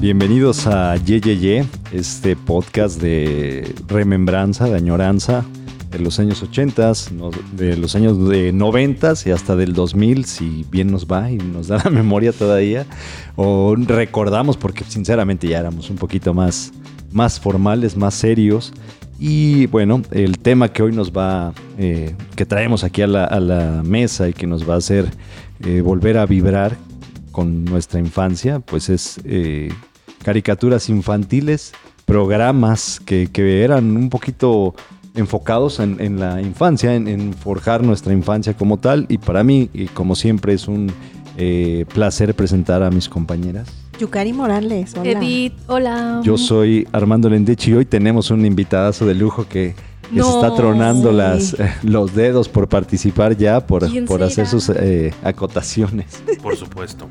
Bienvenidos a Yeyeye, este podcast de remembranza, de añoranza de los años 80, no- de los años de 90 y hasta del 2000, si bien nos va y nos da la memoria todavía, o recordamos porque sinceramente ya éramos un poquito más, más formales, más serios. Y bueno, el tema que hoy nos va, eh, que traemos aquí a la, a la mesa y que nos va a hacer eh, volver a vibrar con nuestra infancia, pues es eh, caricaturas infantiles, programas que, que eran un poquito enfocados en, en la infancia, en, en forjar nuestra infancia como tal. Y para mí, y como siempre, es un eh, placer presentar a mis compañeras. Yucari Morales, hola. Edith, hola. Yo soy Armando Lendechi y hoy tenemos un invitadazo de lujo que, que se No. está tronando Sí. las, eh, los dedos por participar ya, por, ¿Quién por hacer será? sus eh, acotaciones. Por supuesto.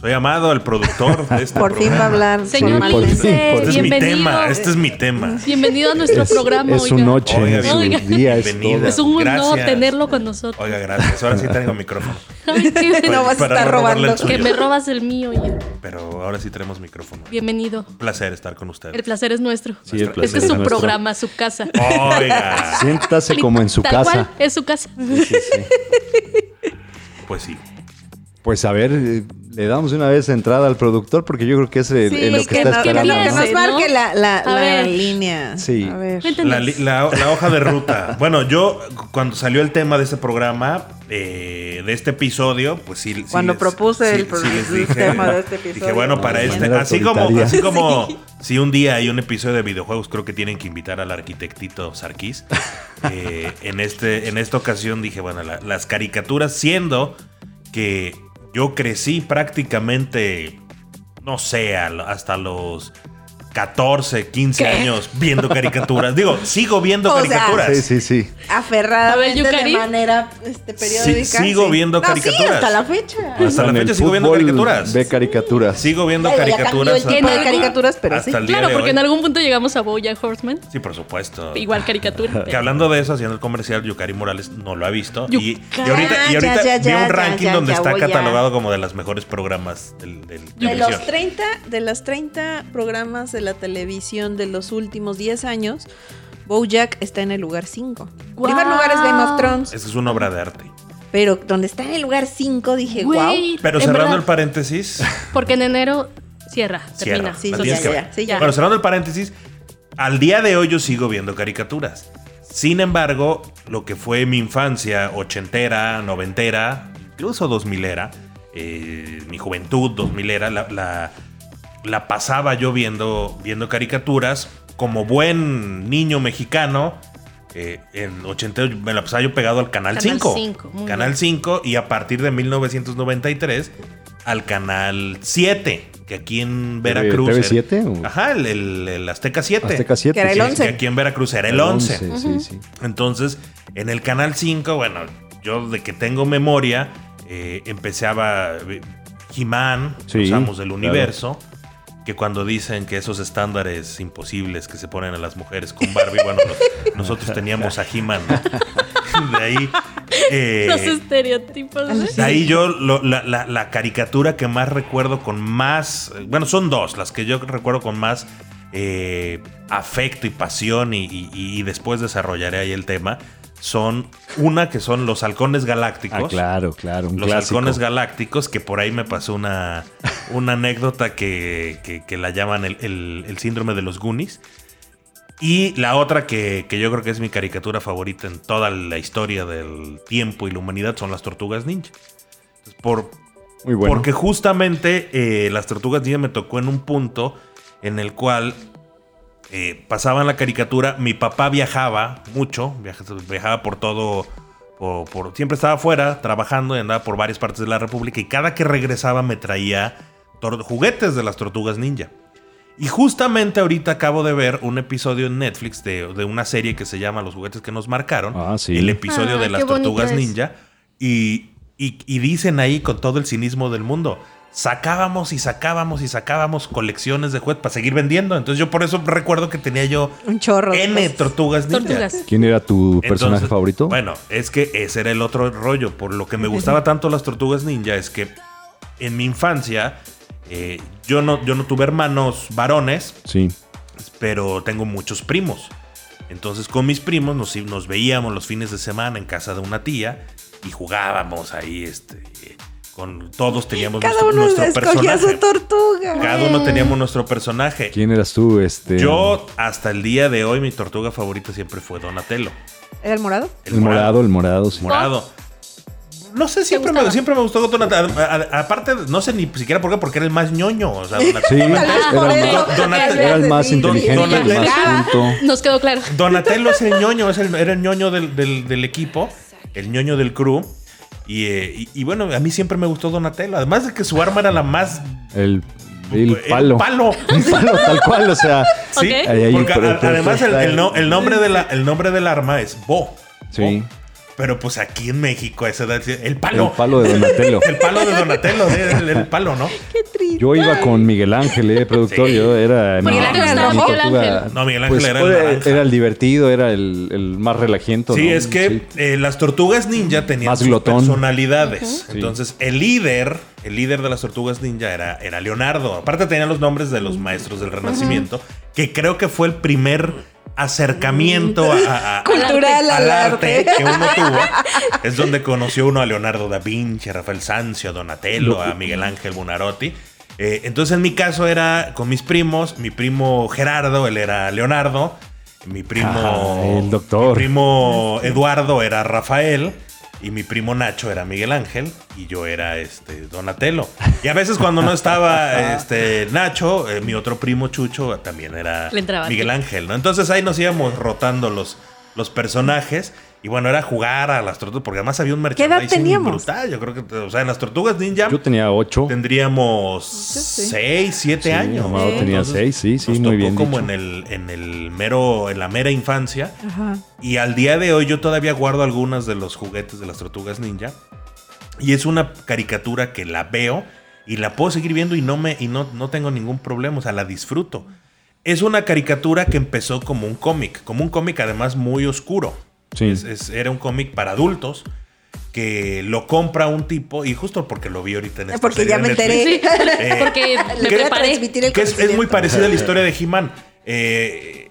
Soy Amado, el productor de este Por fin va a programa. hablar. Señor Sí, por Lince, fin, por Este es mi bienvenido. tema, este es mi tema. Bienvenido a nuestro es, programa. es su oiga. noche, Oiga, es su oiga. día, es Bienvenida. todo. Es un honor Gracias. tenerlo con nosotros. Oiga, gracias. Ahora sí traigo micrófono. Ay, qué No vas a Para estar no robarle robando. el que suyo. me robas el mío. oye. Pero ahora sí tenemos micrófono. Bienvenido. Un placer estar con ustedes. El placer es nuestro. Sí, el placer este es es su nuestro. programa, su casa. Oiga. Siéntase como en su Tal casa. cual, es su casa. Sí, sí, sí. Pues sí. Pues a ver, eh, le damos una vez entrada al productor porque yo creo que es el- Sí, el- lo que, que, está no- que esperando. nos- ¿no? que nos marque ¿no? la, la- A la ver. línea. Sí. A ver. La, Cuéntanos. li- la- la hoja de ruta. Bueno, yo cuando salió el tema de este programa, eh, de este episodio, pues sí. sí Cuando propuse el pro- les el tema de este Dije, episodio. bueno, para De este. manera Así como, autoritaria. así como si un día hay un episodio de videojuegos, creo que tienen que invitar al arquitectito Sarkis. Eh, en, este, en esta ocasión dije, bueno, la- las caricaturas, siendo que yo crecí prácticamente, no sé, al- hasta los 14, 15 ¿Qué? años viendo caricaturas. Digo, sigo viendo O sea, caricaturas. Sí, sí, sí. Aferrada A ver, de Yucari. manera este, periódica. sigo sí. viendo No, Sí, caricaturas. hasta la fecha. Hasta la En el fecha sigo viendo fútbol caricaturas. Ve caricaturas. Sigo viendo Bueno, ya cambió caricaturas. el tipo de hasta- caricaturas, pero sí. hasta el día Claro, de porque hoy. en algún punto llegamos a Boya Horseman. Sí, por supuesto. Igual caricatura. Que hablando de eso, haciendo el comercial, Yukari Morales no lo ha visto. Y, y Yucari. ahorita, y ahorita Ah, Ya, ya, vi ya, un ranking ya, donde ya, está voy a- catalogado como de los mejores programas del, del- De televisión. los 30, de las 30 programas de la televisión de los últimos 10 años, BoJack está en el lugar 5. En Guau. primer lugar es Game of Thrones, Es que es una obra de arte. pero donde está en el lugar 5 dije, wow. Güey, en Pero cerrando verdad, el paréntesis, Porque en enero cierra, termina. cierra. Sí, La sí, tienes ya, que ya, ver. sí, ya. Bueno, cerrando el paréntesis, al día de hoy yo sigo viendo caricaturas. Sin embargo, lo que fue mi infancia, ochentera, noventera, incluso dos milera, eh, mi juventud dos milera, la, la, la pasaba yo viendo, viendo caricaturas. Como buen niño mexicano, eh, en 80 me la pasaba yo pegado al Canal, Canal 5. cinco, muy Canal bien. 5 y a partir de 1993 al Canal 7, que aquí en Veracruz... TV era- 7 o- Ajá, el, el- el Azteca 7. Azteca 7. Que era el Sí, 11. que aquí en Veracruz era el El 11. 11, sí, sí. Entonces, en el Canal 5, bueno, yo de que tengo memoria, eh, empezaba eh, He-Man, Sí, los amos del claro. universo. Que cuando dicen que esos estándares imposibles que se ponen a las mujeres con Barbie, bueno, nos- nosotros teníamos a He-Man. De ahí. eh, Los estereotipos. ¿eh? de ahí yo, lo- la, la- la caricatura que más recuerdo con más. eh, Bueno, son dos, las que yo recuerdo con más eh, afecto y pasión, y, y- y después desarrollaré ahí el tema. Son una que son los halcones galácticos. Ah, claro, claro. Un Los clásico. halcones galácticos, que por ahí me pasó una, una anécdota que, que- que la llaman el, el- el síndrome de los Goonies. Y la otra que, que yo creo que es mi caricatura favorita en toda la historia del tiempo y la humanidad son las tortugas ninja. Entonces, por, Muy bueno. porque justamente eh, las tortugas ninja me tocó en un punto en el cual eh, pasaban la caricatura. Mi papá viajaba mucho, viaja- viajaba por todo, por, por- siempre estaba afuera trabajando y andaba por varias partes de la República. Y cada que regresaba me traía tor- juguetes de las tortugas ninja. Y justamente ahorita acabo de ver un episodio en Netflix de, de una serie que se llama Los juguetes que nos marcaron. Ah, sí. El episodio Ah, de las qué bonito tortugas es. ninja. Y, y- y dicen ahí con todo el cinismo del mundo. sacábamos y sacábamos y sacábamos colecciones de juguetes para seguir vendiendo. Entonces yo por eso recuerdo que tenía yo Un chorro. de N cosas. tortugas ninja. Tortugas. ¿Quién era tu personaje Entonces, favorito? Bueno, es que ese era el otro rollo. Por lo que me gustaba tanto las tortugas ninja es que en mi infancia eh, yo, no, yo no tuve hermanos varones, Sí. pues, pero tengo muchos primos. Entonces con mis primos nos, nos veíamos los fines de semana en casa de una tía y jugábamos ahí, este, eh, con todos teníamos Cada nuestro, uno nuestro escogía personaje. su tortuga. Cada uno teníamos nuestro personaje. ¿Quién eras tú? Este, Yo hasta el día de hoy mi tortuga favorita siempre fue Donatello. ¿Era el morado? El morado, el morado, sí. morado. No sé, siempre me, gustaba? siempre me gustó Donatello. A- a- Aparte, no sé ni siquiera por qué, porque era el más ñoño. O sea, Sí, Donatello, Tal vez era, por el eso. más- Don- Donatello. era el más Sí, inteligente, el Donatello. más culto. Nos quedó claro. Donatello es el ñoño, es el, era el ñoño del, del- del equipo, el ñoño del crew. Y, eh, y- y bueno, a mí siempre me gustó Donatello. Además de que su arma era la más. El, el era palo. un palo. Un palo, tal cual, o sea. Sí, Ok. Ahí hay un porque a- pro- además el, el no- prototype. el nombre de la, el nombre del arma es Bo. Sí. Bo. Pero pues aquí en México, a esa edad, el palo. El palo de Donatello. El palo de Donatello, sí, el, el palo, ¿no? Qué triste. Yo iba con Miguel Ángel, eh, productor. Sí. Yo era. Porque le gustaba Miguel tortuga- Ángel. No, Miguel Ángel era el Pues, era, naranja. era el divertido, era el, el más relajiento. Sí, ¿no? es que eh, las tortugas ninja tenían Más sus glotón. personalidades. Entonces, el líder, el líder de las tortugas ninja era, era Leonardo. Aparte tenía los nombres de los maestros del Renacimiento, que creo que fue el primer acercamiento a- a- a- Cultural al arte. que uno tuvo. Es donde conoció uno a Leonardo da Vinci, a Rafael Sanzio, a Donatello, a Miguel Ángel Bunarotti. Eh, entonces en mi caso era con mis primos, mi primo Gerardo, él era Leonardo, mi primo Ah, el doctor. mi primo Eduardo era Rafael y mi primo Nacho era Miguel Ángel y yo era este Donatello. Y a veces cuando no estaba este Nacho, eh, mi otro primo Chucho también era Le entraba. Miguel Ángel, ¿no? Entonces ahí nos íbamos rotando los, los personajes y bueno, era jugar a las tortugas porque además había un edad merchandising teníamos? brutal. Yo creo que o sea, en las tortugas ninja Yo tenía ocho. tendríamos sí. 6, 7 Sí, años. Amado ¿no? tenía Entonces, seis, sí, sí, nos muy tocó bien como dicho. en el en el mero en la mera infancia. Ajá. Y al día de hoy yo todavía guardo algunas de los juguetes de las tortugas ninja. Y es una caricatura que la veo y la puedo seguir viendo y no me y no, no tengo ningún problema, o sea, la disfruto. Es una caricatura que empezó como un cómic, como un cómic además muy oscuro. Sí. Es- es- era un cómic para adultos que lo compra un tipo y justo porque lo vi ahorita en esta Ah, Porque serie ya de me Netflix, enteré. Sí, Eh, porque me voy a preparé. transmitir el que es, es muy conocimiento. parecida a la historia de He-Man. Eh,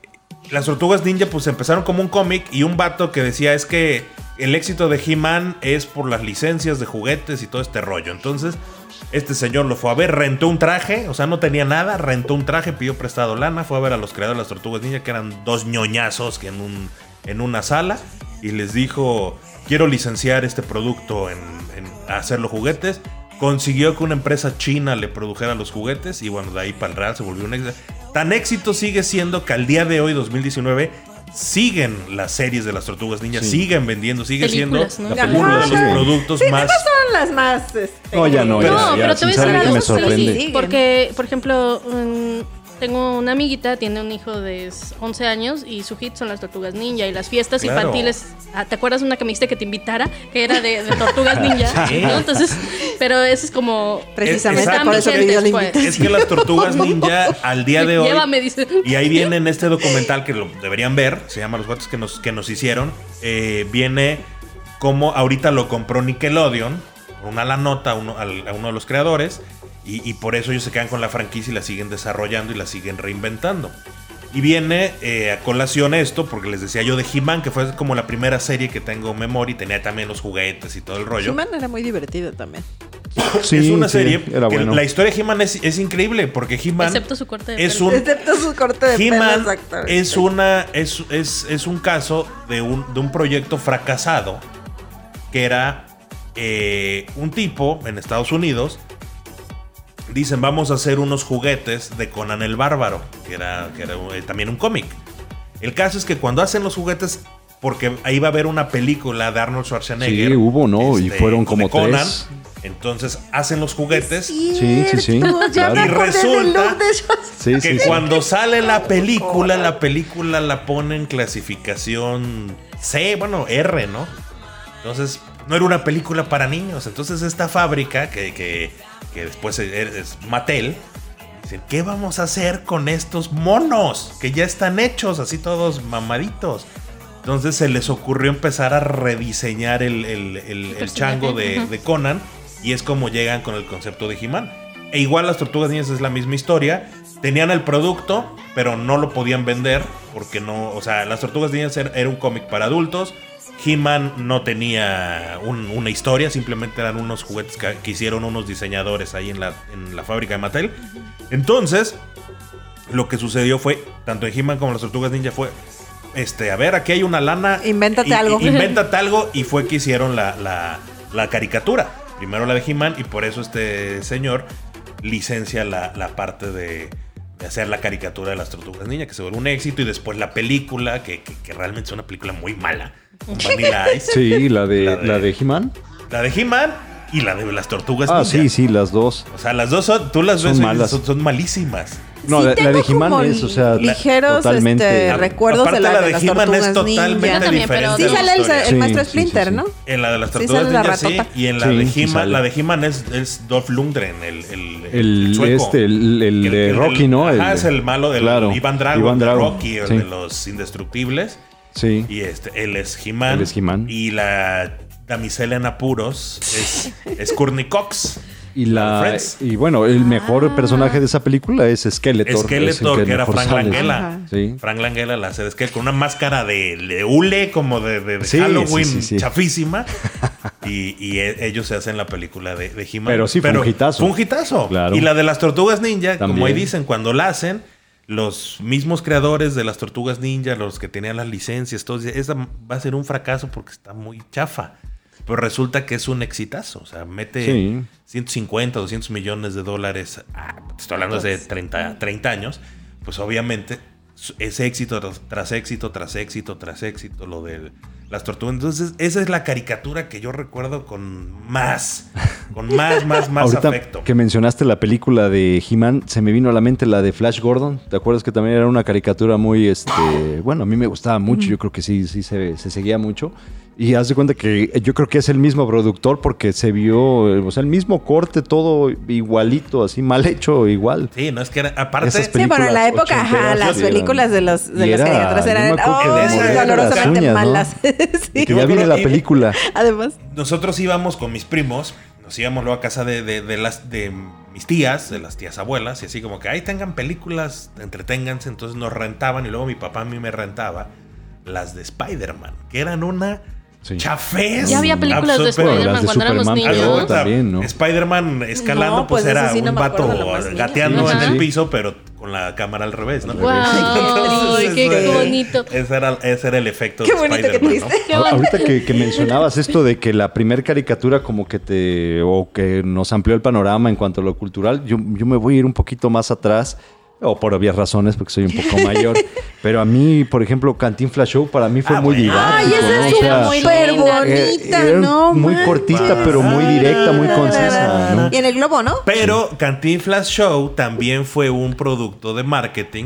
las tortugas ninja pues empezaron como un cómic y un vato que decía es que el éxito de He-Man es por las licencias de juguetes y todo este rollo. Entonces este señor lo fue a ver, rentó un traje, o sea no tenía nada, rentó un traje, pidió prestado lana, fue a ver a los creadores de las tortugas ninja que eran dos ñoñazos que en, un, en una sala y les dijo quiero licenciar este producto en, en hacer los juguetes. Consiguió que una empresa china le produjera los juguetes y bueno, de ahí para el real se volvió un éxito. Tan éxito sigue siendo que al día de hoy, 2019, siguen las series de las tortugas ninjas, Sí. siguen vendiendo, sigue Películas, siendo ¿no? uno de Ajá. los Sí. productos Sí, más... no son las más. este, No, ya no, Pero- ya, No, ya, pero te voy a decir sinceramente algo. me sí, sorprende. sí. Porque, por ejemplo, mm, tengo una amiguita, tiene un hijo de 11 años y su hit son las tortugas ninja y las fiestas Claro. infantiles. Ah, ¿Te acuerdas una que me dijiste que te invitara? Que era de, de tortugas ninja. Sí. ¿no? Entonces, pero eso es como... Precisamente Exacto. por eso pidió la Pues. invitación. Es que las tortugas ninja al día de hoy... Llévame, dice. Y ahí viene en este documental que lo deberían ver, se llama Los Juguetes que nos, que nos hicieron, eh, viene como ahorita lo compró Nickelodeon, por una la nota uno, al- a uno de los creadores, y, y por eso ellos se quedan con la franquicia y la siguen desarrollando y la siguen reinventando. Y viene eh, a colación esto, porque les decía yo de He-Man, que fue como la primera serie que tengo en memoria y tenía también los juguetes y todo el rollo He-Man era muy divertido también. Sí, es una sí, serie. Era que bueno. La historia de He-Man es, es increíble porque He-Man Excepto su corte de es pelo. un Excepto su corte de pelo. He-Man exactamente. es una es, es, es un caso de un, de un proyecto fracasado que era eh, un tipo en Estados Unidos dicen vamos a hacer unos juguetes de Conan el Bárbaro que era, que era eh, también un cómic el caso es que cuando hacen los juguetes porque ahí va a haber una película de Arnold Schwarzenegger este, pues, Sí, hubo, ¿no? Y fueron de como Conan. tres. entonces hacen los juguetes Sí, sí, sí, Cierto, Ya claro. me Y acordé del resulta look de esos. Sí, que sí, sí. cuando sale la película, la película la pone en clasificación C, bueno, R, ¿no? Entonces, no era una película para niños. Entonces esta fábrica, que, que- que después es, es Mattel, dice, ¿qué vamos a hacer con estos monos que ya están hechos, así todos mamaditos? Entonces se les ocurrió empezar a rediseñar el, el- el- el personaje, chango de, ajá. de Conan y es como llegan con el concepto de He-Man. E igual las tortugas niñas es la misma historia. Tenían el producto, pero no lo podían vender porque no, o sea, las tortugas niñas era, era un cómic para adultos. He-Man no tenía un- una historia, simplemente eran unos juguetes que, que hicieron unos diseñadores ahí en la, en la fábrica de Mattel. Entonces, lo que sucedió fue, tanto en He-Man como en las tortugas ninja fue, este, a ver, aquí hay una lana. Invéntate Y- algo. y- invéntate algo y fue que hicieron la, la- la caricatura. Primero la de He-Man y por eso este señor licencia la, la parte de, de hacer la caricatura de las tortugas ninja, que se vuelve un éxito, y después la película, que, que- que realmente es una película muy mala. Vanilla Ice. Sí, la de, La de- la de He-Man. La de He-Man y la de las tortugas Ah, ninja. sí, sí, las dos. O sea, las dos son, tú las Son ves y dices, malas. son- son malísimas. No, Sí la, la de tengo como He-Man es, o sea, ligeros, totalmente. este, recuerdos de Aparte, la, de, las He-Man tortugas es totalmente ninja. Yo también, pero Sí diferente. a la sale el, historia. el Sí, maestro sí, sí, Splinter, sí. ¿no? En la de las Sí, tortugas sale la ninja, sí. ratota. Y en la Sí, de sí He-Man, sale. la de He-Man es, es Dolph Lundgren, el, el, El, sueco. este, el, el El- de el- Rocky, ¿no? Ajá, de- es el malo del claro, Iván Drago, Iván el de Drago, Rocky, el sí, de los indestructibles. sí. Y este, él es He-Man. Él es He-Man. Y la damisela en apuros es, es Courtney Cox. Y, la, Friends. y bueno, el mejor Ah. personaje de esa película es Skeletor. es el Skeletor, que, era mejor Frank sale. Langella. Ajá. Sí. Frank Langella la hace de Skeletor con una máscara de, de hule, como de, de- de Sí, Halloween sí, sí, sí. chafísima. y, y e- ellos se hacen la película de, de He-Man. Pero sí, fue un hitazo. fue un hitazo. Claro. Y la de las tortugas ninja, como También. ahí dicen, cuando la hacen, los mismos creadores de las tortugas ninja, los que tenían las licencias, todos dicen, esa va a ser un fracaso porque está muy chafa. Pero resulta que es un exitazo. O sea, mete Sí. 150, 200 millones de dólares. ah, te estoy hablando de 30, 30 años. Pues obviamente su- es éxito tras, tras éxito, tras éxito, tras éxito, lo de las tortugas. Entonces, esa es la caricatura que yo recuerdo con más, con más, más, más Ahorita afecto. que mencionaste la película de He-Man, se me vino a la mente la de Flash Gordon. ¿Te acuerdas que también era una caricatura muy, este, bueno, a mí me gustaba mucho, yo creo que sí, sí se, se seguía mucho. Y haz de cuenta que eh, yo creo que es el mismo productor porque se vio, eh, o sea, el mismo corte, todo igualito, así mal hecho, igual. Sí, no es que era, aparte, Esas Sí, bueno, en la películas época, ajá, ochenteras las eran- películas de los de y las era- caricaturas yo me eran acuerdo que oh, esa era dolorosamente las uñas, ¿no? malas. Sí. Y que ya Yo me viene la acuerdo- película. Además, nosotros íbamos con mis primos, nos íbamos luego a casa de, de- de las, de mis tías, de las tías abuelas, y así como que ahí tengan películas, entreténganse, entonces nos rentaban y luego mi papá a mí me rentaba las de Spider-Man, que eran una Sí. chafés. Ya había películas de absoluta. Bueno, las de Spider-Man cuando éramos Superman, Haz de pero niños. cuenta, también, ¿no? Spider-Man escalando, No, pues, pues, era eso sí no un me vato acuerdo lo más mínimo. gateando Ajá. en el piso, pero con la cámara al revés, ¿no? Al revés. ¡Guau! Entonces, ¡Qué este, bonito! Ese era, ese era el efecto Qué de bonito que Spider-Man. te diste. ¿no? Qué A- bonito. Ahorita que, que mencionabas esto de que la primer caricatura como que te o que nos amplió el panorama en cuanto a lo cultural, yo, yo me voy a ir un poquito más atrás o por obvias razones porque soy un poco mayor, pero a mí, por ejemplo, Cantinflas Show para mí fue Ah, muy bueno. didáctico, ay, esa ¿no? es O sea, eh, muy súper bonita, era ¿no? muy manches. Ah, cortita, pero muy directa, muy concisa, ¿no? Y en el globo, ¿no? Pero Cantinflas Show también fue un producto de marketing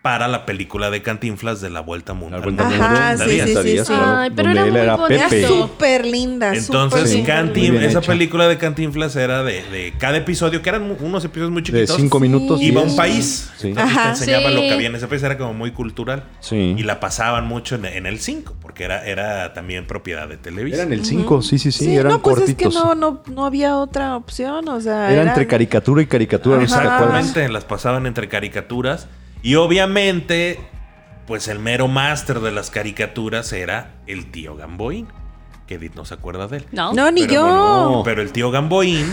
para la película de Cantinflas de la Vuelta Mundial. La vuelta al Ajá, mundo, sí, la sí, Díaz, sí, Díaz, sí. claro, Ay, pero donde era él muy era bonita. Pepe. Era súper linda. Entonces, Sí. Cantin- Muy bien esa hecha. película de Cantinflas era de, de cada episodio, que eran mu- unos episodios muy De chiquitos. cinco minutos. Iba a diez. un país. Sí. Entonces Ajá. te enseñaban lo Sí. que había en ese país. Era como muy cultural. Sí. Y la pasaban mucho en, en el 5, porque era, era también propiedad de Televisa. Eran el 5, sí, sí, sí, Sí, eran no, pues cortitos. es que no, no, no había otra opción, o sea. Era eran- entre caricatura y caricatura, ¿no? ¿Te acuerdas? Exactamente, las pasaban entre caricaturas. Y obviamente, pues el mero máster de las caricaturas era el tío Gamboín, que Edith no se acuerda de él. No. No, ni Pero yo. bueno, Pero el tío Gamboín,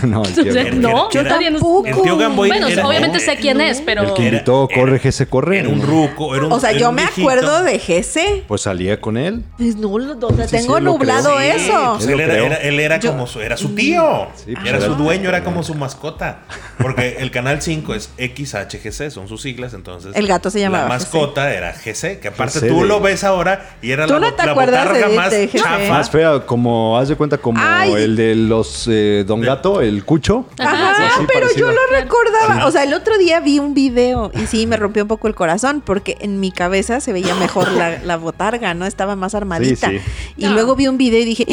No, el tío O sea, Gamboín. no, Yo yo todavía no tampoco. el tío Gamboín Bueno, era- obviamente era- sé quién es, El pero. que Era- invitó, era- corre, se corre. era un ruco, era un O sea, era yo un me viejito. acuerdo de GC. Pues salía con él. Pues no, lo- o sea, Sí, sí, tengo lo nublado creo. eso. Mm. pues Yo él lo era, creo. era- él era como su, era su tío. Sí, pues era era su su- dueño, era como su mascota. Porque el canal 5 es XHGC, son sus siglas, entonces. El gato se llamaba La GC. mascota era GC, que aparte GC tú de- lo ves ahora y era ¿Tú la, no bo- te la acuerdas botarga de- más de GC? chafa. Más fea como, haz de cuenta, como ¿eh? Ay. Ah. el de los eh, Don Gato, el Cucho. Ajá, Así pero parecido. yo lo recordaba. Sí. O sea, el otro día vi un video y sí, me rompió un poco el corazón porque en mi cabeza se veía mejor la, la botarga, ¿no? Estaba más armadita. Sí, sí. Y luego vi un video y dije, ¡Ah!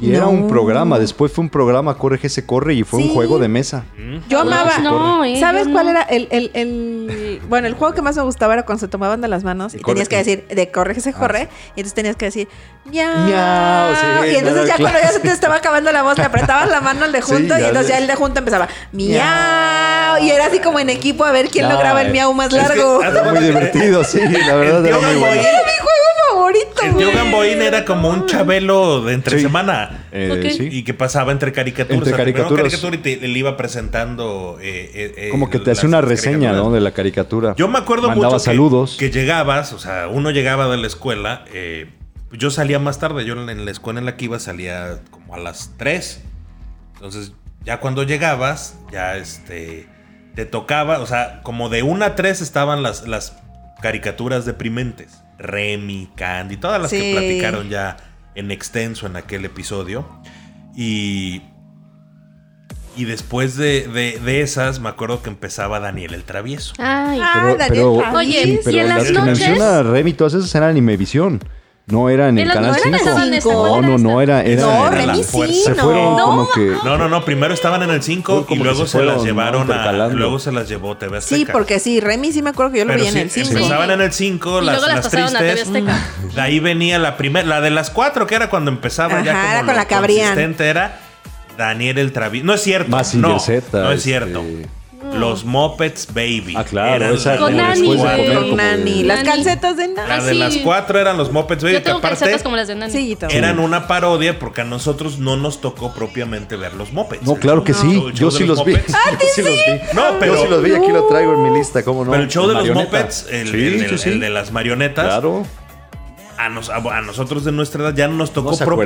Y era un no. programa, después fue un programa Corre se corre y fue un Sí. juego de mesa. Yo Corre, amaba. se corre. No, eh, ¿Sabes yo cuál no. era el, el- el- Bueno, el juego que más me gustaba era cuando se tomaban de las manos y, Y Ah, tenías que corre, decir, de corre que se corre, y entonces tenías que decir, miau. Miau, sí, y entonces ya claro. cuando ya se te estaba acabando la voz, le apretabas la mano al de Sí, junto y ya entonces sé. ya el de junto empezaba, miau. Y era así como en equipo a ver quién No, lograba el eh. miau más Es que- largo. ah, Era muy divertido, sí, la verdad El era tío muy bueno. Gamboín- Era mi juego favorito, El tío güey. Gamboín era como un chabelo de entre Sí. semana. Eh, Ok. sí. Y que pasaba entre caricaturas. Entre O sea, primero caricaturas. caricatura y te- le iba presentando. eh, eh, eh, Como que te las hacía una reseña, caricaturas. ¿no? De la caricatura. Yo me acuerdo Mandaba mucho que- saludos. Que, llegabas, o sea, uno llegaba de la escuela. eh, yo salía más tarde. Yo en la escuela en la que iba salía como a las 3. Entonces, ya cuando llegabas, ya este. Te tocaba, o sea, como de 1 a 3 estaban las, las caricaturas deprimentes. Remy, Candy, todas las Sí. que platicaron ya en extenso en aquel episodio. Y. Y después de, de- de esas, me acuerdo que empezaba Daniel el Travieso. Ay, Ah, Daniel Javis. Oye, sí, y pero en las que noches- menciona Remy, todas esas eran Animevisión. No eran en el En las- Canal no eran 5. esa, Vanessa, ¿cuál no, era no, no, era. era No, era la Remy sí, fuerza. se no. fueron como que. No, no, no. Primero estaban en el 5 Fue y como luego que se, se fueron, las llevaron ¿no? a. intercalando. Luego se las llevó TV Azteca. Sí, porque sí, Remy sí me acuerdo que yo lo Pero veía en sí, el cine. Empezaban en el 5, Y las, luego las las pasaban a TV tristes. Azteca. De ahí venía la primera, la de las 4, que era cuando empezaba ya Ajá, como era con lo la que abrían. consistente era Daniel el Travieso. No es cierto. Mazinger no, Z, no es este- cierto. Los Mopeds Baby. Ah, claro, Eran esa las Con de las Nani, cuatro. güey. Con Nani. Las Nani. calcetas de Nani. La de sí. las 4 eran los Mopeds Baby. Yo tengo que aparte calcetas como las de Nani. Sí, y todo. Eran una parodia porque a nosotros no nos tocó propiamente ver los Mopeds. No, claro que No. sí. Yo El show sí de los los vi. Muppets. Ah, Yo sí los vi. No, pero- Yo sí los vi. Aquí lo traigo en mi lista, ¿cómo no? Pero el show de los Marioneta. Muppets, el, Sí, el- el- sí, sí. el de las marionetas, Claro. Ah, a, nos- a- a nosotros de nuestra edad ya no nos tocó No se acuerdan,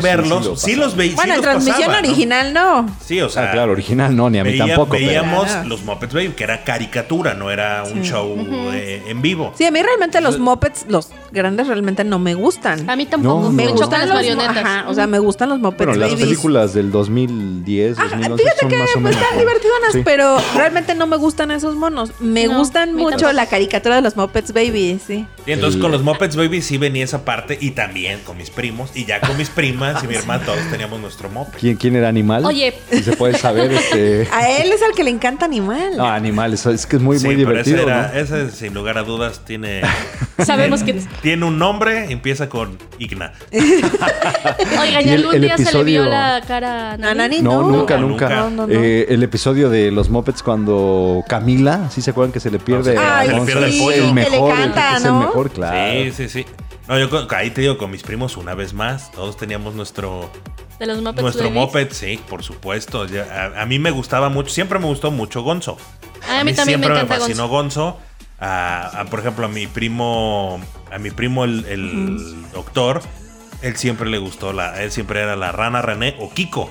pero sí, verlos. sí lo Sí, los veíamos. Bueno, en transmisión original no. Sí, o sea, Ah, claro, original no, ni a mí veía- tampoco. pero- veíamos Claro. los Muppets Baby, que era caricatura, no era un show eh, en vivo. Sí, a mí realmente los mopeds, los grandes realmente no me gustan. A mí tampoco. No, me no. chocan gustan las los- marionetas. ajá, o sea, me gustan los mopeds. Bueno, las babies. películas del 2010, Ajá, 2011 Ah, fíjate son que más o pues, menos. están ¿no? divertidonas, Sí. pero realmente no me gustan esos monos. Me No, gustan a mí mucho tampoco. la caricatura de los mopeds baby, sí. Y entonces El- con los Muppets Baby sí venía esa parte y también con mis primos y ya con mis primas y mi hermana todos teníamos nuestro Muppet. ¿Quién, quién era animal? Oye. Si se puede saber, este. A él es al que le encanta animal. No, animal, eso es que es muy, Sí, muy pero ese divertido. era- ¿no? ese, sin lugar a dudas tiene Sabemos que. tiene un nombre, empieza con Igna. Oiga, Y ya el- algún el día se le vio episodio- la cara a A Nani Nani. No, nunca, No, nunca. nunca. No, no, no. Eh, el episodio de los Muppets cuando Camila, ¿sí se acuerdan que se le pierde? No, se a le Alfonso? pierde el Es pollo. El Que le mejor, el canta, que es ¿no? el mejor, claro. Sí, sí, sí. No, yo con- ahí te digo con mis primos una vez más, todos teníamos nuestro De los Muppets. nuestro Babies. moped, sí, por supuesto. Ya- a, a mí me gustaba mucho, siempre me gustó mucho Gonzo. Ah, a mí también me siempre encanta fascinó Gonzo. A- a, por ejemplo, a mi primo, a mi primo el, el doctor, él siempre le gustó la, él siempre era la rana René o Kiko.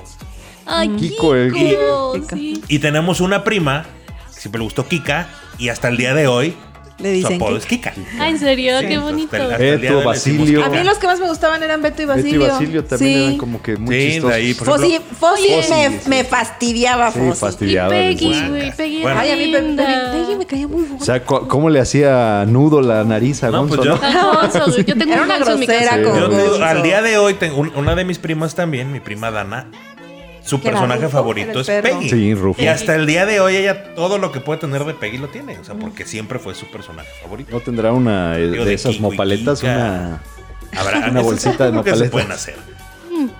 Ay, Kiko, Kiko, el- sí. Y tenemos una prima que siempre le gustó Kika y hasta el día de hoy Le su dicen apodo que- es Kika. Ah, en serio, Sí, qué hasta bonito. el- hasta el Beto, día de hoy le decimos Basilio. Kika. A mí los que más me gustaban eran Beto y Beto y Basilio. Basilio también Sí. eran como que muy Sí, chistosos. de ahí, por Fossi, ejemplo- Fossi Oye. me, Fossi, sí. me fastidiaba, Sí, Fossi. Y fastidiaba. Peggy, desde- güey, Peggy Bueno. era Ay, a mí Pe- linda. Pe- Peggy me caía muy O gorda. sea, co- ¿cómo le hacía nudo la nariz a No, Gonzo? pues yo- no? Ah, Gonzo, güey, Yo tengo Era un una Gonzo en mi grosera casa. Sí. con Yo te digo, Gonzo. al día de hoy, tengo un- una de mis primas también, mi prima Dana, su Que era personaje Rufo, favorito es era el perro. Peggy. Sí, Rufo. Y hasta el día de hoy, ella todo lo que puede tener de Peggy lo tiene. O sea, porque siempre fue su personaje favorito. ¿No tendrá una eh, Digo, de de esas Kiko y mopaletas? Kika. Una... Habrá Una bolsita de lo que se nopaletas. pueden hacer.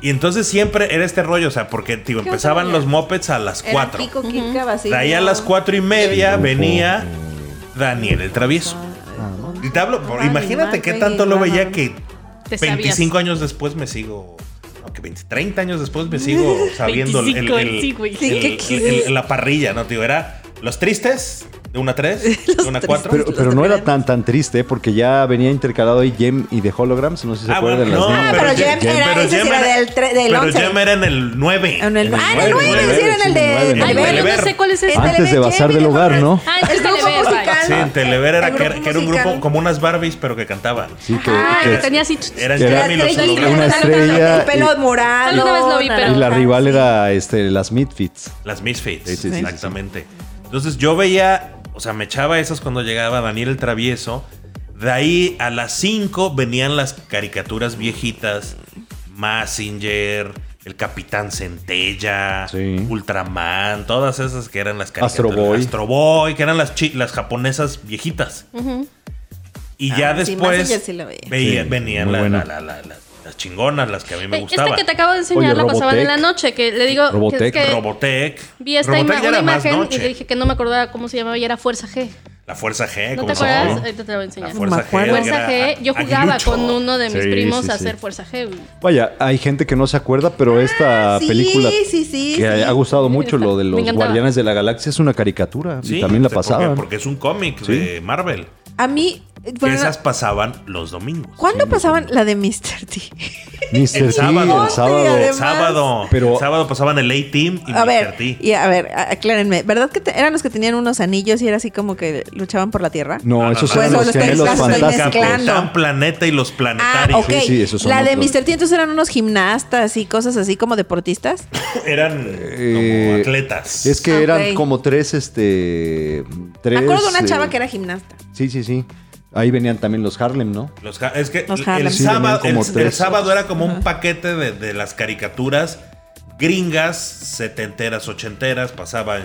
Y entonces siempre era este rollo, o sea, porque digo, ¿Qué empezaban otra los mopeds a las Era 4. Kiko, Kika, De Basilio. ahí a las cuatro y media Rufo, venía Daniel el travieso. Ah, Y te hablo, por- Dani, imagínate Dani, qué Dani, tanto lo Dani. veía que Te sabías. 25 años después me sigo. No, que 20, 30 años después me sigo sabiendo el- el- 25, el- sí, güey. el- el- el- la parrilla, ¿no? Tío, era los tristes, de una 3, de Los una tres. 4. Pero, Los pero no era tremendos. tan tan triste ¿eh? porque ya venía intercalado ahí Gem y de Holograms, no sé si se Ah, acuerdan bueno, de las no, niñas. Ah, pero Pero Jem Jem- era, pero ese sí Jem era era- del, tre- del Pero 11. Jem era en el 9. En el- ah, en el nueve, 9, nueve, sí era en sí, el de nueve. Ay, El bueno, Telever. no sé cuál es ese. Ah, Antes de Telever, Bazar Jem del y Hogar, ¿no? Ah, es El que grupo Telever, vaya. musical. Sí, en Telever El era, que, grupo que era un musical. grupo como unas Barbies, pero que cantaban. Sí, que, Ah, que- que tenía así. ch- ch- Eran Que era Jeremy y los estrella, hologramas. una estrella. El pelo morado. Alguna vez lo vi, pero- y la Ajá, rival era este, las Midfits. Las Misfits. Sí, sí, sí, exactamente. Entonces yo veía, o sea, me echaba esas cuando llegaba Daniel el Travieso. De ahí a las 5 venían las caricaturas viejitas. Massinger, el Capitán Centella, Sí. Ultraman, todas esas que eran las caricaturas. Astro Boy. Astro Boy, que eran las, chi- las japonesas viejitas. Ujú. Y ya Ah, sí, después Mazinger sí la veía. veía- Sí, venían muy la- buena. la- la- la- las chingonas, las que a mí me Eh, gustaban. Esta que te acabo de Oye, enseñar la pasaban en la Robotech. noche, que le digo que, es Robotech, que Robotech. vi esta Robotech ima- una ya era más imagen y noche. le dije que no me acordaba cómo se llamaba y era Fuerza G. La Fuerza G, ¿No como te se acuerdas? llamaba. Ahorita te lo voy a La enseñar. Fuerza me G. acuerdo. era Fuerza G, yo jugaba aguilucho. con uno de mis Sí, primos sí, a sí. hacer Fuerza G. güey. Vaya, hay gente que no se acuerda, pero esta Ah, sí, película sí, sí, que sí. ha gustado mucho, está. lo de Me los encantaba. Guardianes de la Galaxia, es una caricatura. Sí, y también la ¿por qué? pasaban. Porque es un cómic Sí. de Marvel. A mí. que bueno, esas pasaban los domingos. ¿Cuándo pasaban la de Mr. T? Mr. El T, sábado. el sábado. Además- El sábado. Pero- el sábado pasaban el A-Team y A Mr. ver, T. y a ver, a- aclárenme. ¿Verdad que te- eran los que tenían unos anillos y era así como que luchaban por la tierra? Ah, No, esos no, eran no, los no, gemelos estoy fantásticos. mezclando. Capitán Planeta y los Ah, Planetarios. ok. Sí, sí, esos son la de otros. Mr. T entonces eran unos gimnastas y cosas así como deportistas. Eran Eh, como atletas. Es que eran Ok. como tres, este. Me Tres, acuerdo de una eh, chava que era gimnasta. Sí, sí, sí. Ahí venían también los Harlem, ¿no? Los ja- es que Los el, Harlem. Sí, sábado, venían como el- el tres. sábado era como un paquete de, de las caricaturas gringas, setenteras, ochenteras. Pasaba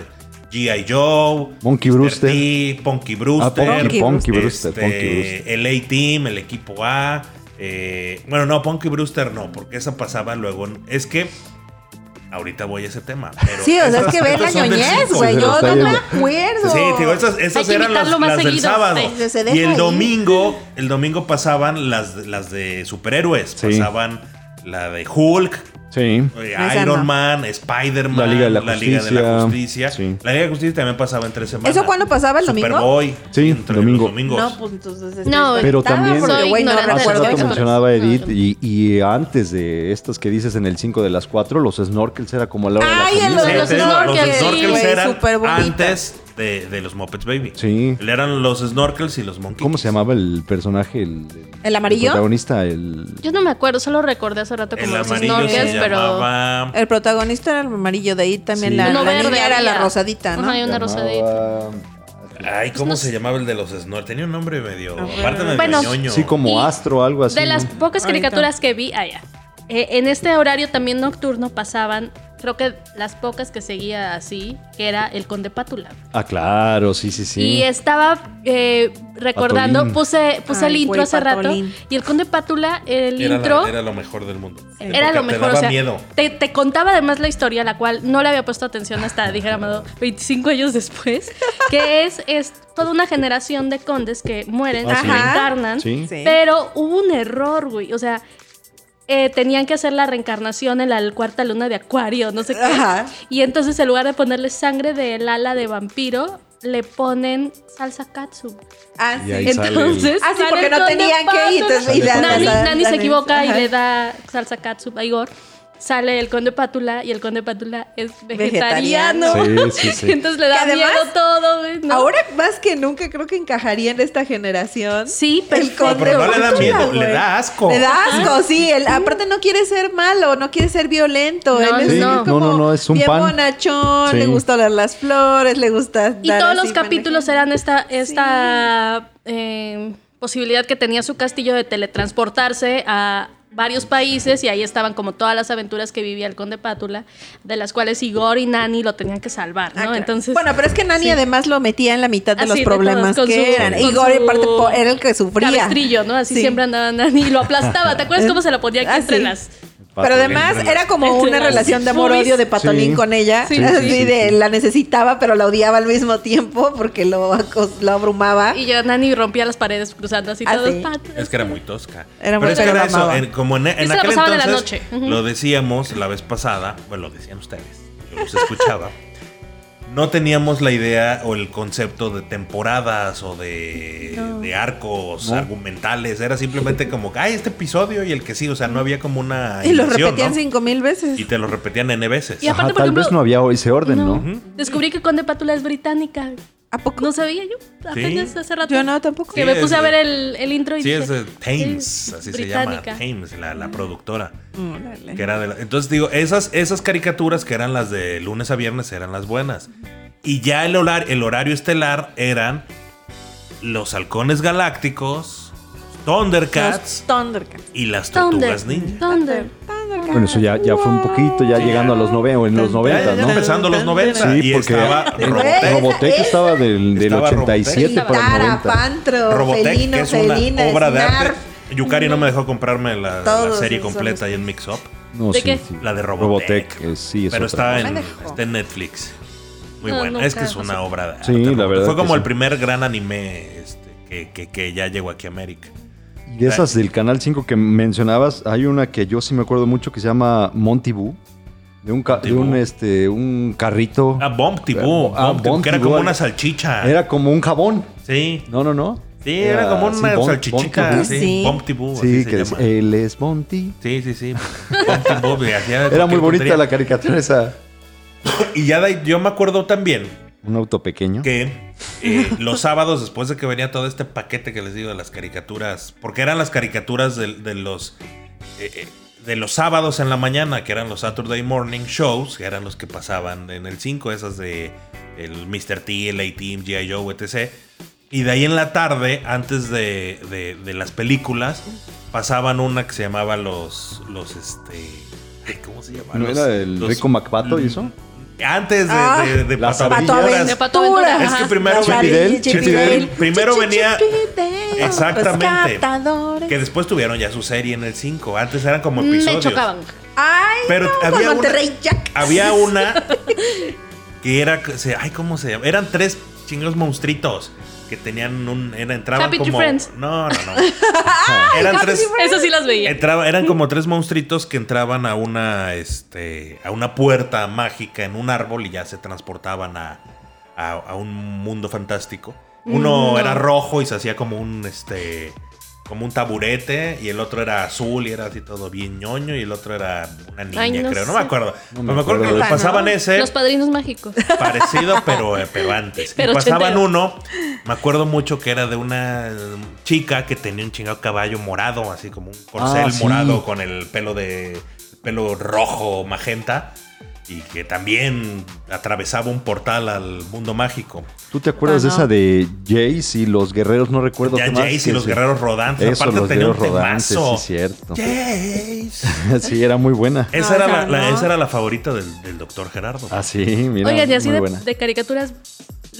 G.I. Joe, Monkey Mr. Brewster. Ah, T, Punky Brewster, Punky, Punky Punky este, Brewster, Punky Brewster. el A-Team, el equipo A. eh, bueno, no, Punky Brewster no, porque esa pasaba luego. en- Es que ahorita voy a ese tema. Pero Sí, o sea, es esas- que ver la estas son del ñoñez, cinco. güey. se Yo está no me yendo. acuerdo. Sí, te digo, esas, esas Hay que eran las, imitarlo más las del seguido. sábado. Sí, se- se deja y el ahí. domingo, el domingo pasaban las, las de superhéroes. Sí. Pasaban la de Hulk, Sí. eh, Esa Iron no. Man, Spider-Man, La Liga de la Liga de la Justicia. Justicia. Sí. La Liga de la Justicia también pasaba en tres semanas. ¿Eso cuándo pasaba, el domingo? Superboy. Sí, entre domingo. los domingos. No, pues entonces. este, No, estaba Pero también- porque, güey, no me Ignorante. Hace acuerdo. rato Exacto. mencionaba Edith No, y, y antes de estas que dices en el 5 de las 4, los snorkels era como la hora Ay, de la el- comida. Sí, los te digo, los snorkels, snorkels güey, eran superbonitas. antes de, de los Muppets Baby. Sí. Eran los snorkels y los monkeys. ¿Cómo se llamaba el personaje? ¿El, ¿El amarillo? protagonista, el... Yo no me acuerdo, solo recordé hace rato El como los amarillo snorkels, se pero. llamaba... El protagonista era el amarillo, de ahí también Sí. la, Uno la verde niña era la había. rosadita, ¿no? Ajá, y una rosadita. Ay, ¿cómo no se sé. llamaba el de los snorkels? Tenía un nombre medio... Aparte medio Bueno. ñoño. Sí, como Y astro, algo así. De las ¿no? pocas Ahorita. caricaturas que vi allá. eh, en este horario también nocturno pasaban, creo que las pocas que seguía así, que era el Conde Pátula. Ah, claro, sí, sí, sí. Y estaba eh, recordando, Patolín. puse, puse Ay, el intro güey, hace Patolín. rato. Y el Conde Pátula, el Era, la- intro. era lo mejor del mundo. Era lo mejor, Porque Te daba o sea, miedo. Te, te contaba además la historia, la cual no le había puesto atención hasta, dije Amado, 25 años después, que es, es toda una generación de condes que mueren, Ah, se sí. reencarnan, Sí. Sí. pero hubo un error, güey, o sea, eh, tenían que hacer la reencarnación en la cuarta luna de Acuario, no sé qué, Ajá. y entonces en lugar de ponerle sangre del ala de vampiro, le ponen salsa katsu. Ah, Y ahí sí. sale Entonces, Ah, sí, sale porque el no Conde tenían que ir, entonces, y Sale dan- Pátula. Nani, dan- Nani se dan- equivoca y ajá. le da salsa katsup a Igor. Sale el conde pátula y el conde pátula es vegetariano. Vegetariano. Sí, sí, sí. Entonces le da Que además, miedo todo, güey, ¿no? Ahora más que nunca creo que encajaría en esta generación. Sí, El perfecto. conde pero no le da Drácula, miedo, le güey. da asco. Le da asco, sí. él- aparte no quiere ser malo, no quiere ser violento. No, él es sí, no, como no, no, es un bien pan. bonachón, Sí. le gusta oler las flores, le gusta. Y dar todos así, los capítulos manejar. eran esta, esta eh, posibilidad que tenía su castillo de teletransportarse a varios países y ahí estaban como todas las aventuras que vivía el conde pátula, de las cuales Igor y Nani lo tenían que salvar, ¿no? Ah, claro. Entonces, bueno, pero es que Nani sí. además lo metía en la mitad de Así, los de problemas todos, con que su- eran. con Igor, su aparte, po- era el que sufría. cabestrillo, ¿no? Así Sí. siempre andaba Nani y lo aplastaba. ¿Te acuerdas cómo se lo ponía aquí Ah, entre sí. las? Pero Patolín. además Entre era como entre una las relación de amor-odio boobies. de Patolín Sí. con ella. Sí, sí, así sí, de sí. la necesitaba, pero la odiaba al mismo tiempo porque lo, acos- lo abrumaba. Y ya Nani rompía las paredes cruzando así Ah, todos. sí. patas. Es que era muy tosca. Era muy pero es que tosca, era la eso. amaba. en- como en, en se la aquel pasaban en la entonces, noche. Ujú. lo decíamos la vez pasada, bueno, lo decían ustedes, yo los escuchaba. no teníamos la idea o el concepto de temporadas o de, de arcos No. argumentales. Era simplemente como, ay, este episodio y el que sí. O sea, no había como una. Y lo inmersión, repetían ¿no? cinco mil veces. Y te lo repetían N veces. Y aparte, Ajá, por tal ejemplo- vez no había ese orden, ¿no? Descubrí que Conde Pátula es británica. ¿A poco? No sabía yo. Apenas hace rato. Yo no, tampoco. Que Sí, me es puse a de- ver el, el intro y Sí, dije, es de Thames, es así se británica. llama. Thames, la, la productora. Órale. Que era de la- Entonces digo, esas, esas caricaturas que eran las de lunes a viernes eran las buenas. Y ya el, horar- el horario estelar eran los halcones galácticos, Thundercats Los Thundercats. y las Thunder. tortugas ninja. Thunder. Thundercats. Bueno, eso ya, ya fue un poquito, ya llegando a los noven- o en los Ya, ya 90, ¿no? empezando los 90 Sí, y porque estaba el Robotech. Robotech estaba del, del Estaba 87 Robotech. para el Tara, 90. Pantro, Robotech, Felino, que es Felina, una obra de arte. Snarf. Yukari no me dejó comprarme la, la Todos serie esos completa son y el mix up. No, ¿De sí, qué? sí. La de Robotech. Robotech, eh, sí, es Pero otra. está en, No me dejó. está en Netflix. Muy No, buena. nunca Es que es una pasó. obra de arte. Sí, la verdad Fue como que el sí. primer gran anime este, que, que- que ya llegó aquí a América. Y de esas del Canal 5 que mencionabas, hay una que yo sí me acuerdo mucho que se llama Monty Boo. De un, ca- de Monty un, Boo. este, un carrito. Ah, Bomb Tibú. Ah, Bomb Tibú, Bomb que era Tibú, como ah, una salchicha. Era como un jabón. Sí. No, no, no. Sí, era como sí, una Bon- salchichica. Bon- Sí, Sí. Bomb Tibú. Sí, así se que es, eh, llama. él es Monty. Sí, sí, sí. Bomb Tibú, y hacía Era muy cualquier bonita tontería. la caricatura esa. Y ya de ahí, yo me acuerdo también Un auto pequeño. que eh, los sábados, después de que venía todo este paquete que les digo de las caricaturas, porque eran las caricaturas de, de los eh, eh, de los sábados en la mañana, que eran los Saturday Morning Shows, que eran los que pasaban en el 5, esas de el Mr. T, el A-Team, G.I. Joe, etc. Y de ahí en la tarde, antes de, de- de las películas, pasaban una que se llamaba los. los este. ay, ¿Cómo se llamaba? ¿No Los- era el los- Rico MacPato y eso? Antes de, Ah, de, de las Pato ardillas. Aventuras. De Pato Aventura. Es que Ajá. primero Chip y venía- Dale, Chip y Dale. Primero venía- Chipidel, Exactamente. rescatadores. Que después tuvieron ya su serie en el 5. Antes eran como episodios. me chocaban. Ay, Pero no, había con una- Monterrey Jack. Había una que era. que se- Ay, ¿cómo se llama? Eran tres chingos monstruitos que tenían un. Era, entraban Happy Tree como. Friends. No, no, no. eran tres. Esas sí las veía. entraba- eran como tres monstruitos que entraban a una. Este. a una puerta mágica en un árbol y ya se transportaban a. a, a un mundo fantástico. Uno No. era rojo y se hacía como un este. como un taburete. Y el otro era azul y era así todo bien ñoño. Y el otro era una niña, Ay, no creo. No sé. me acuerdo. No me Pero me acuerdo, acuerdo. que pasaban ese Los padrinos mágicos. parecido, pero, eh, pero antes. Pero y pasaban ochentero. uno, me acuerdo mucho que era de una eh, chica que tenía un chingado caballo morado, así como un corcel Ah, sí. morado con el pelo de pelo rojo magenta y que también atravesaba un portal al mundo mágico. ¿Tú te acuerdas Ah, no. de esa de Jace y los guerreros? No recuerdo Ya qué más. Jace y que los sí. guerreros rodantes, Eso, aparte los tenía un guerreros rodantes, temazo. sí, cierto. Jace. sí, era muy buena. Esa, No, era o sea, la, la- no. esa era la favorita del, del doctor Gerardo. Ah, sí, mira. Oigan, y así muy de, buena. de caricaturas,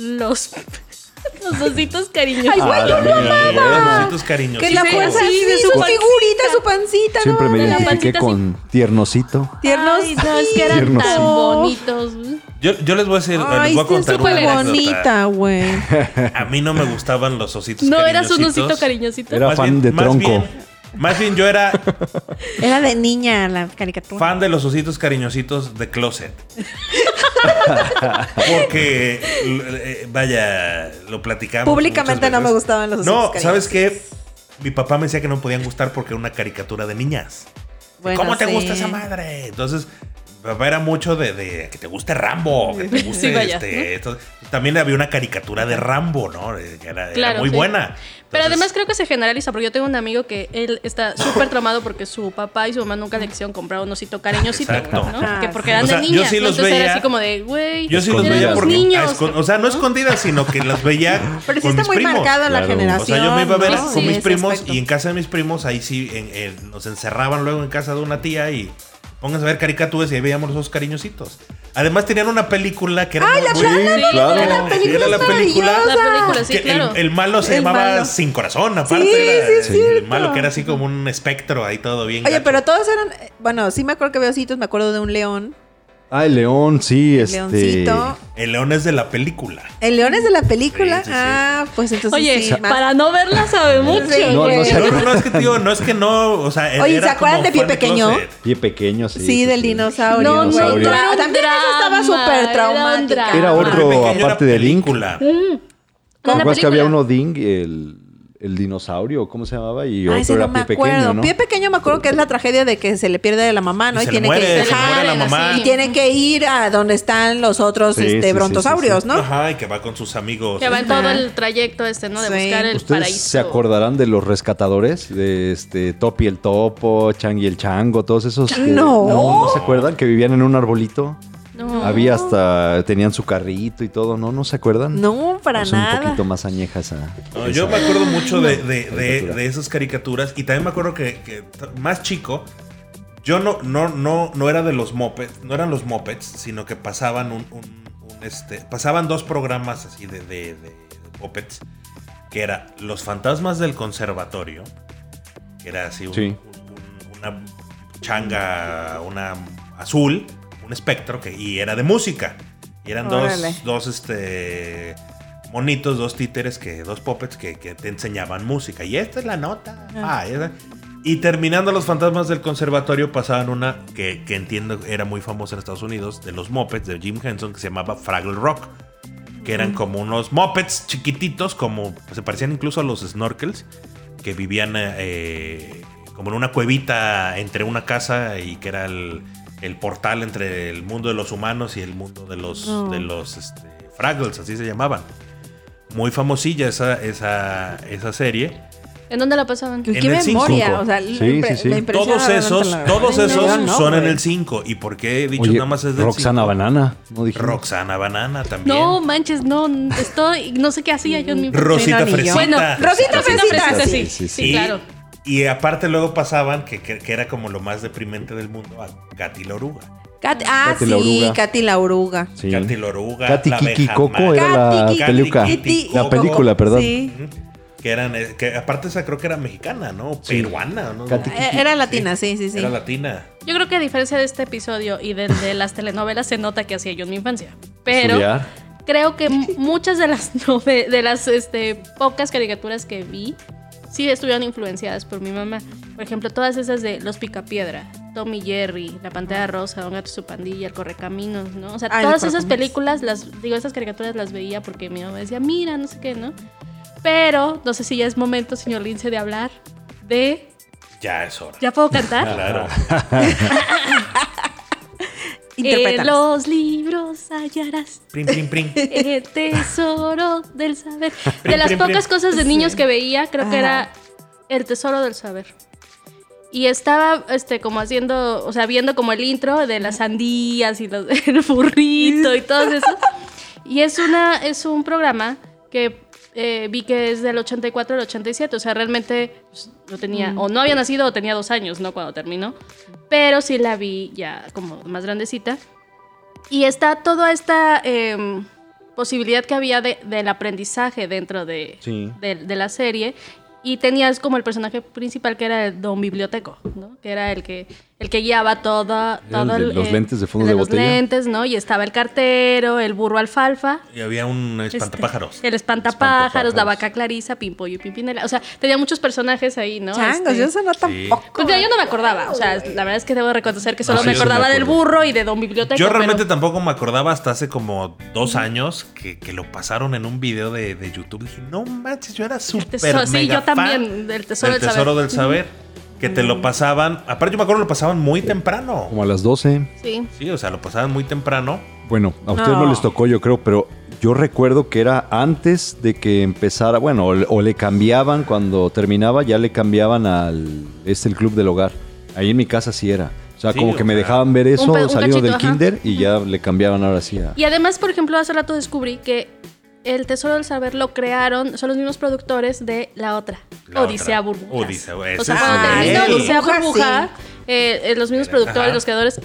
los, los ositos cariñosos. Ay, güey, yo lo Ah, Y mira, eran bueno. ositos cariñositos. Que la Sí, fuerza sí, así, de su, su pancita. figurita, su pancita. Siempre me de la identifiqué pancita con tiernosito. Tiernos. Ay, no, es que eran Tiernos. tan No. bonitos. Yo, yo les voy a decir, eh, les Ay, voy a sí, es contar una súper anécdota. bonita, güey. A mí no me gustaban los ositos ¿No eras cariñositos. un osito cariñosito? Era- fan de más tronco. bien- más bien yo era Era de niña la caricatura. fan de los ositos cariñositos de closet. Porque, eh, vaya, lo platicamos. Públicamente muchas no me veces. gustaban los ositos No, ¿sabes cariñositos. qué? Mi papá me decía que no me podían gustar porque era una caricatura de niñas. Bueno, ¿Cómo te sí. gusta esa madre? Entonces, mi papá era mucho de, de que te guste Rambo, que te guste Sí, vaya, este, ¿no? esto. También había una caricatura de Rambo, ¿no? Eh, que Era, era Claro, muy sí. buena. Pero Entonces, además creo que se generaliza, porque yo tengo un amigo que él está súper traumado porque su papá y su mamá nunca le quisieron comprar un osito cariñosito, Exacto. ¿no? Ajá, que porque sí. eran O sea, de yo niñas, sí ¿no? los Entonces era veía- así como de, güey, Yo sí los Escondidas, veía eran ¿no? porque. Ah, niños. a escon- o sea, no escondidas, sino que las veía. Pero sí con está mis muy primos. marcado en la Claro. O sea, generación. yo me iba a ver ¿no? con Sí, mis ese primos aspecto. y en casa de mis primos, ahí sí en- en- nos encerraban luego en casa de una tía y pónganse a ver caricaturas y ahí veíamos los dos cariñositos. Además, tenían una película que era. ¡Ay, muy- la muy- plana! Sí, claro. la Era- película era la es película. maravillosa. La película, sí, que el- claro. el, malo se El llamaba malo. Sin Corazón, aparte. Sí, era, sí, es el cierto. malo que era así como un espectro ahí todo bien. Oye, gacho. pero todos eran. eh, Bueno, sí me acuerdo que veo ositos, me acuerdo de un león. Ah, el león, sí, este. Leoncito. El león es de la película. El león es de la película. Sí, sí, sí. Ah, pues entonces Oye, sí. más- para no verla sabe mucho. ¿eh? Sí, No, no güey. se No, no, no, es que tío, no es que no, o sea, él Oye, era ¿se acuerdan como de Pie fan Pequeño? closet. Pie pequeño, sí. Sí, sí, del sí. dinosaurio. No, no, Dinosaurio. no era un También esa estaba drama, súper era un traumática. drama. Era Pie otro, Pequeño era aparte de Link. película. Era una Más que había película. uno Ding, el, el dinosaurio, ¿cómo se llamaba? Y Ay, otro sí, era no me Pie acuerdo. pequeño, ¿no? Pie pequeño me acuerdo que es la tragedia de que se le pierde la mamá, ¿no? Y Y, se le tiene muere, que se le Ajá. muere la mamá. Y tiene que ir a donde están los otros Sí, sí, este, sí, brontosaurios, ¿no? Ajá, y que va con sus amigos. Que va en Ajá. todo el trayecto este, ¿no? De Sí. buscar el ¿Ustedes paraíso. se acordarán de los rescatadores? De este Topi el Topo, Chang y el Chango, todos esos. que- No. no. ¿no se acuerdan? Que vivían en un arbolito. No. Había hasta. Tenían su carrito y todo, ¿no? ¿No se acuerdan? No, para Es un nada. poquito más añeja esa. No, esa. yo me acuerdo mucho de, de- de- Caricatura. de esas caricaturas y también me acuerdo que, que t- más chico, yo no, no, no, no era de los mopeds, no eran los mopeds, sino que pasaban un, un- un, este, pasaban dos programas así de, de, de mopeds, que era Los Fantasmas del Conservatorio, que era así un- Sí. un- una changa, una azul, un espectro, que, y era de música. Y eran Órale. dos, dos, este, monitos, dos títeres, que, dos puppets que, que te enseñaban música. Y esta es la nota. Ah, esa. Y terminando los fantasmas del conservatorio pasaban una que, que entiendo era muy famosa en Estados Unidos, de los mopeds de Jim Henson, que se llamaba Fraggle Rock. Que eran como unos mopeds chiquititos, como se parecían incluso a los snorkels, que vivían eh, como en una cuevita entre una casa y que era el, el portal entre el mundo de los humanos y el mundo de los, Oh. de los este, Fraggles, así se llamaban. Muy famosilla esa, esa, esa serie. ¿En dónde la pasaban? Qué En el cinco. memoria, o sea, Sí, la impre- sí, sí. la impresión Todos realmente esos, la- todos Ay, no, esos yo no, son en güey. el 5. ¿Y por qué he dicho Oye, nada más es del Roxana cinco? Banana, ¿no dijimos? Roxana Banana también. No manches, no, estoy, no sé qué hacía yo en mi Sí, no, ni Rosita yo. Fresita. Bueno, Rosita Fresita, Fresita, sí, sí, sí, sí, sí. Y- claro. Y aparte luego pasaban, que, que- que era como lo más deprimente del mundo, a Katy la Oruga. Cat- ah, Katy la sí, oruga. Katy la oruga. Sí. Katy la Oruga, Katy la Kiki abeja Coco Mac, era la Katy Kiki peluca. Kiki Ah, la Coco. película, perdón. Sí. Que eran, eh, que aparte esa creo que era mexicana, ¿no? Sí. Peruana, ¿no? Katy Eh, Era latina, sí, sí, sí. Era latina. Yo creo que a diferencia de este episodio y del de las telenovelas se nota que hacía yo en mi infancia. Pero Estudiar. creo que mu- muchas de las nove- de las este, pocas caricaturas que vi sí estuvieron influenciadas por mi mamá. Por ejemplo, todas esas de Los Picapiedra, Tommy Jerry, La Pantera Rosa, Don Gato y su pandilla, El Correcaminos, ¿no? O sea, Ah, El todas esas Correcaminos. películas, las digo, esas caricaturas las veía porque mi mamá decía, "Mira, no sé qué, ¿no?" Pero no sé si ya es momento, señor Lince, de hablar de Ya es hora. ¿Ya puedo ¿Ah? cantar? Eh, Claro. Interpreta. En los libros hallarás Prim, prim, prim. el Eh, tesoro del saber. Prim, De las prim, pocas prim. cosas de niños que veía, creo que era el tesoro del saber. Y estaba este como haciendo, o sea, viendo como el intro de las sandías y los- el burrito y todo eso. Y es una es un programa que eh, vi que es del 84 al 87, o sea, realmente pues, no tenía o no había nacido o tenía dos años, ¿no? Cuando terminó, pero sí la vi ya como más grandecita. Y está toda esta em, posibilidad que había de- del aprendizaje dentro de, Sí. de, de la serie. Y tenías como el personaje principal que era el don biblioteco, ¿no? Que era el que, el que guiaba toda, Era el todo de los lentes de fondo de los botella. lentes, ¿no? Y estaba el cartero, el burro alfalfa. Y había un este, espantapájaros. el espantapájaros, la Espantapájaros. vaca clarisa, Pimpollo y Pimpinela. O sea, tenía muchos personajes ahí, ¿no? Changos, Este, yo esa no tampoco. Pues mira, yo no me acordaba. O sea, la verdad es que debo reconocer que solo No, Ah, sí, me yo sí me acordaba del acuerdo. burro y de don biblioteco. Yo pero- realmente tampoco me acordaba hasta hace como dos años que, que lo pasaron en un video de, de YouTube. Dije, no manches, yo era súper tesoro- sí, mega yo también, fan del tesoro del tesoro saber. del saber. Que te lo pasaban. Aparte, yo me acuerdo lo pasaban muy temprano. Como a las 12. Sí. Sí, o sea, lo pasaban muy temprano. Bueno, a ustedes no. No. les tocó, yo creo, pero yo recuerdo que era antes de que empezara, bueno, o le, o le cambiaban cuando terminaba, ya le cambiaban al este el club del hogar. Ahí en mi casa sí era. O sea, Sí, como o que me sea, dejaban ver eso un pe- un saliendo cachito, del ajá. kinder y ya le cambiaban ahora sí a Y además, por ejemplo, hace rato descubrí que el Tesoro del Saber lo crearon, son los mismos productores de la otra, La Odisea otra. Burbujas. Odisea, o ese sea, es cuando el- termina Ey. Odisea Burbujas, Burbuja, eh, eh, los mismos Ajá. productores, los creadores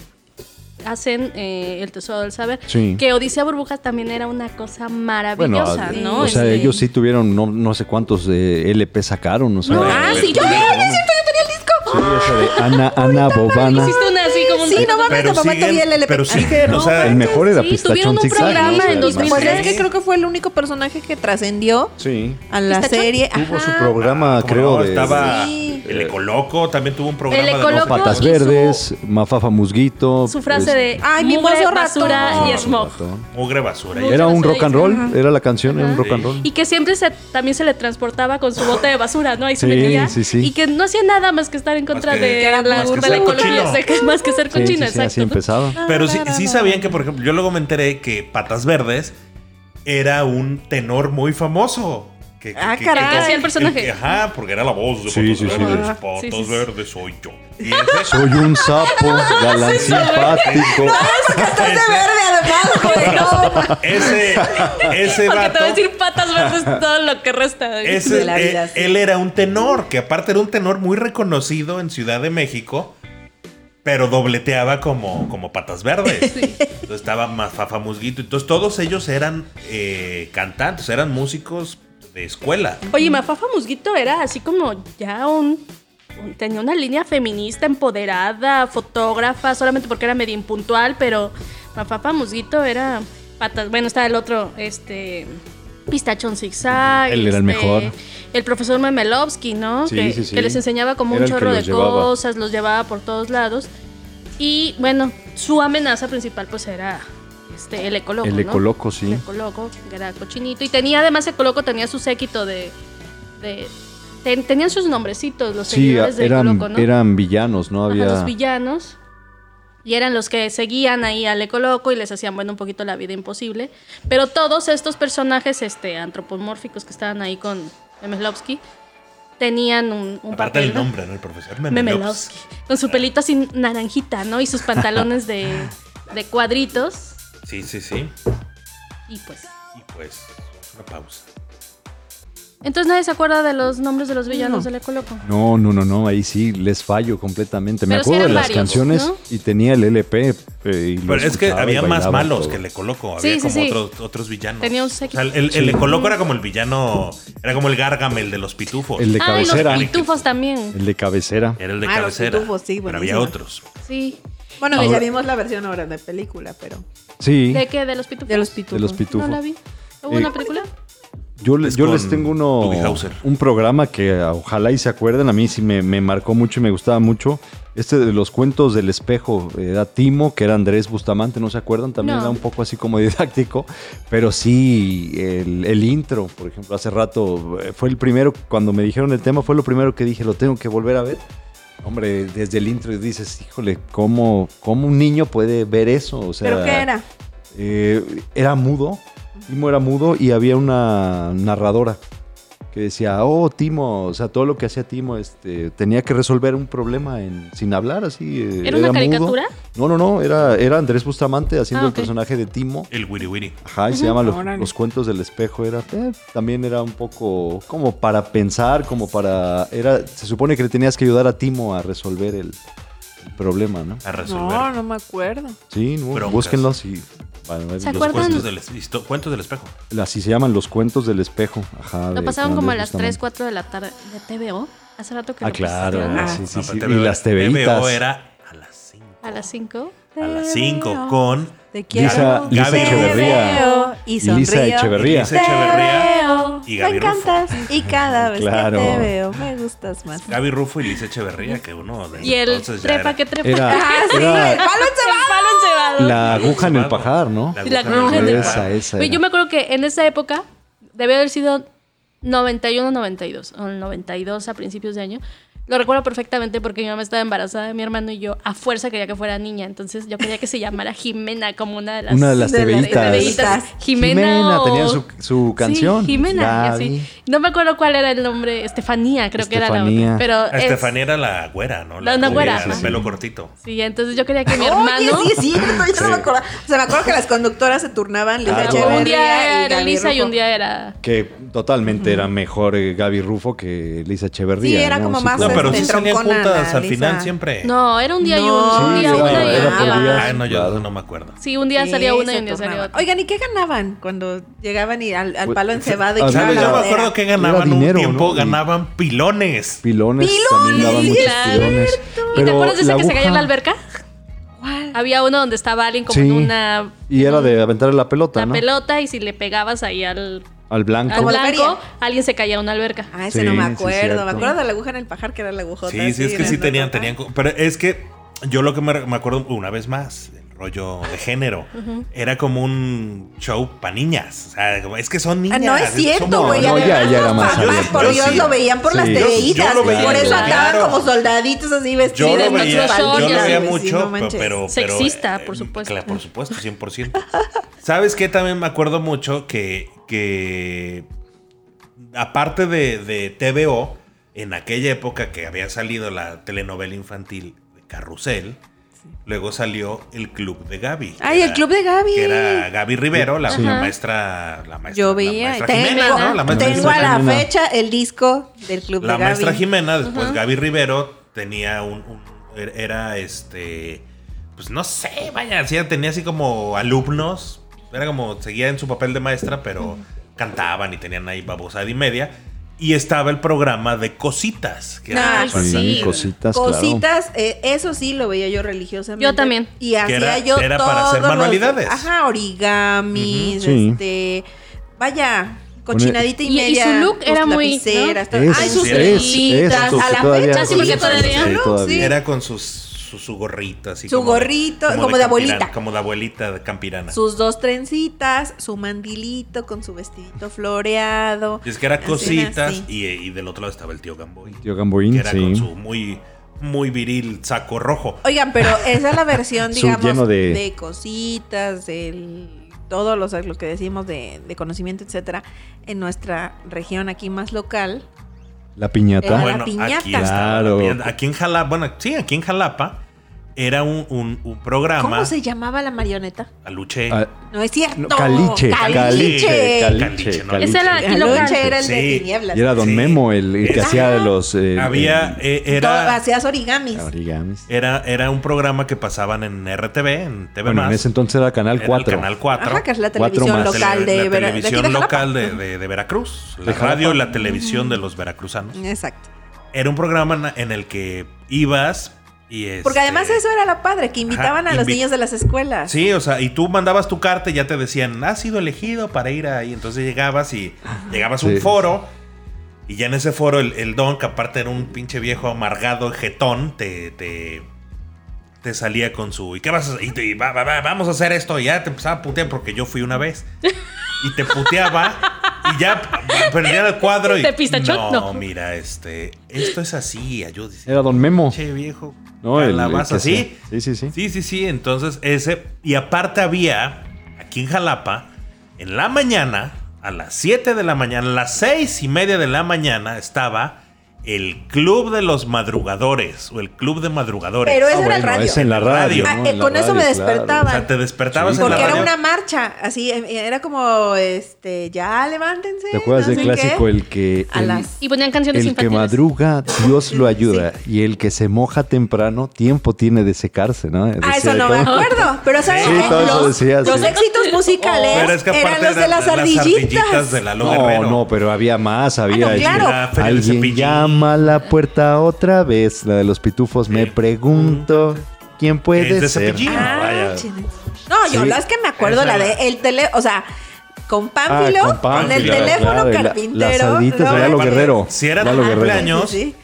hacen eh, el Tesoro del Saber. Sí. Que Odisea Burbuja también era una cosa Bueno, maravillosa, a- ¿no? o sea, Este- ellos sí tuvieron no, no sé cuántos eh, LP sacaron, o sea, No, de- ah, pero- sí, yo ¡Ah, yo no es cierto, yo tenía el disco! sí, o sea, de Ana, Ana Bobana. Hiciste una así como un- Sí, no mames, Pero la papá siguen- todavía el LP. pero Ah, siguen, o sea, El mejor era Sí, Pistachón tuvieron un Zig Zag, programa ¿no? en Además. 2003. Pues es que creo que fue el único personaje que trascendió Sí. a la ¿Pistachón? serie. Tuvo su Ajá. programa, Como creo, no, de estaba Sí. el Ecoloco, también tuvo un programa El Ecoloco. de no sé Patas y su- Verdes, Mafafa Musguito. Su frase es- de Ay, mi mugre, mozo ratón. basura Ah, y smog. ratón. qué, mugre basura. Y Era un rock and roll, Ajá. era la canción, era un Ajá. rock and roll. Y que siempre se, también se le transportaba con su bote de basura, ¿no? Ahí se Sí, metía. sí, sí. Y que no hacía nada más que estar en contra que- de la, más que de la ser ecología, cochino. o sea, más que ser Sí, sí, sí, cochino, así exacto. empezaba. Pero sí, sí sabían que, por ejemplo, yo luego me enteré que Patas Verdes era un tenor muy famoso. Que, que- Ah, que- caray. que- El que hacía el personaje. que- ajá, porque era la voz de Sí, Patas sí, sí. Verdes. Ajá. Patas Sí, sí, sí. Verdes soy yo. Y ese- Soy un sapo, galán simpático. Estás Pues de verde, además, güey, no. ese, ese Porque te vato, voy a decir patas verdes todo lo que resta. ese- De la vida, eh, sí. él era un tenor, que aparte era un tenor muy reconocido en Ciudad de México, pero dobleteaba como, como patas verdes. Entonces estaba más fafa musguito. Entonces todos ellos eran eh, cantantes, eran músicos de escuela. Oye, Mafafa Musguito era así como ya un, un- Tenía una línea feminista, empoderada, fotógrafa, solamente porque era medio impuntual, pero Mafafa Musguito era. Patas, bueno, está el otro, este. Pistachón Zigzag. Él era el este, mejor. El profesor Memelovsky, ¿no? Sí, que, sí, sí. que les enseñaba como Era un el que chorro de los llevaba. cosas, los llevaba por todos lados. Y bueno, su amenaza principal, pues era este, el ecólogo. El ¿no? ecoloco, sí. Le Coloco, que era cochinito. Y tenía, además, el Coloco tenía su séquito de. de- ten- tenían sus nombrecitos, los Sí, seguidores de eran, Coloco, ¿no? eran villanos, ¿no? Ajá, Había. los villanos. Y eran los que seguían ahí al Ecoloco y les hacían, bueno, un poquito la vida imposible. Pero todos estos personajes este, antropomórficos que estaban ahí con Memelovsky tenían un, un Aparte papel. el ¿no? nombre, ¿no? El profesor Memelovsky. Memelovsky. Con su pelito así naranjita, ¿no? Y sus pantalones de, de cuadritos. Sí, sí, sí. Y pues. Y pues, una pausa. Entonces nadie se acuerda de los nombres de los villanos No. del Ecoloco. No, no, no, no, ahí sí les fallo completamente. Me Pero sí acuerdo de eran las varios, canciones ¿no? y tenía el LP. eh, y lo Pero es que escuchaba y había más bailaba malos todo. que le coloco. Sí, Había sí, como sí. Otros, otros villanos. Tenía un séquito. O sea, el, el le coloco era como el villano. Era como el Gargamel de los pitufos. El de Ah, y cabecera. los pitufos también. El de cabecera. Era el de Ah, los cabecera. pitufos, sí, pero buenísimo. había otros. Sí. Bueno, que Ahora- ya vimos la versión ahora de película, pero. Sí, ¿De qué? ¿De los pitufos? Ah, De los pitufos. de los pitufos. No la vi. ¿Hubo Eh, una película? Yo, le- Es yo con les tengo uno, Doogie Howser. un programa que ah, ojalá y se acuerden. A mí sí me, me marcó mucho y me gustaba mucho. Este de los cuentos del espejo eh, era Timo, que era Andrés Bustamante, ¿no se acuerdan? También No. era un poco así como didáctico, pero sí el, el intro, por ejemplo, hace rato eh, fue el primero, cuando me dijeron el tema, fue lo primero que dije, lo tengo que volver a ver. Hombre, desde el intro dices, híjole, ¿cómo, cómo un niño puede ver eso? O sea, ¿Pero qué era? eh, era mudo. Timo era mudo y había una narradora que decía, oh, Timo, o sea, todo lo que hacía Timo este, tenía que resolver un problema en- sin hablar, así. eh, ¿Era una mudo. caricatura? No, no, no, era, era Andrés Bustamante haciendo Ah, ok. el personaje de Timo. El Wiri Wiri. Ajá, y se llama Los, Órale. Los cuentos del espejo. Era, eh, también era un poco como para pensar, como para... Era, se supone que le tenías que ayudar a Timo a resolver el, el problema, ¿no? A resolver. No, no me acuerdo. Sí, no, Broncas. búsquenlos y... van a ver ¿Se los Los acuerdan? cuentos del, es- histo- cuentos del espejo. Así se llaman los cuentos del espejo. Ajá, Lo de pasaban como a las Fernández Bustamante. 3, 4 de la tarde de TVO. Hace rato que Ah, lo claro. pusieron. sí, sí, No, sí. pero Y las tebeitas. TVO era a las 5. Ah. A las 5. A las 5 con Te quiero. Lisa- te Lisa veo Echeverría. Y Y Lisa sonrío. Echeverría. Lisa Echeverría veo, y Gaby Me Rufo. encantas. Y cada vez Claro. que te veo, me gustas más. Gaby Rufo y Lisa Echeverría, que uno de Y el entonces ya trepa era- que trepa. Era, El era palo encebado. El palo encebado. la aguja en el pajar, ¿no? La Y la aguja aguja en en el el Esa, pajar. esa. Oye, era. yo me acuerdo que en esa época debió haber sido 91, 92, o 92 a principios de año. Lo recuerdo perfectamente porque mi mamá estaba embarazada de mi hermano y yo a fuerza quería que fuera niña. Entonces yo quería que se llamara Jimena como una de las... Una de las de las tebeitas. tebeitas. Jimena. Jimena, o- tenía su- su canción. Sí, Jimena. y así. Gaby. No me acuerdo cuál era el nombre. Estefanía, creo que Estefanía. era la otra. Pero es- Estefanía era la güera, ¿no? La- una que güera, tenía ajá. El pelo cortito. Sí, entonces yo quería que mi Oye, hermano... sí, es cierto, yo no me acuerdo. O sea, me acuerdo que las conductoras se turnaban Lisa Ah, Claro. Echeverría un y día era Gaby Lisa y Rufo. un día era... Que totalmente era mejor eh, Gaby Rufo que Lisa Echeverría. Sí, era como más, No, claro. Entonces, pero te sí salían tronconan juntas a al final Lisa. siempre. No, era un día y No, uno. un sí, día era- una y era un por día días. otra. Ay, no, yo Claro. no me acuerdo. Sí, un día Sí, salía una y se un día salía turnaban. otra. Oigan, ¿y qué ganaban cuando llegaban y al, Pues, al palo encebado? Ah, y ¿Sabes? Era- Yo la me acuerdo que ganaban dinero, un tiempo, ¿no? Y- ganaban pilones. Pilones, Pilones, también daban sí, muchos claro. pilones. ¿Y te acuerdas de ese que se caía caía en la alberca? Había uno donde estaba alguien como Sí. en una. Y en era un- de aventar la pelota, la ¿no? pelota y si le pegabas ahí al, Al blanco. al Como la blanco, feria. alguien se caía a una alberca. Ah, ese Sí, no me sí, acuerdo. cierto. me acuerdo de la aguja en el pajar que era la agujota. Sí, sí, es que la sí tenían, aguja. tenían. co- Pero es que yo lo que me, me acuerdo una vez más, el rollo de género, era como un show para niñas. O sea, como, es que son niñas. Ah, no es son cierto, monos. güey. no, además ya- ya era los más papás, abierto. por Yo Dios sí. lo veían por las Sí. Yo- yo teleditas. lo veía, por eso claro. andaban como soldaditos así vestidos. Sí, Yo lo de veía, muchos yo lo hoyos, veía güey, Sí, no mucho, pero, manches. pero- Sexista, eh, por supuesto. Claro, por supuesto, 100%. ¿Sabes qué? También me acuerdo mucho que, que aparte de, de TVO, en aquella época que había salido la telenovela infantil de Carrusel, luego salió El Club de Gaby. que Ay, El Club de Gaby. Que era Gaby Rivero, la, Sí. la maestra, la maestra. Yo la veía. maestra Tengo, Jimena, ¿no? La maestra tengo a Jimena. la Jimena. fecha el disco del club La de Pues maestra Gaby. Jimena, después Gaby Rivero, tenía un, un- er- Era este. Pues no sé, vaya, hacía- tenía así como alumnos. Era como. Seguía en su papel de maestra, pero cantaban y tenían ahí babosada y media. Y estaba el programa de Cositas. Que Ah, era, Ay, Sí, Sí. cositas, claro. Cositas, eh, eso sí lo veía yo religiosamente. Yo también. Y hacía era- yo era para todos hacer los- manualidades. ajá, origamis, Ujú. Sí. este, vaya, cochinadita y, Y- y media. su look tus era muy, lapiceras, ¿no? todo- Es- Ay, sus es- trencitas, es- a la todavía fecha sigue sigue todavía. con Sí, su look, todavía. sí. era con sus, su, su gorrito, así. Su de- gorrito, como de campirana, abuelita. Como de abuelita de Campirana. Sus dos trencitas, su mandilito con su vestidito floreado. Y es que era Así, Cositas así. y, y del otro lado estaba el tío Gamboy. Tío que Gamboín, era con sí. su muy, muy viril saco rojo. Oigan, pero esa es la versión, Su digamos, lleno de... de- cositas, del todo los- lo que decimos de, de conocimiento, etcétera, en nuestra región aquí más local. La Era piñata. la Aquí, piñata. está, Claro. aquí en Jalapa, bueno, sí, aquí en Jalapa era un, un- un programa. ¿Cómo se llamaba la marioneta? Aluche. Ah, No es cierto. no, caliche, caliche, Caliche. caliche, Caliche, ¿no? caliche. Ese era aquí local. Caliche era el de Sí. tinieblas. Y era Don Sí. Memo el, el que Ajá. hacía los... eh, Había, eh, Todo- era, hacías origamis. eh, origamis. era, era un programa que pasaban en RTV, en TV Bueno, en más. ese entonces era Canal Era el 4. Canal 4. Ajá, que es la Cuatro televisión más. La tele- local de, la Vera- de aquí de televisión Jalapa. local de, de- de Veracruz, la De Jalapa. radio y la televisión de los Mm. veracruzanos. Exacto. Era un programa en en el que ibas y este, Porque además eso era la padre, que invitaban a los invi- niños de las escuelas. Sí, o sea, y tú mandabas tu carta y ya te decían, has sido elegido para ir ahí. Entonces llegabas y llegabas a un Sí. foro. Y ya en ese foro, el, el don, que aparte era un pinche viejo amargado, jetón, te, te, te salía con su. ¿Y qué vas a hacer? Y, te- y va- va- va- vamos a hacer esto. Y ya te empezaba a putear porque yo fui una vez. Y te puteaba. y ya p- perdía el cuadro. Y, ¿Te pistachó? No, No. mira, este. Esto es así, ayúdese. Era Don Memo. Che, viejo. ¿no? El- el que calabaza, hacía- ¿sí? Sí, sí, sí. Sí, sí, sí. Entonces, ese. Y aparte había, aquí en Jalapa, en la mañana, a las 7 de la mañana, a las 6 y media de la mañana, estaba el Club de los Madrugadores o el Club de Madrugadores. Pero eso Ah, era el bueno, radio. es en la radio. Ah, ¿no? eh, En la con eso me radio, claro. despertaba. o sea, te despertabas Sí, en la Porque era radio. una marcha, así, eh, era como, este, ya levántense. ¿Te acuerdas no del sé qué. clásico el que... A el- las- Y ponían canciones El que infantiles. madruga, Dios lo ayuda. Y el que se moja temprano, tiempo tiene de secarse, ¿no? Ah, Decía eso no me todo. acuerdo. Pero, ¿sabes? Sí, qué? todo eso los, decía, los sí. éxitos musicales Pero es que eran aparte los de eran las, las ardillitas. ardillitas de la Lalo No, Guerrero. no, pero había más, había. Ah, no, este, claro. La Feria del Alguien Cepillín. llama a la puerta otra vez, la de los pitufos. Me Sí. pregunto quién puede Eh, Es de ser. Cepillín. Ah, No, vaya. chinga. no, yo Sí. las que me acuerdo, Esa la de era. el tele, o sea, con Ah, Pánfilo, con, el Pánfilo, teléfono claro, y la- Las carpintero. aditas ¿no? de Lalo Aparte, Guerrero. si era Lalo tu Guerrero. cumpleaños, años, Sí, sí.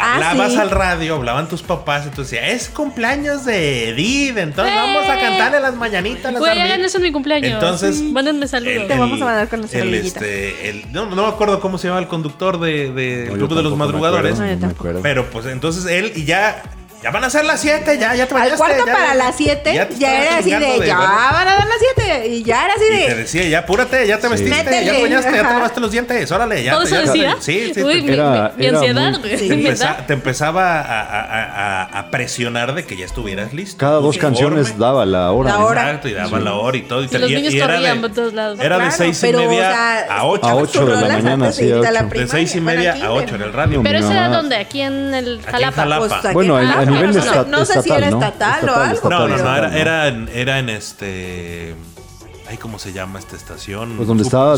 Ah, Hablabas sí. al radio, hablaban tus papás, entonces decía, es cumpleaños de Edith, entonces ¡Eh! vamos a cantarle las mañanitas. a las Güey, ardi-". hagan eso en mi cumpleaños. Entonces, Mándenme saludos. Te vamos a mandar con las el, ardillitas. este, el- no, no me acuerdo cómo se llamaba el conductor del de, del No, yo grupo de los tampoco me madrugadores. acuerdo, No, yo no me tampoco. acuerdo. Pero pues entonces él y ya. Ya van a ser las 7, ya, ya te Al bañaste, cuarto ya- para las 7 ya, te era estabas así de, chingando ya bueno, van a dar las 7 y ya era así Y te de decía, ya apúrate, ya te vestiste, ya Métele. te bañaste, ya te Ajá. lavaste los dientes, órale, ya. ¿Todo te- eso ya te- decía? Sí, sí. Uy, te- mi, Era- mi- mi era ansiedad, muy- güey, te, me empeza- da. te empezaba a, a- a- a- a presionar de que ya estuvieras listo. Cada dos Uniforme. canciones daba la hora. La hora. Exacto, y daban la hora y todo. Y, Y los y- niños y era corrían de- por todos lados. Era de Claro, seis y pero, o media sea, a ocho. A sus ocho de la rolas mañana, antes de sí, ir a la ocho. De primaria, seis y bueno, media aquí a en- ocho en el radio. Pero eso era Mamá. donde, aquí en el en Jalapa. Jalapa. Pues, aquí Bueno, en a- a Jalapa, nivel no, esta- no sé si estatal, era ¿no? estatal o Estatal, algo. estatal, No, no, pero- no, estatal. era, era en, era en este. Ay, ¿cómo se llama esta estación? Pues donde Sup- estaba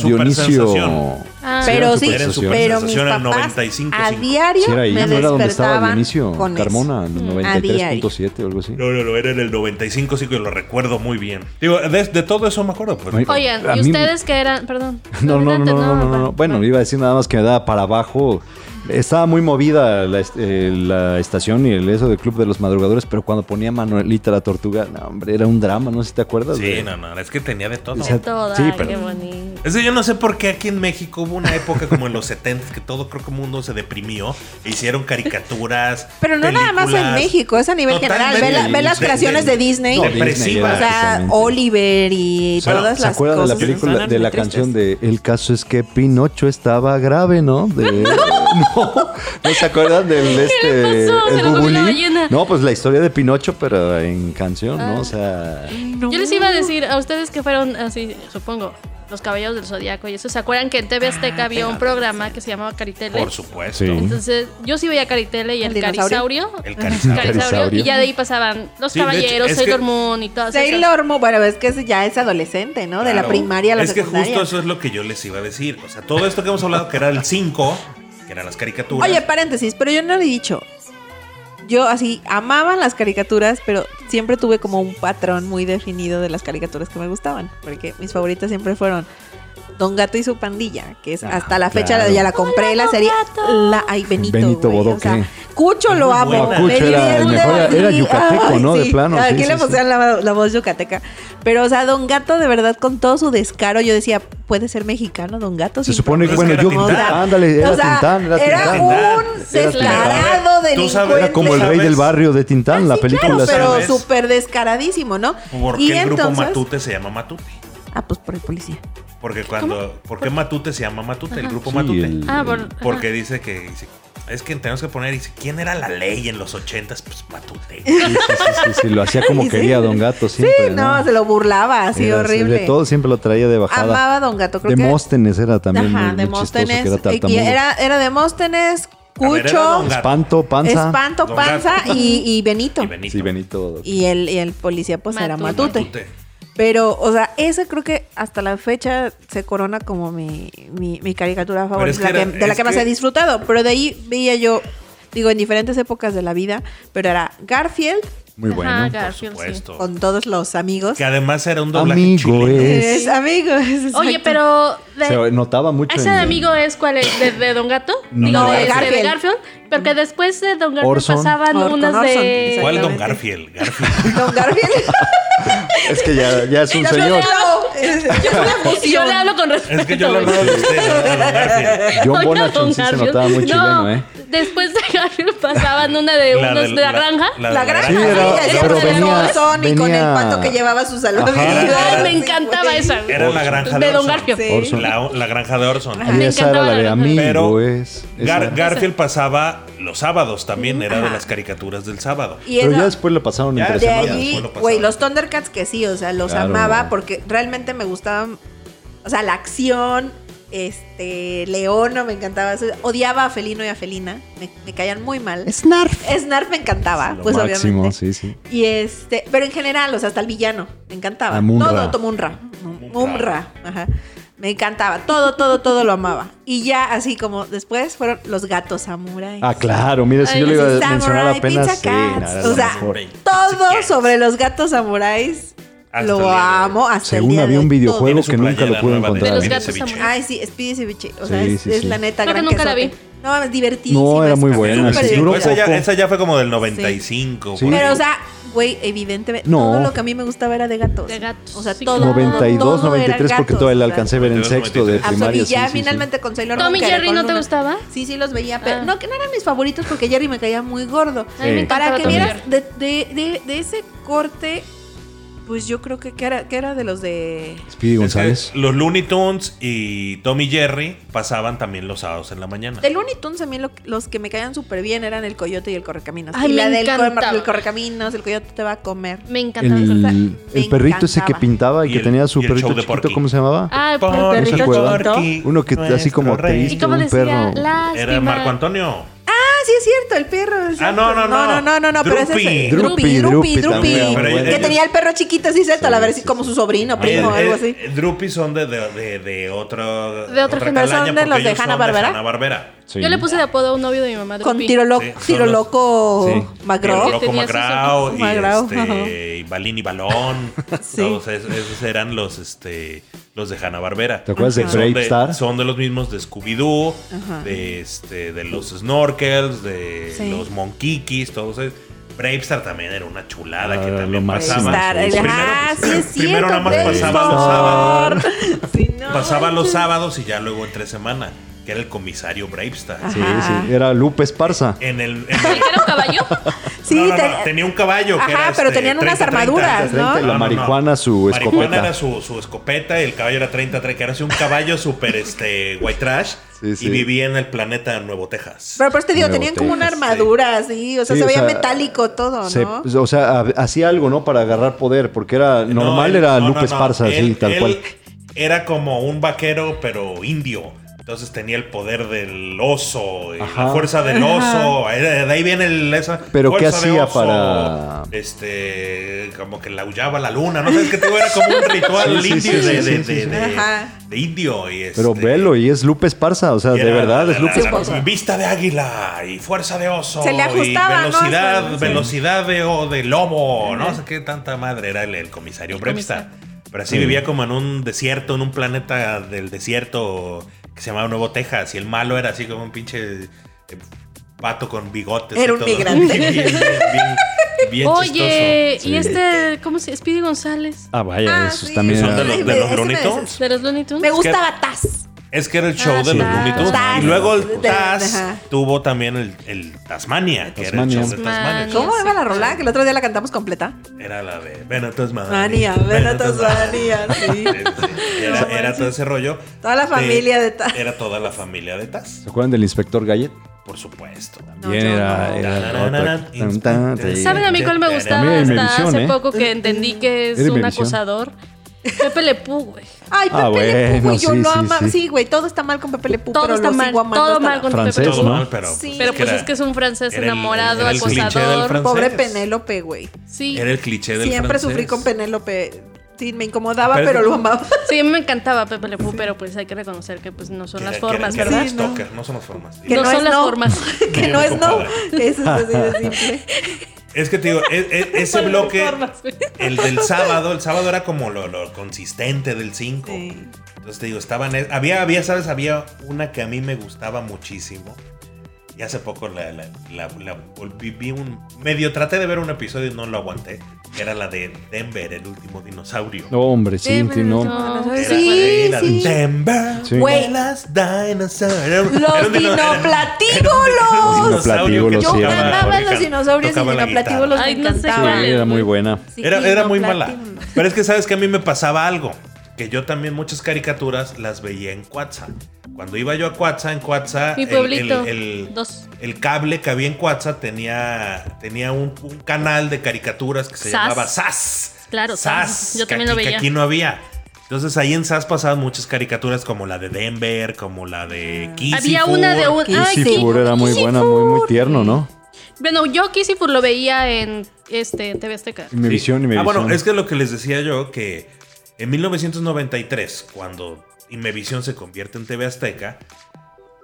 Dionisio. Dionisio. Ah, Sí, Pero era sí, Super Sensación. pero mis Sensación era papás 95.5. a diario Sí, era ahí, me no era donde estaba despertaban Dionisio con eso. Carmona, en los a diario. 93.7 o algo así. No, no, no, era en el 95, sí que lo recuerdo muy bien. Digo, de, de todo eso me acuerdo. Pues, Ay, Oigan, A ¿y mí- ustedes que eran? Perdón. No, no, no, adelante, no, no, no, no. va, Bueno, va. iba a decir nada más que me daba para abajo. Estaba muy movida la, est- eh, la estación y el eso del Club de los Madrugadores, pero cuando ponía Manuelita la Tortuga, no, hombre, era un drama, no sé si te acuerdas. sí, de- no, no, es que tenía de todo. O sea, Toda, sí, ay, pero- qué bonito. Es que yo no sé por qué aquí en México hubo una época como en los 70 que todo creo que mundo se deprimió. e hicieron caricaturas. Pero no nada más en películas. México, es a nivel general. Ve, la- Totalmente. ve las De- creaciones de Disney. No, Depresivas. Disney o era sea, totalmente- Oliver y Bueno, todas ¿Se las acuerdan de cosas. la película, Son de la muy tristes. canción de El caso es que Pinocho estaba grave, ¿no? De- no, ¿no se acuerdan del este, le pasó? Se el lo comió la Bubulí? ballena. No, pues la historia de Pinocho, pero en canción, Ah. ¿no? O sea, Yo les iba a decir a ustedes que fueron así, supongo, los caballeros del zodiaco y eso. ¿Se acuerdan que en TV Azteca había un programa que se llamaba Caritele? Ah, Por supuesto. Sí. Entonces, yo sí veía Caritele y ¿El el, dinosaurio? Carisaurio. El carisaurio. Carisaurio, Carisaurio. Y ya de ahí pasaban los Sí, de hecho, caballeros, es Sailor que- Moon y todas esas. Sailor Moon, bueno, es que ese ya es adolescente, ¿no? De la Claro. primaria a la Es que secundaria. justo eso es lo que yo les iba a decir. O sea, todo esto que hemos hablado, que era el 5, que eran las caricaturas. Oye, paréntesis, pero yo no le he dicho. Yo así amaba las caricaturas, pero siempre tuve como un patrón muy definido de las caricaturas que me gustaban, porque mis favoritas siempre fueron Don Gato y su pandilla, que es Ah, hasta la fecha claro. ya la compré, la serie la ay Benito, Benito güey, o Bodoque. sea, Cucho lo Muy amo, buena. me Cucho era el divierte mejor, era y- yucateco, ay, ¿no? De sí, plano, Aquí sí, le sí, sí. pusieron la, la voz yucateca, pero o sea, Don Gato de verdad con todo su descaro yo decía, puede ser mexicano Don Gato. se sin supone que, Pero es bueno, Pues que yo, era Tintán. ándale, era o sea, Tintán, era Tintán. Tintán. un Era descarado Tintán. de Tú sabes, Era como el rey ¿sabes? del barrio de Tintán, la película. Ah, Claro, esa. pero ¿sabes? súper descaradísimo, ¿no? ¿Por qué y el entonces, grupo Matute se llama Matute? Ah, pues por el policía. Porque cuando. ¿Por qué Matute se llama Matute? El grupo Sí, Matute. el- Ah, por- ajá. Porque dice que. dice, es que tenemos que poner. Dice, ¿quién era la ley en los 80? Pues Matute. Sí, sí, sí, sí, sí, lo hacía como Sí. quería Don Gato Sí, siempre. no, se lo burlaba así pues, Era- horrible. De todo siempre lo traía de bajada. Amaba a Don Gato, creo que. Demóstenes era también. Ajá, muy- muy chistoso, que Demóstenes. era y tartamudo. era, era Demóstenes, A ver, era Cucho, Don Gato, Espanto, panza. Espanto, Don Panza Gato. y, y Benito. Y Benito. Sí, Benito. Y el, y el policía, pues era Matute. Matute. Matute. Pero, o sea, esa creo que hasta la fecha se corona como mi, mi- mi caricatura favorita, es que la que- era- de la es que más que- he disfrutado. Pero de ahí veía yo, digo, en diferentes épocas de la vida, pero era Garfield Muy Ajá, bueno. Por Garfield, sí. supuesto. con todos los amigos. Que además era un doblaje Amigo, chileno. eh. Es amigos. exacto. Oye, pero. de- Se notaba mucho. ¿Ese en- de amigo es cuál es? ¿De, de Don Gato? No, Digo, de de, Garfield. Garfield. de Garfield. Porque después de Don Garfield Orson. pasaban Orson, unas Orson, de. exacto. ¿Cuál Don Exactamente. Garfield? Garfield. Don Garfield. Es que ya, ya es un Yo señor. Yo le hablo con respeto. Es que yo lo güey. hablaba de usted, no de Don Garfield. John Oiga, Bonachon don sí se Garfield. notaba muy No, chileno, ¿eh? Después de Garfield pasaban una de La unos del- de la la- granja. la- La granja, Sí, era- sí, pero con el venía- Orson y con el venía- pato que llevaba sus saludos. Ajá. Ay, me encantaba esa. güey. Era la granja de, De Don Orson. Garfield. Sí. Orson. La, la granja de Orson. Y Me esa era encantaba la de la amigo, granja. Pero es. es Gar- la- Garfield pasaba los sábados también, era de Ajá. las caricaturas del sábado. Y Pero esa- ya después lo pasaron Ya entre De semana, semanas. allí, después lo güey, pasaban. los Thundercats que sí, o sea, los Claro. amaba porque realmente me gustaban, o sea, la acción, este, Leono me encantaba, eso- odiaba a Felino y a Felina, me, me caían muy mal. Snarf. Snarf me encantaba, Lo pues máximo, sí, obviamente. sí. Y este, pero en general, o sea, hasta el villano, me encantaba. A Ah, Munra. Todo, todo Munra. Munra, ajá. Me encantaba, todo, todo, todo lo amaba. Y ya así como después fueron los gatos samuráis. Ah, claro, mira, si Ay, yo le iba sí, a mencionar Samurai, apenas. Pizza sí, nada, Cats. era lo O sea, mejor. Todo Yes. sobre los gatos samuráis. Hasta el lo día de hoy. amo hasta Según el día de había hoy, un videojuego Tiene su que nunca lo Ah, playera pude nueva de encontrar. De los Speedy gatos Ceviche. todo. samuráis. Ay, sí, Speedy Ceviche. O Sí, sea, es, sí, es sí. la neta Creo que gran nunca la quesote. vi. No, es divertidísima. No, era esa. muy buena, Súper sí, duró divertida. Esa ya, poco. esa ya fue como del 95. Sí. por ahí. Pero, o sea, güey, evidentemente, No. todo lo que a mí me gustaba era de gatos. De gatos, O sea, sí, todo. claro. 92, todo era 93, porque gatos, todavía la o sea, alcancé a ver en 92, sexto de 93. primaria. Absolutamente. Y ya sí, sí, sí. finalmente con Sailor Tom y que era Jerry, con ¿no te una- gustaba? Sí, sí, los veía, pero Ah. no, que no eran mis favoritos porque Jerry me caía muy gordo. Ay, me Sí. encantaba Para que Tom y también. vieras, de, de, de, de ese corte, pues yo creo que, que, era, que era de los de... Speedy Es que González. los Looney Tunes y Tommy Jerry pasaban también los sábados en la mañana. De Looney Tunes a mí lo- los que me caían súper bien eran el coyote y el correcaminos. y Ay, la me del cor- encantaba. el correcaminos, el coyote te va a comer. Me encantaba. El, esa. el perrito ese que encantaba. pintaba y, Y que el- tenía su y el show perrito de chiquito, Porky. ¿cómo se llamaba? Ah, el Porky, perrito ¿se acuerdan? chiquito. Porky, Uno que t- así como nuestro rey. triste. ¿Y cómo un decía? perro. Lástima. Era Marco Antonio. Ah, sí es cierto, el perro. es Ah, cierto. no, no, No, no. no, no, no, pero ese es Drupi. el- Drupi, Drupi, Drupi, Drupi también, Drupi. pero ahí- Que ahí- tenía el perro chiquito, sí es cierto, Sí, a ver sí, si como sí. su sobrino, Oye, primo o eh, algo así. eh, Droopy son de, de, de, de otro. De otra generación, de calaña, porque los de ellos son Hanna-Barbera. Hanna-Barbera. Sí. Yo le puse de apodo a un novio de mi mamá. Con Drupi. tiro, lo- Sí, son tiro los- loco Sí. Magro. Pero Rocco Tenía sus Macrao ojos. y, Macrao, este, ajá. y Balín y Balón. Sí. Todos esos, esos eran los, este, los de Hanna-Barbera. ¿Te acuerdas de Son Brave de- Star? Son de los mismos de Scooby-Doo, Ajá. de, este, de los Snorkels, de Sí. los Monkikis, todos esos. Brave Star también era una chulada que Ah, también lo máximo. pasaba. Estar- sí. ah, sí es cierto. primero nada más por pasaba los favor. Sí, no, Pasaba los manches. sábados y ya luego entre semana, que era el comisario Bravestar. Ah. Sí, Ajá. sí. Era Lupe Esparza. En el. en el- ¿Era un caballo? Sí, no, no, te- no, tenía un caballo. que Ajá, era, pero este, tenían unas 30, armaduras, 30, ¿no? y la marihuana, su escopeta. era su, su escopeta, y el caballo era 30, que era así un caballo súper este, white trash. Sí, sí. Y vivía en el planeta Nuevo Texas. Pero por eso te digo, Nuevo tenían como una Texas, sí. armadura así, o sea, Sí, se o veía sea, metálico todo, Se- pues, ¿no? o sea, ha- hacía algo, ¿no? Para agarrar poder, porque era No, normal, él- era no, no, Lupe no, Esparza, él- sí, tal él cual. Era como un vaquero, pero indio. Entonces tenía el poder del oso, y Ajá. la fuerza del oso. Era- De ahí viene el, esa. Pero ¿qué fuerza de hacía oso, para- Este. Como que laullaba la luna. No sé, es que todo era como un Sí, ritual sí, indio sí, de, sí, de- sí, de- sí. de- Ajá. de indio. Y Pero este, velo, y es Lupe Esparza, o sea, y de era verdad la- es la- Lupe la- Esparza. Vista de águila y fuerza de oso. Se le y ajustaba, ¿no? velocidad, Sí, sí. velocidad de, o de lobo. No sé qué tanta madre era el, el comisario Brevstar. Pero así Sí. vivía como en un desierto, en un planeta del desierto que se llamaba Nuevo Texas. Y el malo era así como un pinche eh, pato con bigotes. y Era un todo. migrante. Bien, bien, bien- bien Oye, chistoso. ¿y Sí. este, cómo se Speedy González? Ah, vaya, Ah, esos sí. también. chistoso. eran- Son de los, de Ese los me Looney decía. Tunes. ¿De los Looney Tunes? Me gustaba Taz. Es que era el show Ah, de los sí. Looney Tunes. Taz. Y luego De- el Taz ajá. tuvo también el, el Tasmania, que era Tasmania. el show de Tasmania. Tasmania. ¿Cómo Sí, iba la sí. rola? Que el otro día la cantamos completa. Era la de Ven a Tasmania. Mania, ven a Tasmania, sí. Sí, sí. Era, No era todo manches. ese rollo. Toda la familia de Taz. Era toda la familia de Taz, ¿Se acuerdan del inspector Gallet? por supuesto. Bien, yo era. no. era otra- tan, tan, sí. ¿Saben a mí cuál me gustaba También hasta era Invención, hace ¿eh? poco que entendí que es Era un Invención. acosador? Pepe Le Pew, güey. Ay, Pepe Ah, Le Pew, güey, bueno, yo sí, lo sí, ama. sí. Sí, güey, todo está mal con Pepe Le Pew, Todo pero está lo mal, sigo amando todo hasta mal la- con Francés, Pepe Le Todo Pew. ¿no? mal, pero. Sí. Pero pues era- es que es un francés era el- enamorado, era el cliché del acosador. francés. Pobre francés. Penélope, güey. Sí. Era el cliché del Siempre francés. sufrí con Penélope. Sí, me incomodaba, Pero- pero lo amaba. Sí, a mí me encantaba Pepe Le Pew, pero pues hay que reconocer que pues no son Que las era- que era- formas, que era ¿verdad? un stalker, no son las formas. Que no, no son es las no. formas. que Sí, no me es no. compadre. Eso es así de simple. Es que te digo, e- e- ese este Son las bloque, formas, güey. el del sábado, el sábado era como lo, lo consistente del 5. Sí. Entonces te digo, estaban. es- Había, había, ¿sabes? Había una que a mí me gustaba muchísimo. Y hace poco la, la, la- la volví, vi un. Medio traté de ver un episodio y no lo aguanté. Que era la de Denver, el último dinosaurio. No, hombre, sí, sí, no. No, no. Era Sí, la de- la de sí. Denver, Sí. Güey. de las dinosaurios. Era un- era ¡Los un dino- era- dinoplatíbulos! dinosaurio que Dinoplatíbulos, Yo sí, tocaba- amaba los tocaba dinosaurios y la guitarra. dinoplatíbulos me Ay, no sé Sí, encantaban. cuál era muy buena. Sí, Era, era muy mala. dinoplatíbulos. Pero es que sabes que a mí me pasaba algo. Que yo también muchas caricaturas las veía en Cuatza. Cuando iba yo a Cuatza, en Cuatza. Mi el- pueblito. El, el- Dos. el cable que había en Cuatza tenía, tenía un, un canal de caricaturas que se Sas. llamaba SAS. Claro, SAS. Sas. Yo que también lo aquí- que veía. aquí no había. Entonces ahí en SAS pasaban muchas caricaturas como la de Denver, como la de Kissy Ah. Había una de un. Ay, Kissy sí. Fur era muy buena, muy, muy tierno, ¿no? Bueno, yo Kissy Fur lo veía en este TV Azteca. Y mi visión y mi Ah, bueno, visión. es que lo que les decía yo, que en 1993, cuando Imevisión se convierte en TV Azteca,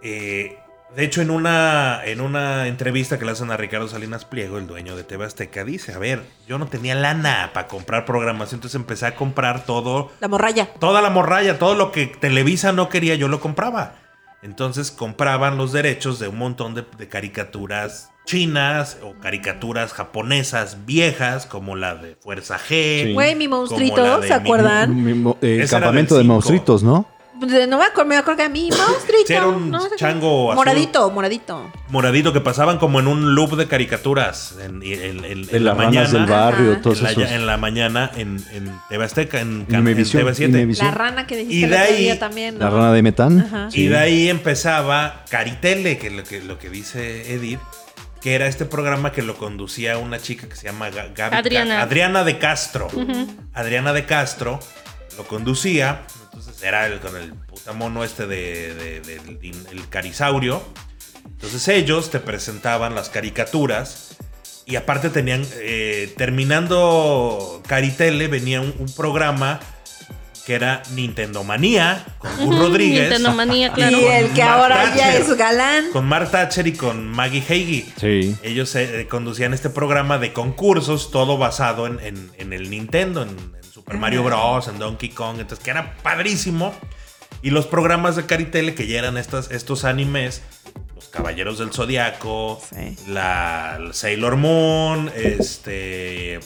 eh, de hecho en una, en una entrevista que le hacen a Ricardo Salinas Pliego, el dueño de TV Azteca, dice, a ver, yo no tenía lana para comprar programación, entonces empecé a comprar todo La morralla. toda la morralla, todo lo que Televisa no quería, yo lo compraba. Entonces compraban los derechos de un montón de, de caricaturas chinas o caricaturas japonesas viejas, como la de Fuerza Sí. G. Güey, mi como monstruito, la de ¿se mi- acuerdan? Mi mo- eh, Esa era campamento del de cinco. monstruitos, ¿no? Pues, No me acuerdo, me acuerdo que a mí, monstruito. Sí, era un no sé qué. chango azul. Moradito, moradito. Moradito, que pasaban como en un loop de caricaturas en, en- en- en De la las ranas mañana. del barrio, Ajá. todos en, la, esos. en la mañana en, en TV Azteca, en, can- en Imevisión, TV7. Imevisión. La rana que dijiste Y el de otro ahí- día también. ¿no? La rana de metán. Ajá. Sí. Y de ahí empezaba Caritele, que es lo que, lo que dice Edith, que era este programa que lo conducía una chica que se llama Ga- Gaby Adriana. Ca- Adriana de Castro. Adriana de Castro lo conducía. Entonces era el, con el puta mono este de, de- del din- el carisaurio. Entonces ellos te presentaban las caricaturas y aparte tenían, eh, terminando Caritele, venía un, un programa que era Nintendo Manía con Gus Ujú, Rodríguez. Nintendo Manía, claro. Y el que Mark ahora ya Thatcher. es galán. Con Mark Thatcher y con Maggie Hagee. Sí. Ellos eh, conducían este programa de concursos, todo basado en, en- en el Nintendo, en, en Super Mm. Mario Bros., en Donkey Kong, entonces que era padrísimo. Y los programas de Caritele, que ya eran estas, estos animes, Los Caballeros del Zodiaco, Sí. la, la Sailor Moon, este...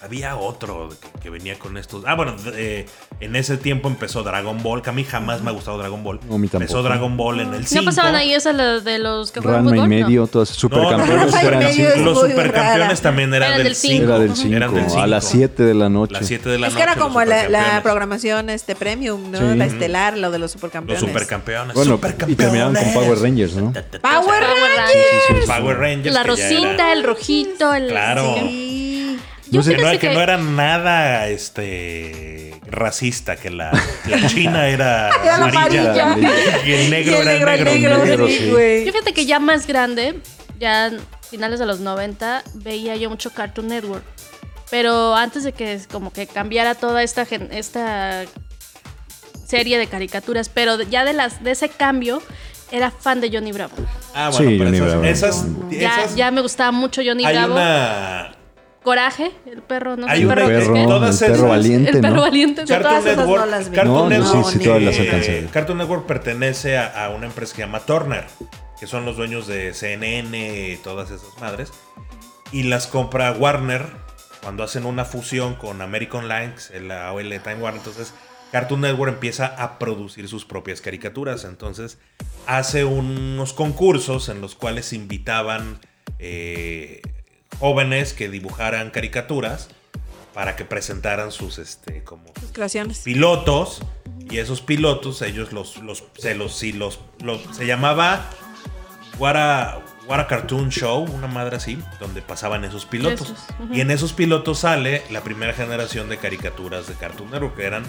Había otro que, que venía con estos. Ah, bueno, eh, en ese tiempo empezó Dragon Ball, que a mí jamás me ha gustado Dragon Ball. No, a mí empezó tampoco. Dragon Ball en el 5. ¿No pasaban ahí esa la de los que juegan Ranma y fútbol? No. medio, todas supercampeones Ranma y eran medio cinco. es- los muy supercampeones rara. también eran, Era del del 5. Era del Eran 5, del a las 7 de la noche. Las 7 de la Es que noche. era los como la, la supercampeones. programación este premium, ¿no? Sí. La estelar, lo de los Los supercampeones. supercampeones. Bueno, y supercampeones. terminaron con Power Rangers, ¿no? Power Power Rangers. Rangers. Power Rangers. La que ya Rosita, era- el rojito, el. Claro. Sí. Yo No sé, Que no, fíjese que que- no era nada este racista, que la, la china era Era la amarilla amarilla. y el negro Y el era el negro, el negro. negro, negro, sí, sí. güey. Yo fíjate que ya más grande, ya en finales de los 90, veía yo mucho Cartoon Network. Pero antes de que es como que cambiara toda esta, gen- esta serie de caricaturas, pero de- ya de, las, de ese cambio, era fan de Johnny Bravo. Ah, bueno, Sí, pero Johnny esas- Bravo. esas, Ya, esas- ya me gustaba mucho Johnny hay Bravo. una Coraje, el perro, ¿no? Hay el una- perro, El perro, ¿qué? el Todas esas- perro valiente, El perro ¿no? valiente. Char- Cartoon todas esas Network, no las vi. Cartoon No, no, sí, Network, sí, todas las eh, alcancé. Cartoon Network pertenece a, a una empresa que se llama Turner, que son los dueños de CNN y todas esas madres. Y las compra Warner cuando hacen una fusión con American Lines, la OL Time Warner. Entonces, Cartoon Network empieza a producir sus propias caricaturas. Entonces, hace unos concursos en los cuales invitaban eh, jóvenes que dibujaran caricaturas para que presentaran sus, este, como Sus creaciones. pilotos y esos pilotos ellos los los se los sí, los, los- se llamaba What a, What a Cartoon Show, una madre así, donde pasaban esos pilotos. Esos, ujú. Y en esos pilotos sale la primera generación de caricaturas de Cartoon Network, que eran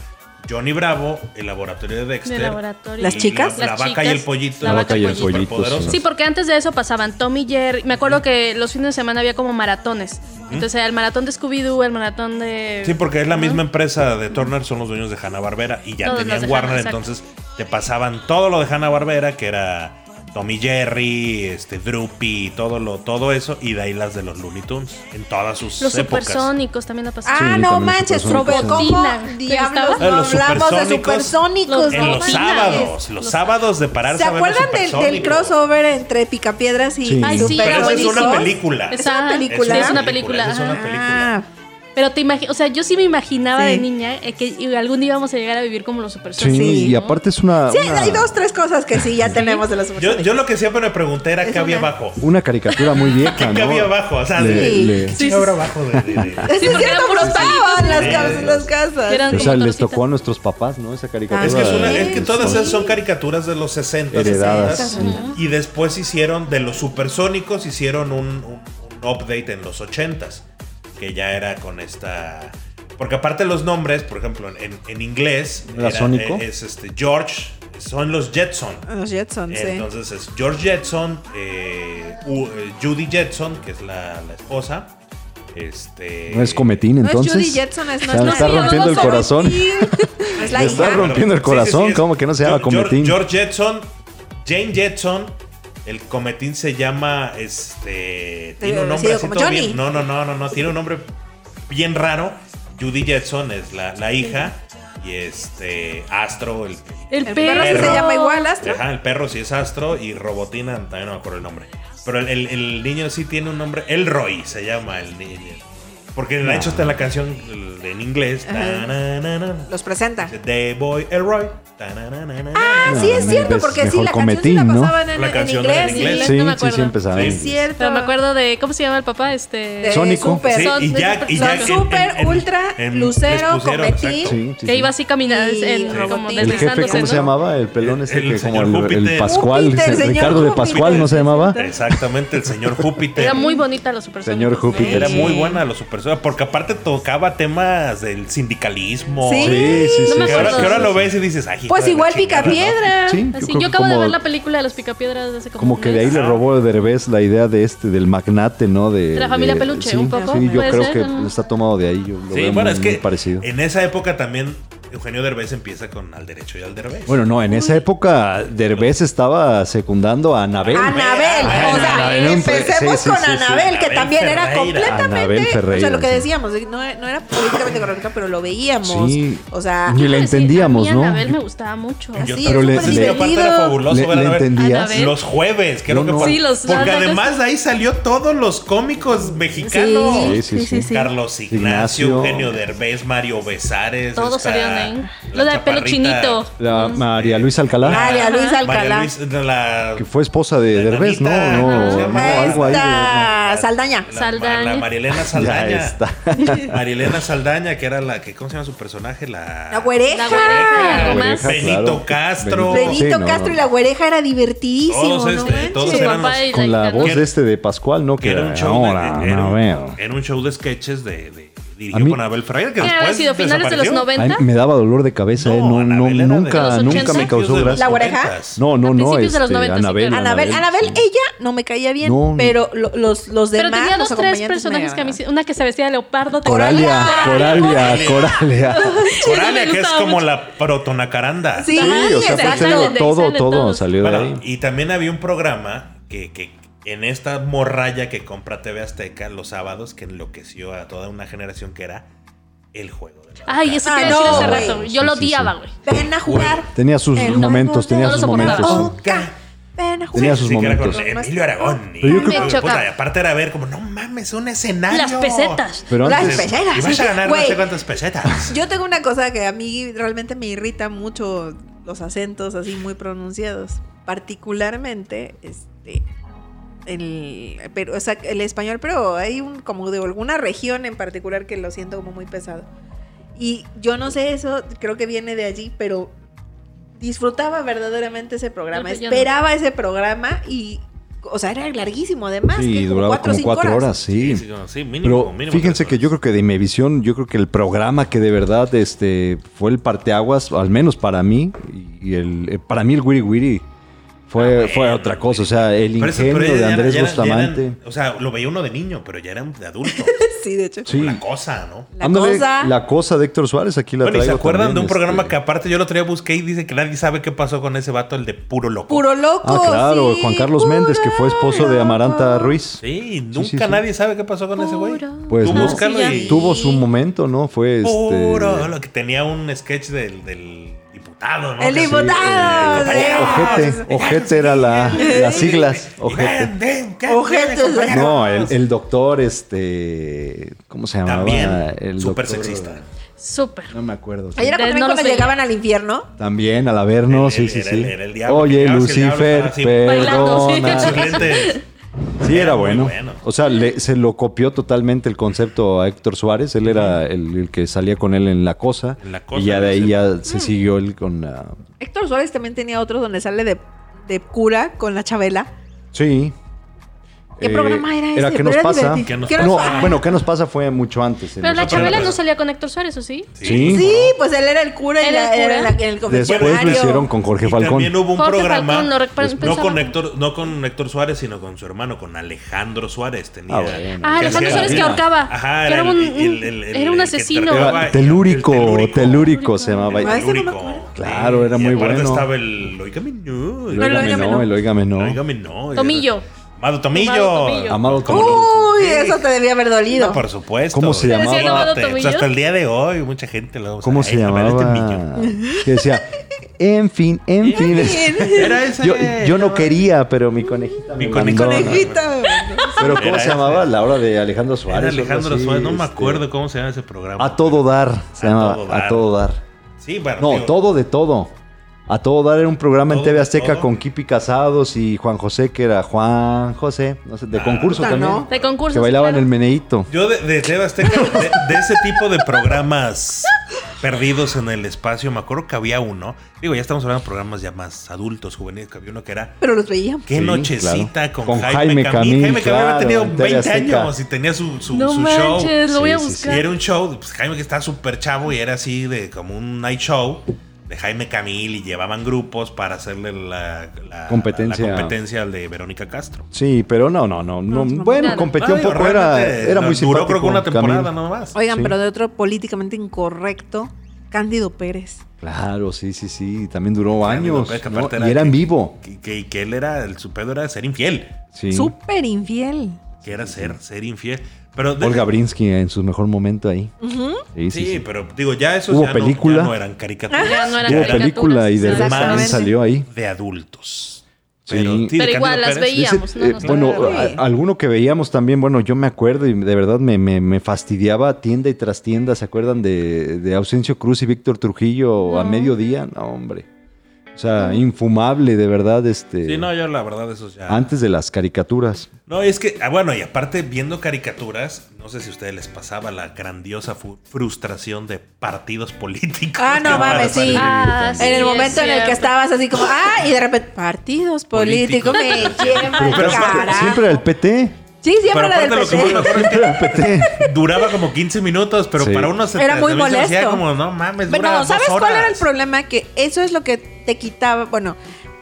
Johnny Bravo, el laboratorio de Dexter. El laboratorio. y ¿Las chicas? La, la Las vaca y chicas. el pollito. La vaca y el pollito, Superpoderosos. Sí, porque antes de eso pasaban Tommy Jerry. Me acuerdo que los fines de semana había como maratones. Entonces era el maratón de Scooby-Doo, el maratón de. Sí, porque es la ¿no? misma empresa de Turner, son los dueños de Hanna-Barbera y ya Todos tenían los de Warner, Hanna, exacto. entonces te pasaban todo lo de Hanna-Barbera, que era Tommy Jerry, este Droopy, todo lo todo eso y de ahí las de los Looney Tunes en todas sus Los épocas. supersónicos también la pasaban. Ah, Sí, no también manches, supersónicos. ¿cómo Robotina. diablos ¿Te no gustaba? Los hablamos de supersónicos. supersónicos? En no los Robotina. sábados, los Los- sábados de pararse ¿Se a ver los acuerdan del, del supersónicos. crossover entre Picapiedras y Sí. Ay, sí, Pero esa es Supersónicos? una película. Es una Ajá. película. Sí, es una película. esa Es una ajá. película. Ah, Pero te imaginas, o sea, yo sí me imaginaba Sí. de niña eh, que algún día íbamos a llegar a vivir como los Sí, supersónicos. Sí. y aparte es una, sí, una, hay dos, tres cosas que sí ya tenemos de los Yo, supersónicos. yo lo que siempre me pregunté era qué había una- abajo. una caricatura muy vieja, ¿Qué ¿no? había abajo? O sea, Le- sí. le- ¿qué habrá abajo de- de- de- Es que es porque eran cierto, puros brotaban las, cas- Sí. las casas. Eran- o sea, les Motorcita. tocó a nuestros papás, ¿no? Esa caricatura. Es que, es una- Sí. es que todas Sí. esas son caricaturas de los 60, Heredadas, 70, y después hicieron, de los supersónicos, hicieron un, un- un update en los 80s, que ya era con esta... Porque aparte los nombres, por ejemplo, en, en- en inglés, ¿Era Sónico? es este George, son los Jetson. Los Jetson, Ah, sí. Entonces es George Jetson, eh, U- eh, Judy Jetson, que es la, la esposa. Este, No es cometín, No es entonces. Judy Jetson, es O sea, me no está es la- rompiendo el no, corazón. Es la Me está hija. rompiendo- el corazón, es- ¿cómo que no se llama George- Cometín? George Jetson, Jane Jetson, el Cometín se llama este tiene un nombre sido así Eh, como todo Johnny. bien. No, no, no, no, no, tiene un nombre bien raro. Judy Jetson es la, la hija y este Astro el El, El perro, perro sí se Perro. llama igual, Astro. Ajá, el perro sí es Astro y Robotina, también no me acuerdo el nombre. Pero el, el- el niño sí tiene un nombre, Elroy se llama el niño. Porque de hecho está la canción el- en inglés. Ajá. Ta-na-na-na. Los presenta. The Boy Elroy. Ta-na-na-na-na. Ah, No, sí, es no, cierto, pues, porque sí, mejor la cometín, canción sí ¿no? la pasaban en, La en canción inglés. en inglés. sí. Sí, No me sí, acuerdo. sí, empezaba. Es cierto. Eh, Pero me acuerdo de. ¿Cómo se llama el papá? De Este. Sónico. Super, Sí, son- y ya- y ya son en- super, en- en- ultra, en- lucero, les pusieron, cometí. exacto. Sí, sí, Que sí. iba así caminando, Y en- Robotín. como El jefe, deslizándose, ¿cómo se ¿no? llamaba? El pelón ese El que como señor el- el, Júpiter. Pascual, Júpiter, el señor Ricardo de Júpiter. Pascual, ¿no se llamaba? Exactamente, el señor Júpiter. Era muy bonita la supersónica. Señor Júpiter. Era Sí. muy buena los supersónicos. Porque aparte tocaba temas del sindicalismo. Sí. Sí, sí, No sí. me Que ahora, acuerdo. que ahora lo ves y dices, ay, hijo Pues de la igual chingada, ¿no? picapiedra. Sí, yo Así, creo yo, que acabo de como- ver la película de los picapiedras hace como. Como un que de mes. ahí le robó de revés la idea de este, del magnate, ¿no? De, De la familia Peluche, sí, un poco, Sí, yo puede creo ser, que ¿no? está tomado de ahí. Yo lo Sí, veo bueno, muy- es que muy parecido. en esa época también Eugenio Derbez empieza con al derecho y al derbez. Bueno, no, en esa época Derbez estaba secundando a Anabel. Anabel, Ah, o sea, Anabel, empecemos sí, sí, con sí, sí. Anabel, que Anabel también era Ferreira. Anabel completamente, Ferreira, o sea, lo que sí. decíamos, no, no era políticamente correcta, pero lo veíamos, Sí. o sea, Ni Quiero la decir, entendíamos, a mí ¿no? Anabel me gustaba mucho. Yo así, Pero es le- súper le- Ese aparte era divertido. fabuloso Le- ver a le Anabel. entendías. Anabel. Los jueves, creo No, que no. fue- Sí, los- Porque no, no, además de ahí salió todos los cómicos mexicanos. Sí, sí, sí. Carlos Ignacio, Ignacio. Eugenio Derbez, Mario Besares. Todos esta- salieron de ahí. Lo la de chaparrita. Peluchinito. La María Luisa Alcalá, María Luisa María Alcalá. Luis- la- que fue esposa de la Derbez, ¿no? nanita, ¿cómo No, se no, llama? algo ahí. de- Esta Saldaña. la- Saldaña. La Marielena Ya Saldaña. está. Marilena Saldaña, que era la que, ¿cómo se llama su personaje? La, La güereja. La güereja, La Tomás. oreja, Benito Castro. Sí, Benito no, Castro y no. la güereja era divertidísimo, Todos ¿no? este- todos manches? eran los- y Con la hija, ¿no? voz de este de Pascual, ¿no? Que era un show ahora, de, era, a un, ver. era un show de sketches de, de dirigido A mí- con Abel Ferreira que ¿Qué después habrá sido? ¿Finales de los desapareció. 90? Ay, me daba dolor de cabeza, ¿eh? No, No, no, Anabel era de nunca, los nunca me causó 80. Principios de los gracia. ¿La oreja? 90s. No, no, A no. principios de los este, 90, sí, Anabel, claro. Anabel, Anabel, sí. ella no me caía bien, No. pero lo- los, los Pero demás. tenía dos, los tres acompañantes me personajes que a mí agradaban. sí- Una que se vestía de leopardo. ¿te acuerdas? Coralia, Coralia, Coralia. Coralia, me que es gustaba como mucho. la protonacaranda. Sí, Sí, o sea, exacto. pues, era salen de- todo, salen de todo todos. salió de Bueno, ahí. y también había un programa que, que en esta morralla que compra TV Azteca los sábados que enloqueció a toda una generación que era el juego. de la Ay, eso Ah, quiero decir no, hace güey. rato. Yo lo Sí, sí, odiaba, sí. güey. Ven a jugar. Tenía sus El momentos, juego de tenía No sus lo soportaba. momentos. sí. Oca. Ven a Tenía jugar. sus Sí, que era momentos. con Emilio Aragón. y- Pero yo creo- Me choca. puta, y aparte era ver como, no mames, un escenario. Las pesetas. Pero Las antes, pesetas. Y vas a ganar no Güey. sé cuántas pesetas. Yo tengo una cosa que a mí realmente me irrita mucho los acentos así muy pronunciados. Particularmente, este. El, pero, o sea, el español, pero hay un, como de alguna región en particular que lo siento como muy pesado. Y yo no sé eso, creo que viene de allí, pero disfrutaba verdaderamente ese programa. No, yo no. Esperaba ese programa y, o sea, era larguísimo además. sí, que como duraba cuatro o como cinco cuatro horas, sí. Sí, sí, mínimo, Pero mínimo fíjense tres que yo creo que de Imevisión, yo creo que el programa que de verdad este, fue el parteaguas, al menos para mí, y el, eh, para mí el Wiri Wiri fue, fue otra cosa. O sea, el Ah, Pero eso- pero ingenio de ya era- Andrés ya era- ya eran- Bustamante. o sea, lo veía uno de niño, pero ya era un de adulto. Sí, de hecho. Sí. La cosa, ¿no? La Ándale, cosa. la cosa de Héctor Suárez, aquí la bueno, ¿y se traigo acuerdan también, de un programa este, que aparte yo lo traía busqué y dice que nadie sabe qué pasó con ese vato, el de puro loco? Puro loco. Ah, claro, sí, Juan Carlos puro Méndez, que fue esposo de Amaranta loco. Ruiz. Sí, nunca sí, sí. nadie sabe qué pasó con ese güey. Puro. Pues Tú no. búscalo Ah, Sí, ya y... vi. Tuvo su momento, ¿no? Fue este. Puro lo que tenía un sketch del, del diputado, ¿no? El Que sí, diputado, eh, sí. Ojete, ojete era la, las siglas. Ojete. Ojete. No, el, el doctor, este. ¿Cómo se llamaba? También, el súper doctor- sexista. Súper. No me acuerdo. sí. Ayer De- también no cuando los veía. llegaban al infierno. También, al Averno, El- sí, el- sí, el- sí. el- el diablo, que Oye, llegaba, si el diablo Lucifer, estaba así bailando, sí. perdona. Sus lentes. Sí, era Era muy bueno. bueno. O sea, le- se lo copió totalmente el concepto a Héctor Suárez. Él era el, el que salía con él en La Cosa. En La Cosa, y ya de ahí sí. ya se siguió él con la... Héctor Suárez también tenía otro donde sale de, de cura con la Chabela. Sí. ¿Qué programa era ese? Eh, Era ¿Qué Pero nos era pasa? divertido. ¿Qué nos No, pasa? bueno, ¿Qué nos pasa? fue mucho antes. en Pero la los Chabela ochentas. no salía con Héctor Suárez, ¿o sí? Sí. Sí, pues él era el cura y Él la- era el era cura. la- en el confesionario. Después lo hicieron con Jorge Y Falcón. También hubo un Jorge programa. pues, Falcón, no recuerdo, no, pensaba- con Héctor, no con Héctor Suárez, sino con su hermano, con Alejandro Suárez. Tenía, Ah, bueno. Ah, que Alejandro hacía- Suárez que Mira. ahorcaba. Ajá, Que era, era el- un, el- el- el- era un el que asesino. torpeaba- Era telúrico, el telúrico se llamaba. El Ah, ese no me telúrico. acuerdo. Claro, era Y muy aparte bueno. estaba el. Oígame, no. El Pero Óigame Óigame no, no. el Óigame no. Óigame, no. Tomillo. Amado Amado Tomillo. Tomillo. Amado ¿Cómo no? Uy, Sí. eso te debía haber dolido. No, por supuesto. ¿Cómo se Sí, llamaba? sí, Amado te- Tomillo. Hasta el día de hoy, mucha gente lo usa. ¿Cómo se Ay, este Amado llamaba? Tomillo. Que decía, en fin, en fin. Era ese. Yo, yo no quería, pero mi conejita Mi me cone- mandó. Conejita. Pero Era ¿cómo se ese. llamaba? La hora de Alejandro Era Suárez. o algo Alejandro así, Suárez, no me este, acuerdo cómo se llama ese programa. A todo dar, se A llamaba. todo dar. A todo dar. Sí, bueno. No, digo, todo de todo. A todo dar era un programa en Todo TV de Azteca todo. con Kipi Casados y Juan José, que era Juan José, no sé, de Ah. concurso Puta, también. ¿no? De concursos, Que bailaban claro. el meneíto. Yo de, de TV Azteca, de, de ese tipo de programas perdidos en el espacio, me acuerdo que había uno. Digo, ya estamos hablando de programas ya más adultos, juveniles, que había uno que era Pero los veíamos. Qué Sí, nochecita claro. con, Con Jaime Jaime Camil. Camil, Jaime Camil había claro, tenido en TV 20 Azteca. años y tenía su, su, No su manches, show. lo voy a Sí, sí, sí. Y buscar. Ah, era un show, pues Jaime que estaba súper chavo y era así de como un night show. de Jaime Camil y llevaban grupos para hacerle la, la- Competencia. la competencia al de Verónica Castro. Sí, pero no, no, no. no. No, no, bueno, nada. competía un Ay, poco, era, realmente, era no, muy simpático. Duró creo que una temporada Camil. nada más. Oigan, Sí. pero de otro políticamente incorrecto, Cándido Pérez. Claro, sí, sí, sí. También duró Camilo años. Pérez, que ¿no? aparte Y era en vivo. Que, que- que él era, el, su pedo era ser infiel. Sí. Súper infiel. Que era ser, ser infiel. Pero de- Olga Brinsky en su mejor momento ahí. ¿Mm? Ujú. Sí, sí, sí, sí. pero digo, ya eso Hubo ya, no- ya película. No, eran caricaturas. Ya no eran Hubo caricaturas, película y de exacto. también Exactamente. salió ahí. de adultos. Sí. de Pero Cándido igual las Pérez. veía. veíamos, Ese, no eh, nos bueno, tocaba. a- alguno que veíamos también, bueno, yo me acuerdo y de verdad me, me- me fastidiaba tienda y tras tienda, ¿se acuerdan de, de Ausencio Cruz y Víctor Trujillo a No. mediodía? No, hombre. O sea, infumable, de verdad, este. Sí, no, yo la verdad eso ya. Antes de las caricaturas. No, es que, ah, bueno, y aparte viendo caricaturas, no sé si a ustedes les pasaba la grandiosa fu- frustración de partidos políticos. Ah, no Que mames, sí. aparecen. Ah, sí, en el es momento en el que cierto. estabas así como, ah, y de repente, partidos políticos me llevan Pero aparte, carajo. Siempre era el PT. Sí, Pero siempre era aparte del lo que más me PC. acuerdo es Siempre era el PT. que duraba como 15 minutos, pero Sí. para unos Era muy molesto. como, no mames, dura Bueno, dos ¿sabes cuál era el horas". problema? Que eso es lo que te quitaba. Bueno,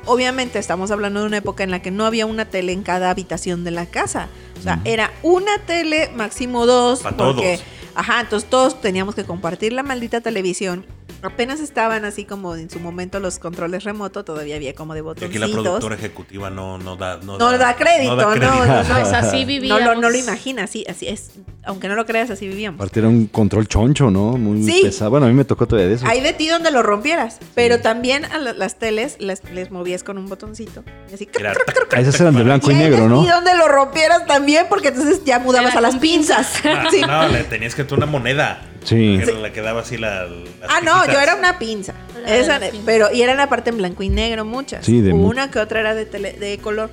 obviamente estamos hablando de una época en la que no había una tele en cada habitación de la casa. O sea, era una tele, máximo dos. Pa' porque, todos. Ajá, entonces todos teníamos que compartir la maldita televisión. Apenas estaban así como en su momento los controles remoto, todavía había como de Y aquí la productora botoncitos. ejecutiva no, no da no, No da crédito, no, no, No, es así no, vivíamos. lo, no lo imaginas, sí, así es. Aunque no lo creas, así vivíamos. Aparte era un control choncho, ¿no? Muy Sí. pesado. Bueno, a mí me tocó todavía de eso. Hay de ti donde lo rompieras. Pero también a la- las teles las, les movías con un botoncito. Y así. Era- Esas eran de blanco y negro, ¿no? Y donde lo rompieras también, porque entonces ya mudabas Era a las con pinzas. Ah, Sí. No, le tenías que tú una moneda. Sí. Que era la que daba así la. Ah, no, yo era una pinza. Era de Esa- las pinzas. pero, y eran aparte en blanco y negro muchas. Sí, de mu- Una que otra era de, tele- de color.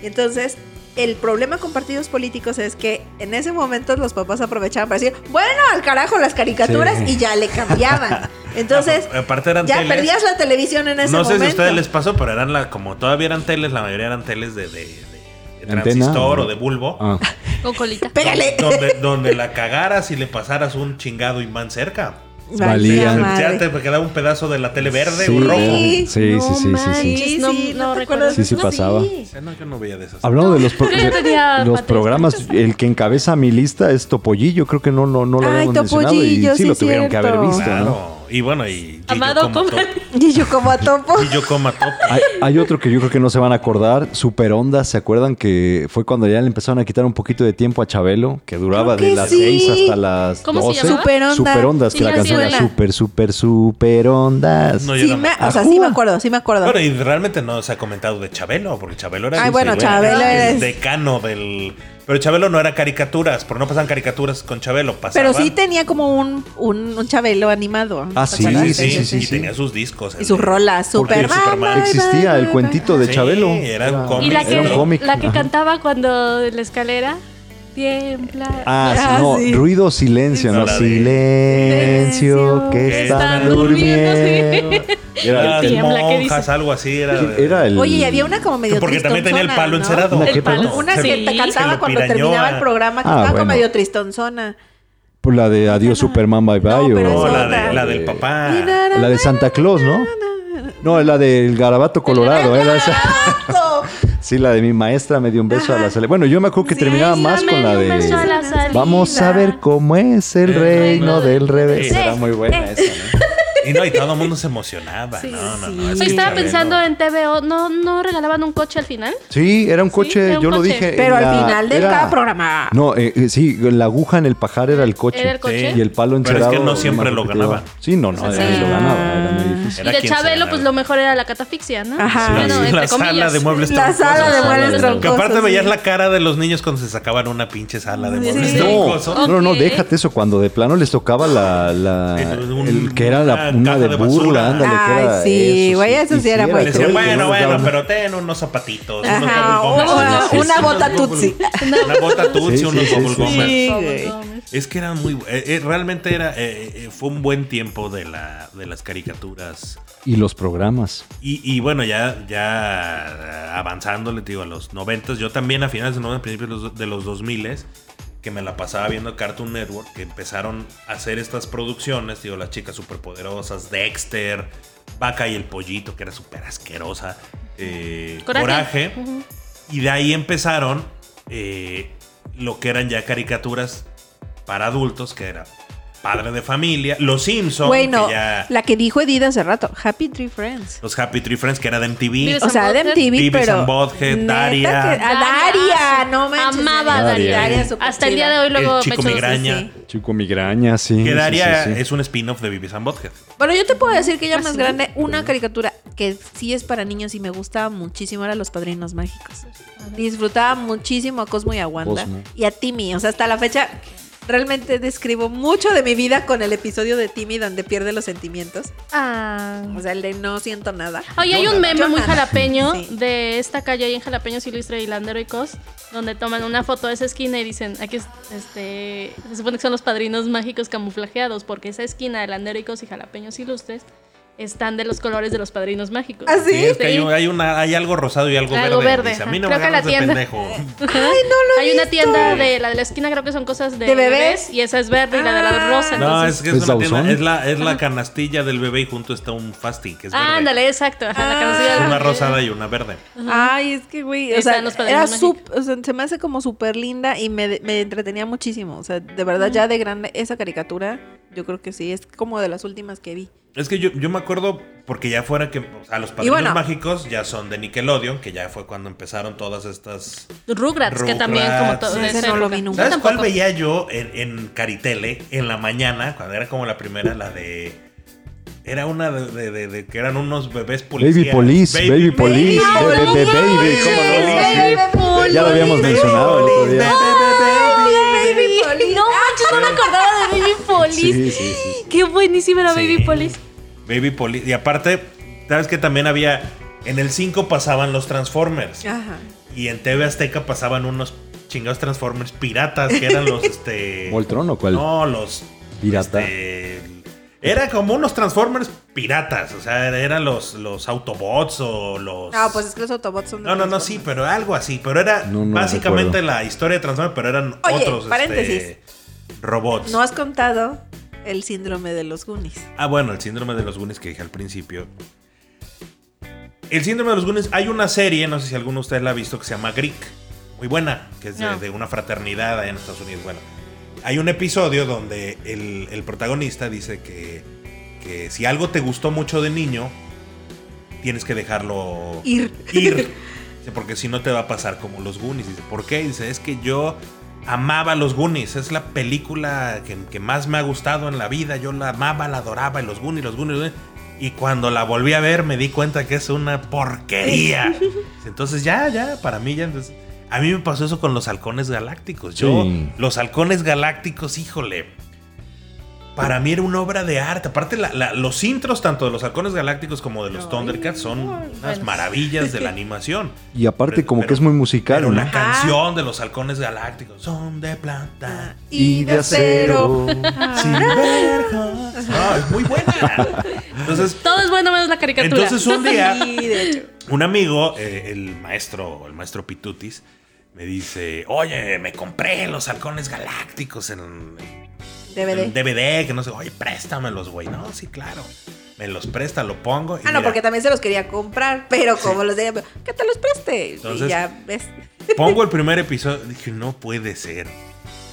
Y entonces, el problema con partidos políticos es que en ese momento los papás aprovechaban para decir, bueno, al carajo las caricaturas Sí. y ya le cambiaban. Entonces, Aparte eran ya teles. perdías la televisión en ese no momento. sé si a ustedes les pasó, pero eran la, como todavía eran teles, la mayoría eran teles de, de- de- de ¿Antena? transistor o de bulbo. Ah, Con colita. Pégale. Donde, donde la cagaras y le pasaras un chingado imán cerca. Valía. Valía Ya madre. te quedaba un pedazo de la tele verde Sí. o rojo. Sí. sí, sí, sí, sí, manches, sí. No, Sí, sí, no ¿no te recuerdo. acuerdas Sí, sí No, pasaba. O sea, Eh, no, yo no veía de esas. Hablando de los, pro- Yo ya de- tenía los patrias. programas, el que encabeza mi lista es Topollillo. Creo que no, no, no lo Ay, habíamos mencionado y Topollillo, sí lo sí, tuvieron que haber cierto. visto, claro. ¿no? Y bueno, y. Amado, cómale. Y yo como a topo. Y yo coma top. Hay, hay otro que yo creo que no se van a acordar, Super Onda, ¿se acuerdan que fue cuando ya le empezaron a quitar un poquito de tiempo a Chabelo? Que duraba Creo de que las sí. 6 hasta las ¿Cómo se 12. llamaba? Superonda. Superondas, que Sí, la ya canción sí era suena. Super, Super, Super Ondas. No, yo Sí no me me, o sea, sí me acuerdo, sí me acuerdo. Bueno, y realmente no se ha comentado de Chabelo, porque Chabelo era Ay, el- bueno, el- Chabelo el es- decano del. Pero Chabelo no era caricaturas, porque no pasan caricaturas con Chabelo, pasaban. Pero sí tenía como un, un, un chabelo animado. Ah, sí, O sea, Sí, sí, sí, sí, sí, Y sí. tenía sus discos. Y sus rolas. Porque Superman. Superman. bye, bye, Existía bye, el bye. cuentito de Sí, Chabelo. era un Y cómic. la era que, un cómic. la que Ajá. cantaba cuando de la escalera. Tiembla. Ah, Ah, no, sí. ruido, silencio, No, no, la de- silencio, que están durmiendo, durmiendo. Y era Era el- de el- Tiembla, ¿qué monjas, algo así. Era, ¿quién de- era el- Oye, y había una como medio Porque también tenía el tristonzona, palo ¿no? encerado. ¿Una El qué, palo. perdón? Una Se- que te se cantaba lo cuando pirañó terminaba a- el programa, que Ah, estaba bueno. como medio tristonzona. Pues la de Adiós Superman Bye Bye pero o No, es la, otra. de, la del papá. Y na, na, la de Santa Claus, ¿no? No, es la del garabato colorado, era esa. ¡Exacto! Sí, la de mi maestra me dio un beso a la sale. Bueno, yo me acuerdo que Sí, terminaba sí, más dame con la un beso a de la salida. Vamos a ver cómo es el El reino reino del revés. Sí. Era muy buena esa, ¿no? Y no, y todo el mundo se emocionaba. Sí, no, no, sí. no. es Oye, que Pues estaba Chabelo- pensando en TVO. ¿No, ¿No regalaban un coche al final? Sí, era un coche, era un yo lo coche. dije. en Pero al la- final de era- cada programa. No, eh, eh, sí, la aguja en el pajar era el coche. Era el coche. Y el palo Pero es encerado. que no siempre me lo acuerdo que ganaba. quedaba. Sí, no, no, Sí. nadie lo ganaba, era muy difícil. Era y de quien se Chabelo, ganaba. pues lo mejor era la catafixia, ¿no? Ajá. Sí, Bueno, sí, entre la sala comillas. de muebles La troncosos. sala de muebles Que aparte troncosos, veías sí. la cara de los niños cuando se sacaban una pinche sala de Sí. muebles Sí. troncosos. No, no, no, Ok. déjate eso. Cuando de plano les tocaba la. la- El- un- el que era la, una una de caja de burla, basura. ándale, que Ay, era. sí, güey, eso Y sí era muy que Le decía, Oye, bueno, nos bueno, daban- pero ten unos zapatitos, unos Ajá, bubble gums. una- Sí, una sí, bota unos bubble tutsi. gums. Una bota tutsi, Sí, unos sí, sí, bubble gums. sí. Es que eran muy bu- eh, eh, realmente era eh, eh, fue un buen tiempo de la de las caricaturas. Y los programas. Y, y bueno, ya, ya avanzando, les digo, a los 90, yo también a finales de los 90, principios de los- de los 2000, que me la pasaba viendo Cartoon Network, que empezaron a hacer estas producciones, digo, las chicas superpoderosas, Dexter, Vaca y el Pollito, que era súper asquerosa, eh, Coraje. Coraje. Ujú. Y de ahí empezaron eh, lo que eran ya caricaturas para adultos, que era Padre de Familia, Los Simpsons, Bueno, que ya- la que dijo Edith hace rato, Happy Tree Friends. los Happy Tree Friends, que era de Mira, MTV. O sea, de Beavis and MTV, Beavis pero. and Butthead, neta Daria. que- a Daria, no manches. Amaba a Daria. Daria. Daria súper Hasta el día chida. de hoy luego El chico me echo- migraña. sí, sí. Chico migraña, sí. que sí, Daria sí, sí. es un spin-off de Beavis and Butthead. Bueno, yo te puedo decir que ya Ah, más sí. grande, una caricatura que sí es para niños y me gustaba muchísimo era Los Padrinos Mágicos. Disfrutaba muchísimo a Cosmo y a Wanda Cosmo. y a Timmy. O sea, hasta la fecha realmente describo mucho de mi vida con el episodio de Timmy donde pierde los sentimientos. O sea, el de no siento nada. Oye, hay No, un nada, meme Ah. yo muy nada. jalapeño Sí. de esta calle ahí en Jalapeño, Silvestre, Hilandero y Cos, donde toman una foto de esa esquina y dicen, aquí es- este, se supone que son los padrinos mágicos camuflajeados, porque esa esquina de Hilandero y Cos y Jalapeños Ilustres están de los colores de los padrinos mágicos. ¿Ah, sí? Sí, es que hay, Sí. hay una, hay algo rosado y algo, Algo verde. verde, Dice, a ajá. mí no Creo me que la agarras de tienda. pendejo. Hay una tienda de la de la esquina, creo que son cosas de, ¿De bebés? y esa es verde y la de la Ah. rosa. No, entonces- es que es, ¿Es una tienda- Dawson? es la, es la canastilla del bebé y junto está un fasting, que es verde. Ah, ándale, exacto. ajá, la Ah. canción. Es una rosada y una verde. Ay, es que, güey, Ahí o sea, están los era padrinos sup- o sea, se me hace como súper linda y me, me entretenía muchísimo. O sea, de verdad, ya de grande, esa caricatura, yo creo que sí, es como de las últimas que vi. Es que yo, yo me acuerdo, porque ya fuera que. O sea, los Y padrinos bueno. mágicos ya son de Nickelodeon, que ya fue cuando empezaron todas estas. Rugrats, que también como todo. Rugrats, de ese esa no lo época. vi nunca. ¿Sabes cuál tampoco. veía yo en, en Caritele en la mañana? Cuando era como la primera, la de. Era una de, de- de- de que eran unos bebés policías. Baby Police, Baby Police, Baby, Baby Baby, Police, Baby, ¿cómo no? Baby Sí. Police. Ya lo habíamos Baby mencionado el otro día. Baby Police. Ah, No manches, no me acordaba de Baby Police. Sí, sí, sí. Qué buenísima era Baby Sí. Police. Baby Police. Y aparte, ¿sabes que también había. En el 5 pasaban los Transformers. Ah. Ajá. Y en TV Azteca pasaban unos chingados Transformers piratas, que eran los. este ¿Voltron o cuál? No, los. Pirata. este, era como unos Transformers piratas. O sea, eran los, los Autobots o los. No, pues es que los Autobots son de No, no, no, Transformers. sí, pero algo así. Pero era No, no básicamente recuerdo. la historia de Transformers, pero eran Oye, otros paréntesis. este, robots. No has contado el síndrome de los Goonies. Ah, bueno, el síndrome de los Goonies que dije al principio. El síndrome de los Goonies, hay una serie, no sé si alguno de ustedes la ha visto, que se llama Greek. Muy buena, que es de, No. de una fraternidad allá en Estados Unidos. Bueno, hay un episodio donde el, el protagonista dice que, que si algo te gustó mucho de niño, tienes que dejarlo Ir. ir. Dice, Porque si no te va a pasar como los Goonies. Dice, ¿por qué? Dice, es que yo amaba los Goonies. Es la película que, que más me ha gustado en la vida. Yo la amaba, la adoraba. Y los Goonies, los Goonies, los Goonies". Y cuando la volví a ver me di cuenta que es una porquería. Entonces ya, ya, para mí ya... entonces, a mí me pasó eso con los halcones galácticos. Yo, Sí. los halcones galácticos, híjole. Para mí era una obra de arte. Aparte, la- la- los intros tanto de los halcones galácticos como de los Ay, Thundercats son unas bueno. maravillas de la animación. Y aparte Pero- como que pero- es muy musical, Pero ¿no? la Ajá. canción de los halcones galácticos son de Ah, plata Y de acero. sin verjas. No, es muy buena. Entonces, Todo es bueno menos la caricatura. entonces un día Sí, de hecho. un amigo, eh, el maestro, el maestro Pitutis, me dice, oye, me compré los halcones galácticos en, en DVD. DVD, que no sé, oye, préstamelos, güey. No, sí, claro. Me los presta, lo pongo. y Ah, no, mira, porque también se los quería comprar, pero como los de que te los preste. Entonces- y ya ves. Pongo el primer episodio. Dije, no puede ser.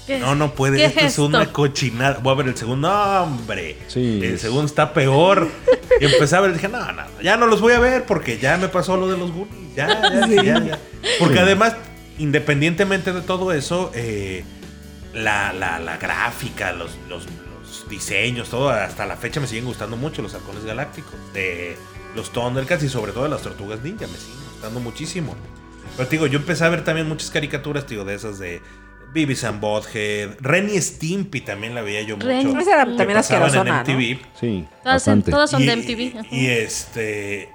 ¿Qué es? No, no puede. ¿Qué Esto es esto? una cochinada. Voy a ver el segundo. ¡No, hombre. Sí. El segundo está peor. Y empecé a ver. Dije, no, no, ya no los voy a ver porque ya me pasó lo de los Goonies. Ya, ya, ya, ya. Porque además, independientemente de todo eso, eh, la, la- la gráfica, los, los- los diseños, todo, hasta la fecha me siguen gustando mucho los halcones galácticos. De los Thundercats y sobre todo de las tortugas ninja. Me siguen gustando muchísimo. Pero te digo, yo empecé a ver también muchas caricaturas, tío, de esas de Beavis and Butthead. Ren y Stimpy también la veía yo mucho. Ren y Esa que Pues era también pasaban asquerosona, en ¿no? MTV. Sí, todas, en- bastante. todas son y, e- de MTV. ajá. y este.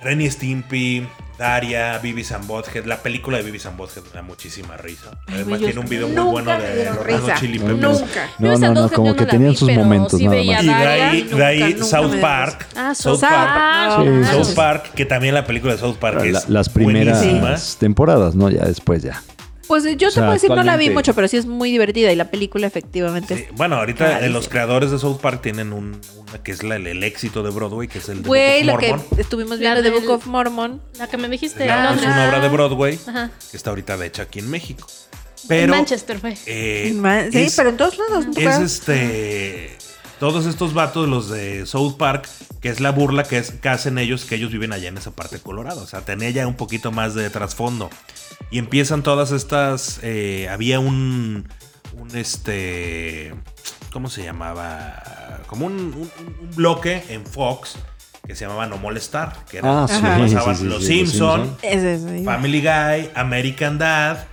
Ren y Stimpy, Daria, Beavis and Butthead. La película de Beavis and Butthead me da muchísima risa. Además, yo tiene un video muy nunca bueno me de dieron los risa. Chili No, Peppers. no, Nunca. No, Esa no, no, dos como yo que la tenían vi, sus pero momentos sí nada veía más. Y de Daria. ahí, de ahí Nunca, nunca me South dio Park. Ah, South South Park. Park. Sí, claro. South South Park, que también la película de South Park La- es las primeras buenísima. temporadas, ¿no? Ya después ya. Pues yo O sea, te puedo decir, no la vi actualmente- mucho, pero sí es muy divertida y la película efectivamente Sí, es- bueno, ahorita eh, Rarísimo. los creadores de South Park tienen un, una que es la- el, el éxito de Broadway, que es el de Güey, Book lo of que Mormon. estuvimos La viendo de del- Book of Mormon. La que me dijiste. Es, la- Alondra. es una obra de Broadway Ajá. que está ahorita de hecha aquí en México. En Pero, Manchester fue. eh, En ma- sí, es- pero en todos lados. ¿no? es este. Todos estos vatos, los de South Park, que es la burla que, es, que hacen ellos, que ellos viven allá en esa parte de Colorado. O sea, tenía ya un poquito más de trasfondo. Y empiezan todas estas. eh, había un. Un este. ¿Cómo se llamaba? Como un, un- un bloque en Fox que se llamaba No Molestar. Que era Ah, que sí, Ajá. sí, pasaban sí, sí, Los sí, Simpson, Simpson. Ese es, sí. Family Guy, American Dad.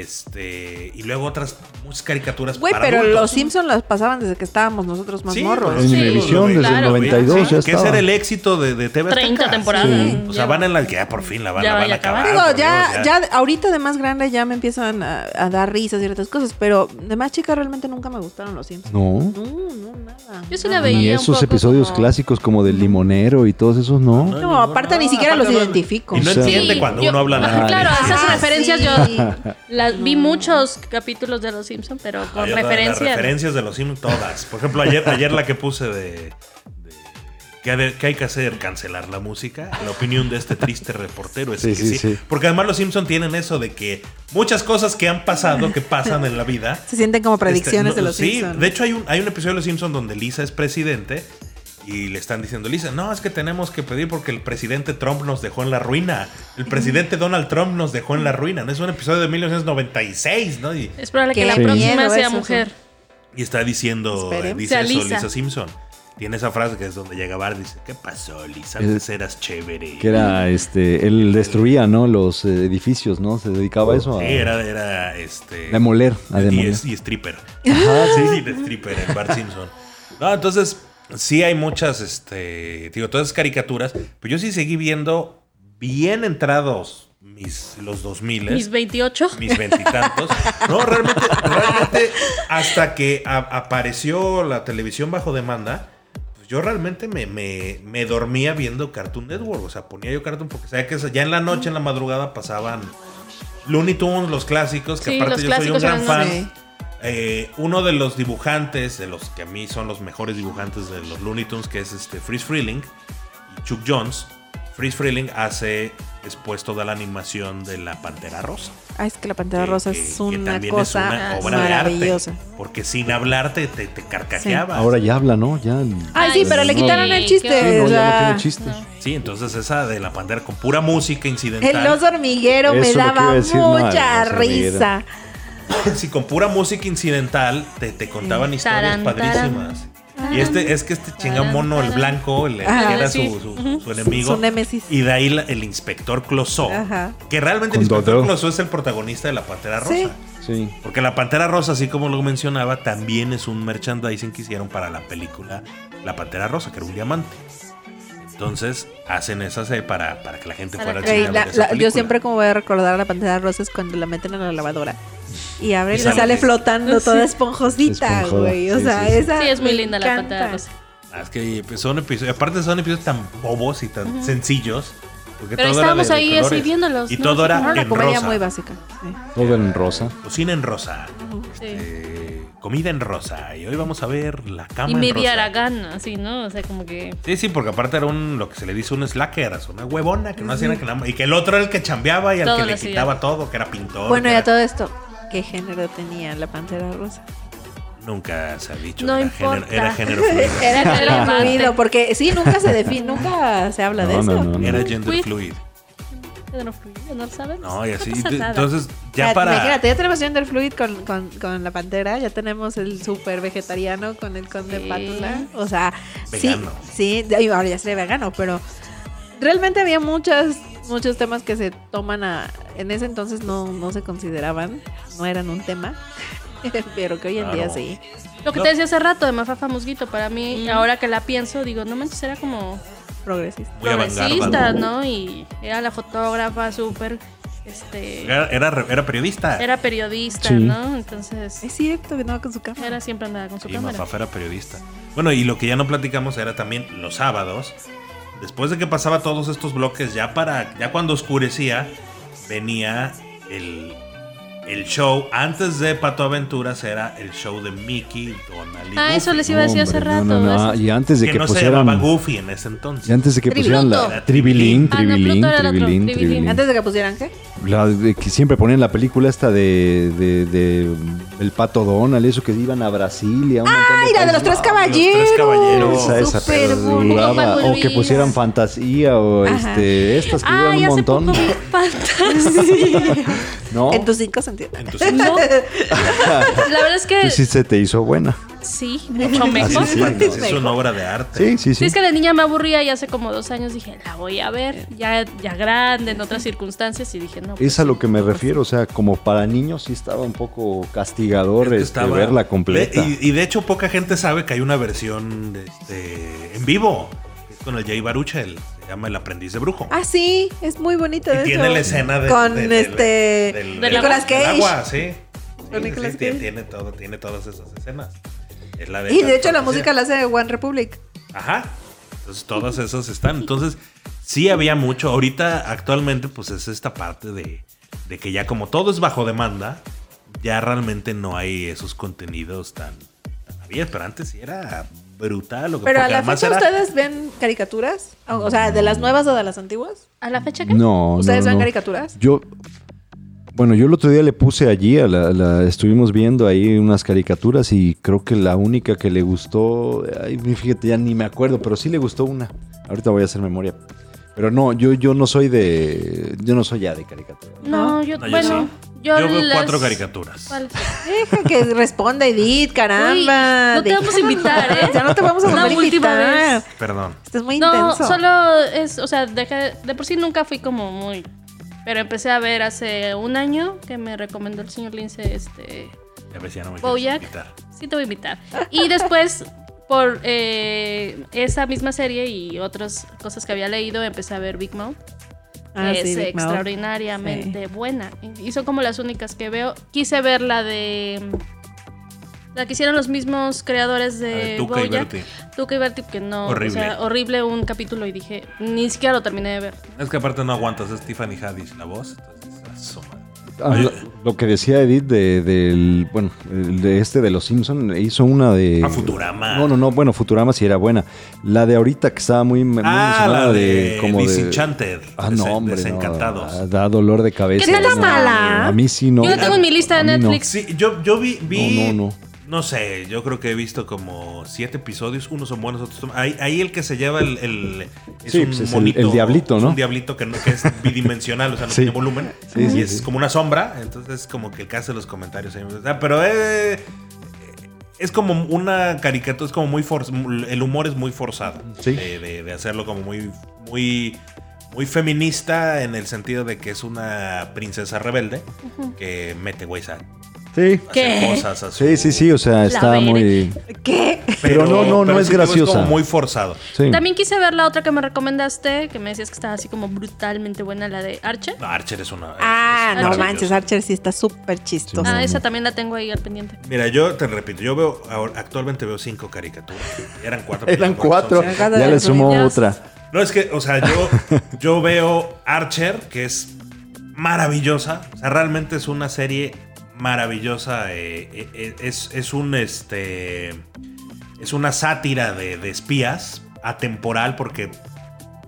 Este. Y luego otras muchas caricaturas. Güey, para pero adultos. los Simpsons las pasaban desde que estábamos nosotros más Sí, morros. En Sí, Univisión desde claro, el güey. 92 Sí, ya que ese estaba. era el éxito de, de TV Azteca. 30 temporadas. Sí. O sea, van en la que ya por fin la van, Ya la van vaya a acabar. acabando. Digo, por ya, Dios, ya ahorita de más grande ya me empiezan a, a dar risas ciertas cosas, pero de más chica realmente nunca me gustaron los Simpsons. No. No, no, nada. Yo sí nada. la veía. Ni un esos poco episodios como- clásicos como del limonero y todos esos, no. No, aparte ni siquiera los aparte no- identifico. Y no O sea, entiende cuando yo- uno habla ajá, nada. Claro, haces Ah, referencias. sí. Yo las, vi muchos capítulos de Los Simpsons, pero con Yo Ah, todas las referencias. referencias de los Simpsons, todas. Por ejemplo, ayer, ayer la que puse de. de ¿Qué ha de- qué hay que hacer? ¿Cancelar la música? La opinión de este triste reportero es Sí, que sí, sí, sí. Porque además los Simpsons tienen eso de que muchas cosas que han pasado, que pasan en la vida, Se sienten como predicciones Este, de no, los sí, Simpsons. de hecho hay un, hay un episodio de Los Simpsons donde Lisa es presidente y le están diciendo, Lisa, no, es que tenemos que pedir porque el presidente Trump nos dejó en la ruina. El presidente Donald Trump nos dejó en la ruina. ¿no? Es un episodio de 1996, ¿no? Y, Es probable que Qué la miedo próxima sea eso, mujer. y está diciendo, eh, Esperemos. dice O sea, eso Lisa. Lisa. Simpson. Tiene esa frase que es donde llega Bart y dice, ¿qué pasó, Lisa? Es- Antes eras chévere. Que era, este, él destruía, ¿no? Los eh, edificios, ¿no? Se dedicaba a eso. A Sí, era, era este... demoler, a Y, demoler. es- y stripper. Ajá, sí, sí, de stripper en Bart Simpson. No, entonces, sí hay muchas, este, digo, todas esas caricaturas, pero yo sí seguí viendo bien entrados mis, los 2000 Mis 28. mis veintitantos. No, realmente, realmente, hasta que a- apareció la televisión bajo demanda, pues yo realmente me, me- me dormía viendo Cartoon Network. O sea, ponía yo Cartoon porque sabía que ya en la noche, en la madrugada, pasaban Looney Tunes, los clásicos, que Sí, los aparte yo soy un clásicos gran eran fan. los- Eh, uno de los dibujantes, de los que a mí son los mejores dibujantes de los Looney Tunes, que es este Freeze Freeling y Chuck Jones. Freeze Freeling hace después toda la animación de la Pantera Rosa Ah, es que la Pantera que- Rosa que- es que una también es cosa una obra de arte, maravillosa. porque sin hablarte te, te carcajeabas. Ahora ya habla, ¿no? Ya. Ay, Ay, sí, pero le no- quitaron sí, el qué chiste. Sí, no, o ya no sea, tiene chiste. Sí, entonces esa de la pantera con pura música incidental. el oso hormiguero me Eso lo que iba daba a decir, no, el mucha oso hormiguero. risa. Sí, con pura música incidental te, te contaban historias Tarán, tarán. padrísimas. Y este es que este chinga Tarán, mono, el tarán. blanco, el, el Ajá, que era sí. su, su- su enemigo. Su némesis. Y de ahí la- el inspector Closó. Ajá. Que realmente el Con inspector Dodó. Closó es el protagonista de la pantera rosa. Sí. Sí. Porque la Pantera Rosa, así como lo mencionaba, también es un merchandising que hicieron para la película La Pantera Rosa, que era un diamante. Entonces, hacen esas eh, para, para que la gente Para fuera que- al Güey, cine a la- ver esa la- yo película. siempre como voy a recordar a la pantera rosa es cuando la meten a la lavadora y abre y Y le sale- sale flotando Sí. toda esponjosita, Esponjada, güey. O sí, sea, sí, sí. esa Sí, es muy me linda la encanta. pantalla rosa. Ah, es que pues, son episodios, aparte son episodios tan bobos y tan sencillos. Porque Pero todo era de- estábamos de ahí así colores. viéndolos, Y ¿no? todo Así era No, una en comedia rosa. muy básica. sí. Todo en rosa. Cocina en rosa. Sí. eh, comida en rosa. Y hoy vamos a ver la cama Y en media rosa. Aragán, así, ¿no? O sea, como que. Sí, sí, porque aparte era un, lo que se le dice un slacker, o sea, una huevona que no hacía nada que nada más- Y que el otro era el que chambeaba y al Todo que lo le hacía. quitaba todo, que era pintor. Bueno, que y a era- todo esto, ¿qué género tenía la pantera rosa? Nunca se ha dicho. No era importa. Género, era género fluido. Era Era género amante. fluido, porque sí, nunca se define, nunca se habla de No, eso. no, no, no. Era gender Fluid. fluid. No fluye, no lo sabemos. No, y así. pasa te- nada. Entonces, O sea, ya para. Imagínate, ya tenemos Gender Fluid con, con, con la pantera, ya tenemos el super vegetariano con el conde Sí. pátula. O sea, Vegano. sí, sí, de- y ahora ya sería vegano, pero realmente había muchas, muchos temas que se toman a. En ese entonces no, no se consideraban, no eran un tema, pero que hoy en Claro. día sí. Lo que No. te decía hace rato de Mafafa Musguito, para mí, Mm. ahora que la pienso, digo, no manches, era como Progresista. Muy avanzada. progresista, ¿no? Y era la fotógrafa súper, este, Era, era, re- era periodista. era periodista, Sí. ¿no? Entonces, Es cierto que no con su cámara. era siempre andaba con su Sí, cámara. Mafafa era periodista. Bueno, y lo que ya no platicamos era también los sábados. Después de que pasaba todos estos bloques, ya para. Ya cuando oscurecía, venía el el show antes de Pato Aventuras era el show de Mickey, Donald y Ah, eso Goofy, les iba a decir hace Hombre, rato. no, no, no. gracias. Y antes de que que, no se pusieran. llamaba Goofy en ese entonces. y antes de que Tributo. pusieran la. Tribilín, Ah, no, tribilín, Pluto era el otro, tribilín, Tribilín. tribilín. Antes de que pusieran qué? La de que siempre ponían la película esta de, de, de El Pato Donald, eso que iban a Brasil y a un montón ¡Ay, la de países. los tres caballeros! Los tres caballeros. Esa, esa, Súper pero bonita. duraba. Paco O Luis. que pusieran fantasía o Ajá. este, estas que duran Ay, un hace montón. poco vi fantasía. ¿No? En tus cinco sentidos. Entonces, No. La verdad es que Pues sí se te hizo buena. sí, mucho mejor. Así sí, Fantasía no. es una obra de arte. Sí, sí, Sí, sí. es que de niña me aburría y hace como dos años dije, la voy a ver, ya, ya grande, en otras circunstancias, y dije, no. pues Es a sí, lo que me pues refiero, o sea, como para niños sí estaba un poco castigador Es que este, estaba- verla completa. Y, y de hecho, poca gente sabe que hay una versión de este, en vivo. Es con el Jay Baruchel. Se llama El aprendiz de brujo. Ah, sí, es muy bonito. y de tiene hecho. la escena de. Con de- de- este. del- De del- Nicolas del Cage. agua, sí. Con Sí, Nicolas sí, tiene- Cage. Tiene, todo, tiene todas esas escenas. Es la y de hecho la fantasía. música la hace One Republic. Ajá. Entonces todas esas están. Entonces, sí había mucho. Ahorita, actualmente, pues es esta parte de, de que ya como todo es bajo demanda, ya realmente no hay esos contenidos tan, tan abiertos. Pero antes sí era brutal. Lo que, Pero a porque la además fecha era- ustedes ven caricaturas, o, o sea, de las nuevas o de las antiguas. ¿A la fecha qué? No, ¿Ustedes no, ven no. caricaturas? Yo, bueno, yo el otro día le puse allí, a la, la- estuvimos viendo ahí unas caricaturas y creo que la única que le gustó, ay, fíjate, ya ni me acuerdo, pero sí le gustó una. Ahorita voy a hacer memoria. Pero no, yo, yo no soy de, yo no soy ya de caricaturas. No, yo, No, yo bueno, sí. yo, Yo veo las- cuatro caricaturas. ¿Cuál? Deja que responda Edith, caramba. Uy, no te Deja- vamos a invitar, ¿eh? Ya no te vamos a Una volver a última invitar. vez. Perdón. Estás muy No, intenso. solo es, o sea, dejé- de por sí nunca fui como muy. Pero empecé a ver hace un año que me recomendó el señor Lince este. Ya ves, ya no me quieres Bojack. invitar. Sí, te voy a invitar. Y después, por eh, esa misma serie y otras cosas que había leído, empecé a ver Big Mouth. Ah, que sí, Big es Mouth. extraordinariamente buena. Y son como las únicas que veo. Quise ver la de. La que hicieron los mismos creadores eh, A ver, de Ah, Tuca y Bojack. Bertie. Tuca y Bertie, que no. Horrible. O sea, horrible un capítulo y dije, ni siquiera lo terminé de ver. Es que aparte no aguantas. Es Tiffany Haddish la voz. Entonces, ah, su madre. Ah, lo, lo que decía Edith de, del, bueno, el de este de los Simpson hizo una de... Ah, Futurama. No, no, no, bueno, Futurama sí era buena. La de ahorita que estaba muy... muy Ah, mencionada la de, como de- Disenchanted. Ah, Desen- no, hombre. no, Desencantados. da- da dolor de cabeza. ¿Qué tal No, está mala? A mí sí no. Yo la tengo en mi lista de A mí no. Netflix. Sí, yo, yo vi, vi- No, no, no. no sé, yo creo que he visto como siete episodios, unos son buenos, otros son... Ahí, ahí el que se lleva el... el- es Sí, un pues es el- monito, el diablito, es ¿no? un diablito que, no, que es bidimensional, o sea, no Sí. tiene volumen. Sí, y sí, es sí. como una sombra, entonces es como que el que hace los comentarios. ahí. Ah, pero eh, es como una caricatura, es como muy forzado, el humor es muy forzado. Sí. De, de- de hacerlo como muy... muy muy feminista en el sentido de que es una princesa rebelde que mete güeyes a Sí. hacer ¿Qué? cosas a su- Sí, sí, sí, o sea, está veré. muy... ¿Qué? Pero no, no, no es sí, digo, graciosa. como muy forzado. Sí. También quise ver la otra que me recomendaste, que me decías que estaba así como brutalmente buena, la de Archer. No, Archer es una. Ah, es no maravillosa. manches, Archer sí está súper chistoso. Ah, esa también la tengo ahí al pendiente. Mira, yo te repito, yo veo, ahora- actualmente veo cinco caricaturas. Eran cuatro. Eran pero son cuatro. cinco. Cada Ya de le los sumó niños. otra. No, es que, o sea, yo, yo veo Archer, que es maravillosa. O sea, realmente es una serie maravillosa. eh, eh, eh, es, es un este. Es una sátira de, de espías atemporal, porque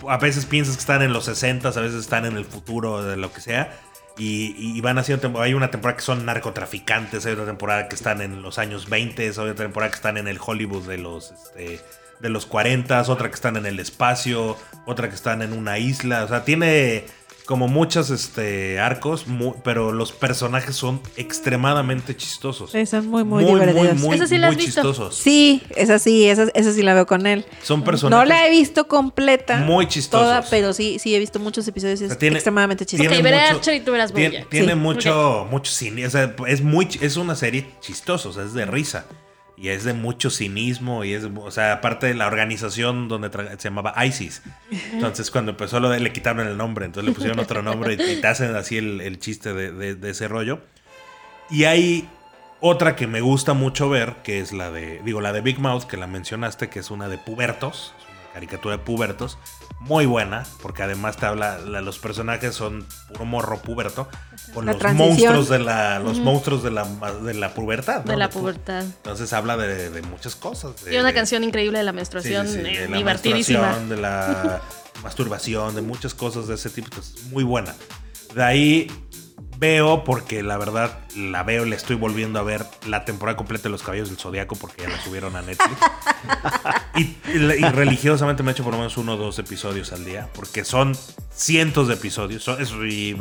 a veces piensas que están en los 60s, a veces están en el futuro, de lo que sea. Y, y van haciendo. tem- Hay una temporada que son narcotraficantes, hay otra temporada que están en los años 20, hay otra temporada que están en el Hollywood de los. Este, de los 40, otra que están en el espacio, otra que están en una isla. O sea, tiene como muchos este, arcos, mu- pero los personajes son extremadamente chistosos. Sí, son muy, muy divertidos. muy, ¿Esa sí la has muy visto? chistosos. Sí, esa sí, esa, esa sí la veo con él. Son No personajes. la he visto completa. muy chistosos. Toda, pero sí, sí he visto muchos episodios y O es sea, tiene- extremadamente chistoso. Ok, veré Archer y tú verás tien- Bojack. Tiene Sí. mucho, mucho cine. o sea, es, muy, ch- es una serie chistosa, o sea, es de risa. Y es de mucho cinismo. Y es, o sea, aparte de la organización donde tra- se llamaba ISIS. Entonces, cuando empezó lo de, le quitaron el nombre. Entonces le pusieron otro nombre y, y te hacen así el, el chiste de, de- de ese rollo. Y hay otra que me gusta mucho ver, que es la de, digo, la de Big Mouth, que la mencionaste, que es una de pubertos. Es una caricatura de pubertos, muy buena, porque además te habla, la- los personajes son puro morro puberto, con La los transición. monstruos de la, los monstruos de la, de la pubertad. ¿no? de la pu- pubertad. Entonces habla de, de muchas cosas. de- Y una de- canción increíble de la menstruación, Sí, sí, sí, eh, de la divertidísima. menstruación, de la masturbación, de muchas cosas de ese tipo. Entonces, muy buena. De ahí veo, porque la verdad la veo, le estoy volviendo a ver la temporada completa de Los Caballos del Zodiaco porque ya la subieron a Netflix. y, y- y religiosamente me he hecho por lo menos uno o dos episodios al día, porque son cientos de episodios. Son- es- y,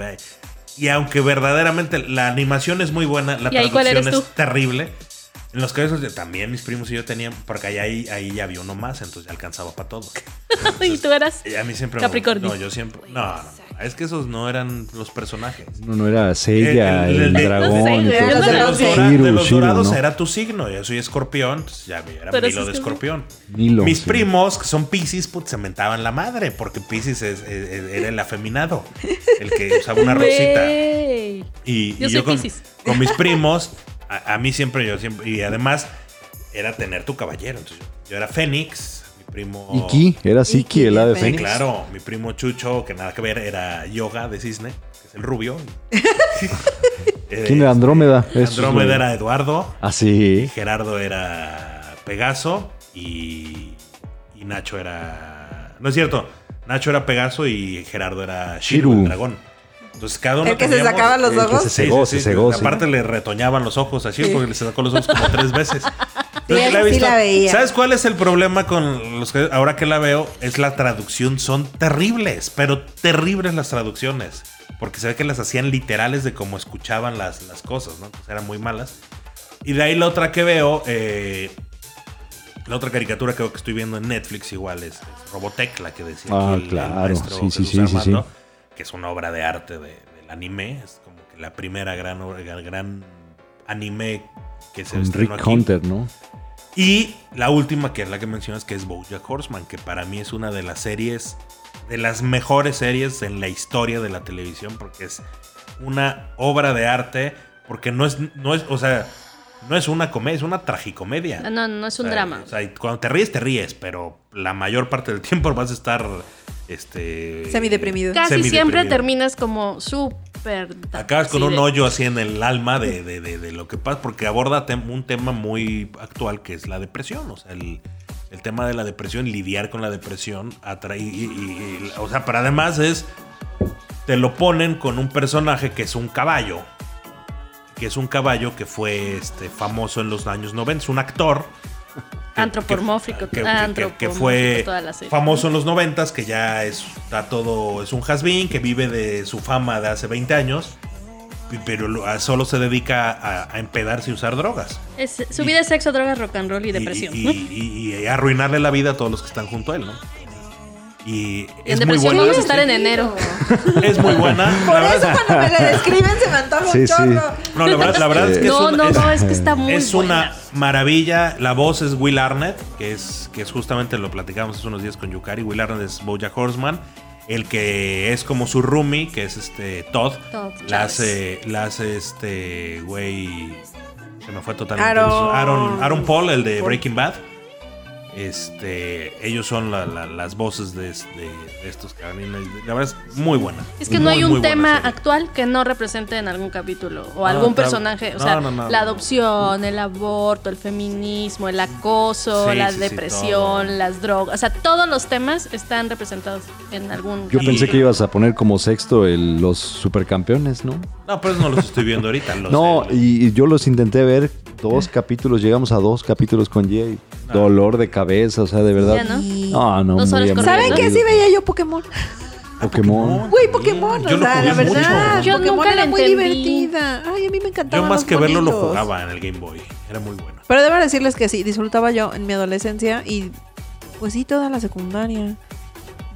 y aunque verdaderamente la animación es muy buena, la ¿Y ahí cuál traducción eres es tú? terrible. En los casos de también mis primos y yo tenían, porque ahí, ahí, ahí ya había uno más, entonces ya alcanzaba para todo. y tú eras Y a mí siempre. me- Capricornio. no, yo siempre. No, no, no, es que esos no eran los personajes. No, no era Seiya, El- el, el- el- dragón. y Seiya, todo yo De eso. no los, sé. dora- de Shiro, los Shiro, dorados ¿no? era tu signo, yo soy escorpión, pues ya yo era Pero Milo sí de es como- escorpión. Milo, Mis sí. primos, que son Pisces, put, se mentaban la madre, porque Pisces es- es- es- era el afeminado, el que usaba una rosita. Güey. Y, Yo soy y yo con, Piscis. con mis primos, a, a mí siempre, yo siempre, y además era tener tu caballero. Entonces, yo era Fénix, mi primo. Iki, era Iki, Siki, el ave sí, Sí, fénix. claro, mi primo Chucho, que nada que ver, era Yoga de Cisne, que es el rubio. Eh, ¿Quién era Andrómeda? Eso es Andrómeda lo- era Eduardo, Ah, sí. Gerardo era Pegaso y, y Nacho era. No es cierto, Nacho era Pegaso y Gerardo era Shiru, Shiru. el dragón. Entonces cada uno El que se teníamos- sacaba los el que ojos. se cegó, se cegó, sí. Aparte le retoñaban los ojos así Sí. porque le sacó los ojos como tres veces. Entonces, esa sí la veía. ¿Sabes cuál es el problema con los que ahora que la veo? Es la traducción, son terribles, pero terribles las traducciones. Porque se ve que las hacían literales de cómo escuchaban las, las cosas, ¿no? Entonces, eran muy malas. Y de ahí la otra que veo, eh, la otra caricatura que, veo que estoy viendo en Netflix igual es, es Robotech, la que decía Ah, aquí el- el claro, maestro sí, sí, sí, Jesús sí, sí. Armando, que es una obra de arte de- del anime, es como que la primera gran, obra- gran, gran anime que se Con estrenó Rick aquí. Hunter, ¿no? Y la última, que es la que mencionas, que es Bojack Horseman, que para mí es una de las series, de las mejores series en la historia de la televisión, porque es una obra de arte, porque no es, no es, o sea, no es una comedia, es una tragicomedia. Ah, No, no, no es un O sea, drama. O sea, y cuando te ríes, te ríes, pero la mayor parte del tiempo vas a estar, este... Semideprimido. Casi siempre semideprimido. terminas como súper. Acabas con así un de- hoyo así en el alma de, de- de- de lo que pasa, porque aborda tem- un tema muy actual que es la depresión. O sea, el, el tema de la depresión, lidiar con la depresión, atrae. o sea, pero además es. Te lo ponen con un personaje que es un caballo. Que es un caballo que fue este, famoso en los años 90. Es un actor. que- Antropomórfico, ah, que- que- que, que antropomórfico fue toda la serie. famoso en los noventas, que ya es, está todo, es un has-been, que vive de su fama de hace 20 años, y- pero lo- a- solo se dedica a, a empedarse y usar drogas. Es- su vida es sexo, drogas, rock and roll y depresión. Y, y- y- y arruinarle la vida a todos los que están junto a él, ¿no? Y Y en es muy depresión buena. vamos a estar en enero. Es muy buena. Por la eso verdad- cuando me la describen se me antoja Sí, un sí. chorro. no, la verdad, la verdad es Eh, que es no, un- no, es- no, es que está muy es una maravilla. La voz es Will Arnett, que es, que es justamente lo platicamos hace unos días con Yukari. Will Arnett es Bojack Horseman. El que es como su roomie, que es este Todd. Todd la hace, la hace este güey. Se me fue totalmente. Aaron- Aaron, Aaron Paul, el de Breaking Bad. Este, ellos son la- la- las voces de, es- de- de estos cabrones. La verdad es muy buena. Es que no hay Muy, un muy buena tema serie. actual que no represente en algún capítulo o algún no, personaje. O no, sea, no, no. la adopción, el aborto, el feminismo, el acoso, Sí, la sí, sí, depresión, todo. las drogas. O sea, todos los temas están representados en Yo algún capítulo. pensé que ibas a poner como sexto el- los supercampeones, ¿no? No, pero eso no los estoy viendo ahorita. los- No, el- y, y yo los intenté ver dos ¿Eh? capítulos, llegamos a dos capítulos con Jay. Dolor de cabeza, o sea, de verdad. Ya, ¿no? No, no, Dos muy horas aburrido. corriendo. ¿Saben qué? Sí veía yo Pokémon. Pokémon. Güey, Pokémon, Yo o lo sea, jugué la mucho. verdad. Yo Pokémon nunca era lo muy entendí. divertida. Ay, a mí me encantaba. Yo más que verlo lo jugaba en el Game Boy. Era muy bueno. Pero debo decirles que sí, disfrutaba yo en mi adolescencia y pues sí, toda la secundaria.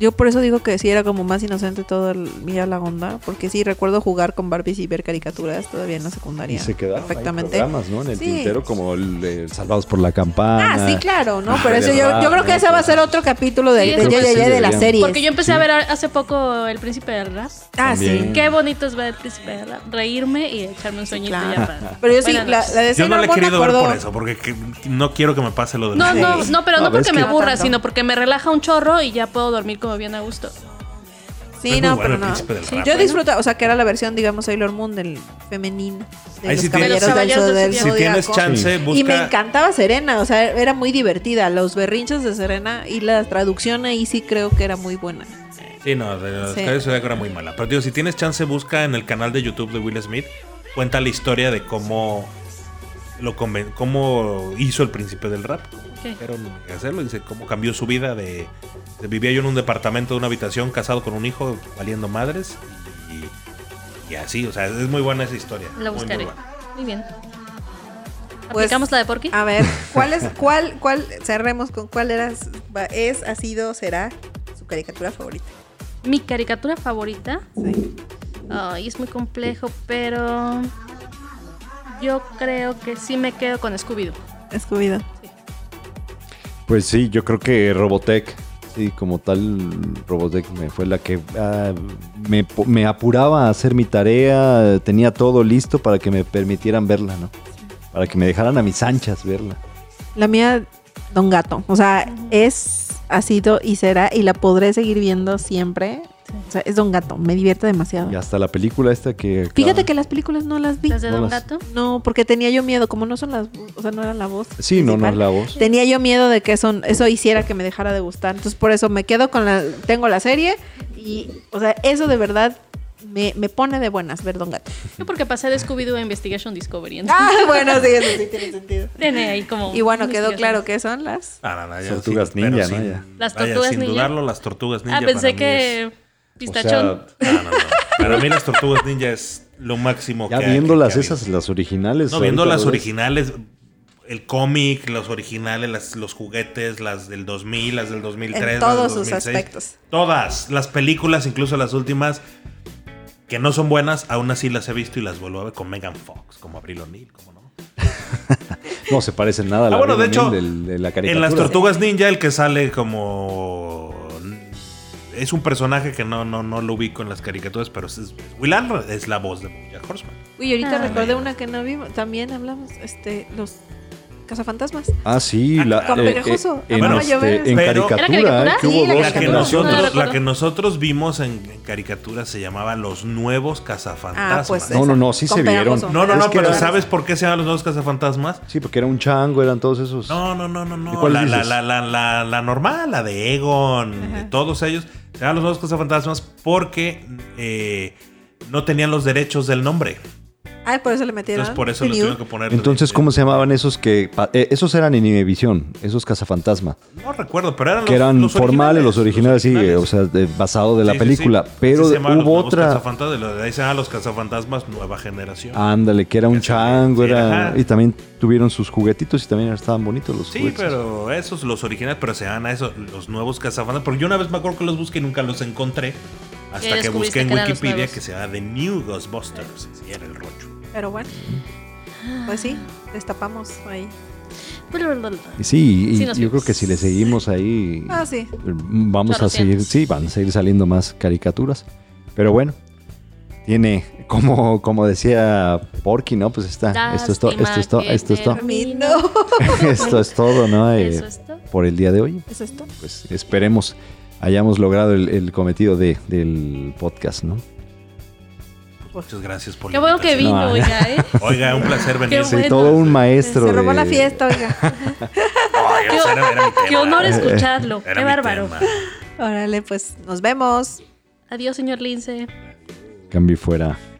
Yo por eso digo que sí era como más inocente todo el Mira la onda, porque sí recuerdo jugar con Barbies y ver caricaturas todavía en la secundaria. Y se quedaron perfectamente. perfectamente. programas, ¿no? En el Sí. tintero, como el, eh, Salvados por la Campana. Ah, sí, claro, ¿no? Ah, Pero eso yo, yo creo que ese va a ser otro capítulo de, Sí, de, creo Ye, que Ye, sí Ye de la deberíamos. serie. Porque yo empecé a ver hace poco El Príncipe del Rap. Ah, También. sí. Qué bonito es ver El Príncipe del Rap. Reírme y echarme un sueñito Claro. ya para... Pero yo sí, Buenas la, noches. la de Yo Sailor no la he Moon me querido ver por acuerdo- eso, porque que- no quiero que me pase lo de No, los no, no, pero No, no, ves porque me que- aburra, No tanto. sino porque me relaja un chorro y ya puedo dormir como bien a gusto. Sí, Es muy no, bueno pero el no. príncipe del Sí, rap, Yo ¿eh? disfruto, o sea, que era la versión, digamos, Sailor Moon del femenino. De Ahí los sí tienes- caballeros, De los caballeros del, del del Si Zodíaco. tienes chance, busca. Y me encantaba Serena, o sea, era muy divertida. Los berrinches de Serena y la traducción ahí sí creo que era muy buena. Sí, no, de los Sí. Caballeros del Zodiaco era muy mala. Pero digo, si tienes chance, busca en el canal de YouTube de Will Smith. Cuenta la historia de cómo lo conven- cómo hizo el príncipe del rap. Ok. Pero no hay que hacerlo. Dice cómo cambió su vida de, de vivía yo en un departamento de una habitación casado con un hijo valiendo madres. Y, y así, o sea, es muy buena esa historia. La Muy, muy buscaré. Muy, buena. bien. Pues, ¿Aplicamos la de Porky? A ver, ¿cuál es, cuál, cuál, cerremos con cuál era, su- va- es, ha sido, será su caricatura favorita? Mi caricatura favorita. Ay, es muy complejo, pero. Yo creo que sí me quedo con Scooby-Doo. Escubido. Pues sí, yo creo que Robotech. Sí, como tal, Robotech me fue la que ah, me, po- me apuraba a hacer mi tarea. Tenía todo listo para que me permitieran verla, ¿no? Para que me dejaran a mis anchas verla. La mía, Don Gato. O sea, es, ha sido y será, y la podré seguir viendo siempre. O sea, es Don Gato, me divierte demasiado. Y hasta la película esta que. Fíjate que las películas no las vi. Las de No Don las- Gato. No, porque tenía yo miedo, como no son las, o sea, no era la voz. Sí, no, no es principal. la voz. Tenía yo miedo de que eso, eso hiciera que me dejara de gustar. Entonces por eso me quedo con la, tengo la serie y, o sea, eso de verdad me, me pone de buenas ver Don Gato. Yo porque pasé de Scooby-Doo a Investigation Discovery. entonces Ah, bueno, sí, eso sí tiene sentido. tiene ahí como. Ah. Y bueno, quedó investigación. claro que son las. Ah, no, no, ya Tortugas pero ninja, sin- ¿no? Ya. Las vaya, tortugas sin ninja. dudarlo, las tortugas ninja. Ah, para pensé mí es- que. Pistachón. O No, no, no. Para mí las tortugas ninja es lo máximo Ya que hay- viéndolas que ha habido. esas, las originales. No, viendo ahorita las lo ves. originales, el cómic, los originales, las- los juguetes, las del 2000, las del 2003, En las del todos sus 2006, aspectos. Todas, las películas, incluso las últimas, que no son buenas, aún así las he visto y las vuelvo a ver con Megan Fox, como Abril O'Neill, como no. No se parecen nada a la Ah, bueno, de Raven hecho, Hill del- de la en caricatura. las Tortugas Ninja, el que sale como... Es un personaje que no, no, no lo ubico en las caricaturas, pero es, es Will Arnett, es la voz de Bojack Horseman. Uy, ahorita Ah. recordé una que no vimos, también hablamos, este, los cazafantasmas. Ah, sí. Ah, la, con Pegajoso. en, Bueno, este, en ¿Era caricatura, caricatura? ¿eh? que hubo Sí, la dos La caricatura. que, generaciones. No, no nosotros, recuerdo. la que nosotros vimos en, en caricatura se llamaba Los Nuevos Cazafantasmas. Ah, pues, No, no, no, sí Con se vieron. Pegajoso. no, no, Es no, que pero era- ¿sabes por qué se llaman Los Nuevos Cazafantasmas? Sí, porque era un chango, eran todos esos. No, no, no, no, ¿Y no. cuál La, la, dices? la, la, la, la normal, la de Egon, de todos ellos, se llaman Los Nuevos Cazafantasmas porque eh, no tenían los derechos del nombre. Ah, por eso le metieron. Entonces por eso lo New. tuvieron que poner. Entonces, ¿cómo se llamaban esos que. pa- eh, esos eran en Inevisión, esos cazafantasmas. No recuerdo, pero eran Que Ah, los- eran los formales, los originales, sí, eh, originales. o sea, de- basado de la Sí, sí, sí. película. Sí, Pero se llamaban Los hubo Nuevos otra. Ah, Cazafantasmas, de ahí se llaman Los Cazafantasmas Nueva Generación. Ándale, que era un Sí, chango, sí, era. ajá. Y también tuvieron sus juguetitos y también estaban bonitos los Sí, juguetes. pero esos, los originales, pero se llaman a esos los nuevos cazafantasmas. Porque yo una vez me acuerdo que los busqué y nunca los encontré. Hasta que descubriste busqué en que eran los Wikipedia nuevos. que se llama The New Ghostbusters. Y era el rocho. Pero bueno, pues sí, destapamos ahí. Y Sí, y Sí, nos yo creo vimos. que si le seguimos ahí, Ah, sí. vamos a Chorro seguir, cientos. sí, van a seguir saliendo más caricaturas. Pero bueno, tiene, como, como decía Porky, ¿no? Pues está, esto es todo, esto es todo, esto es todo, Camino. esto es todo, ¿no? Eh, Eso es todo. por el día de hoy, ¿Es esto? pues esperemos hayamos logrado el, el cometido de, del podcast, ¿no? Muchas gracias por Qué bueno que invitación. vino, No, oiga, ¿eh? Oiga, un placer venir. Qué Sí, bueno. todo un maestro. Se robó de- la fiesta, oiga. Ay, o sea, era- era mi tema. Qué honor Eh, Era escucharlo. mi Qué bárbaro. tema. Órale, pues nos vemos. Adiós, señor Lince. Cambio y fuera.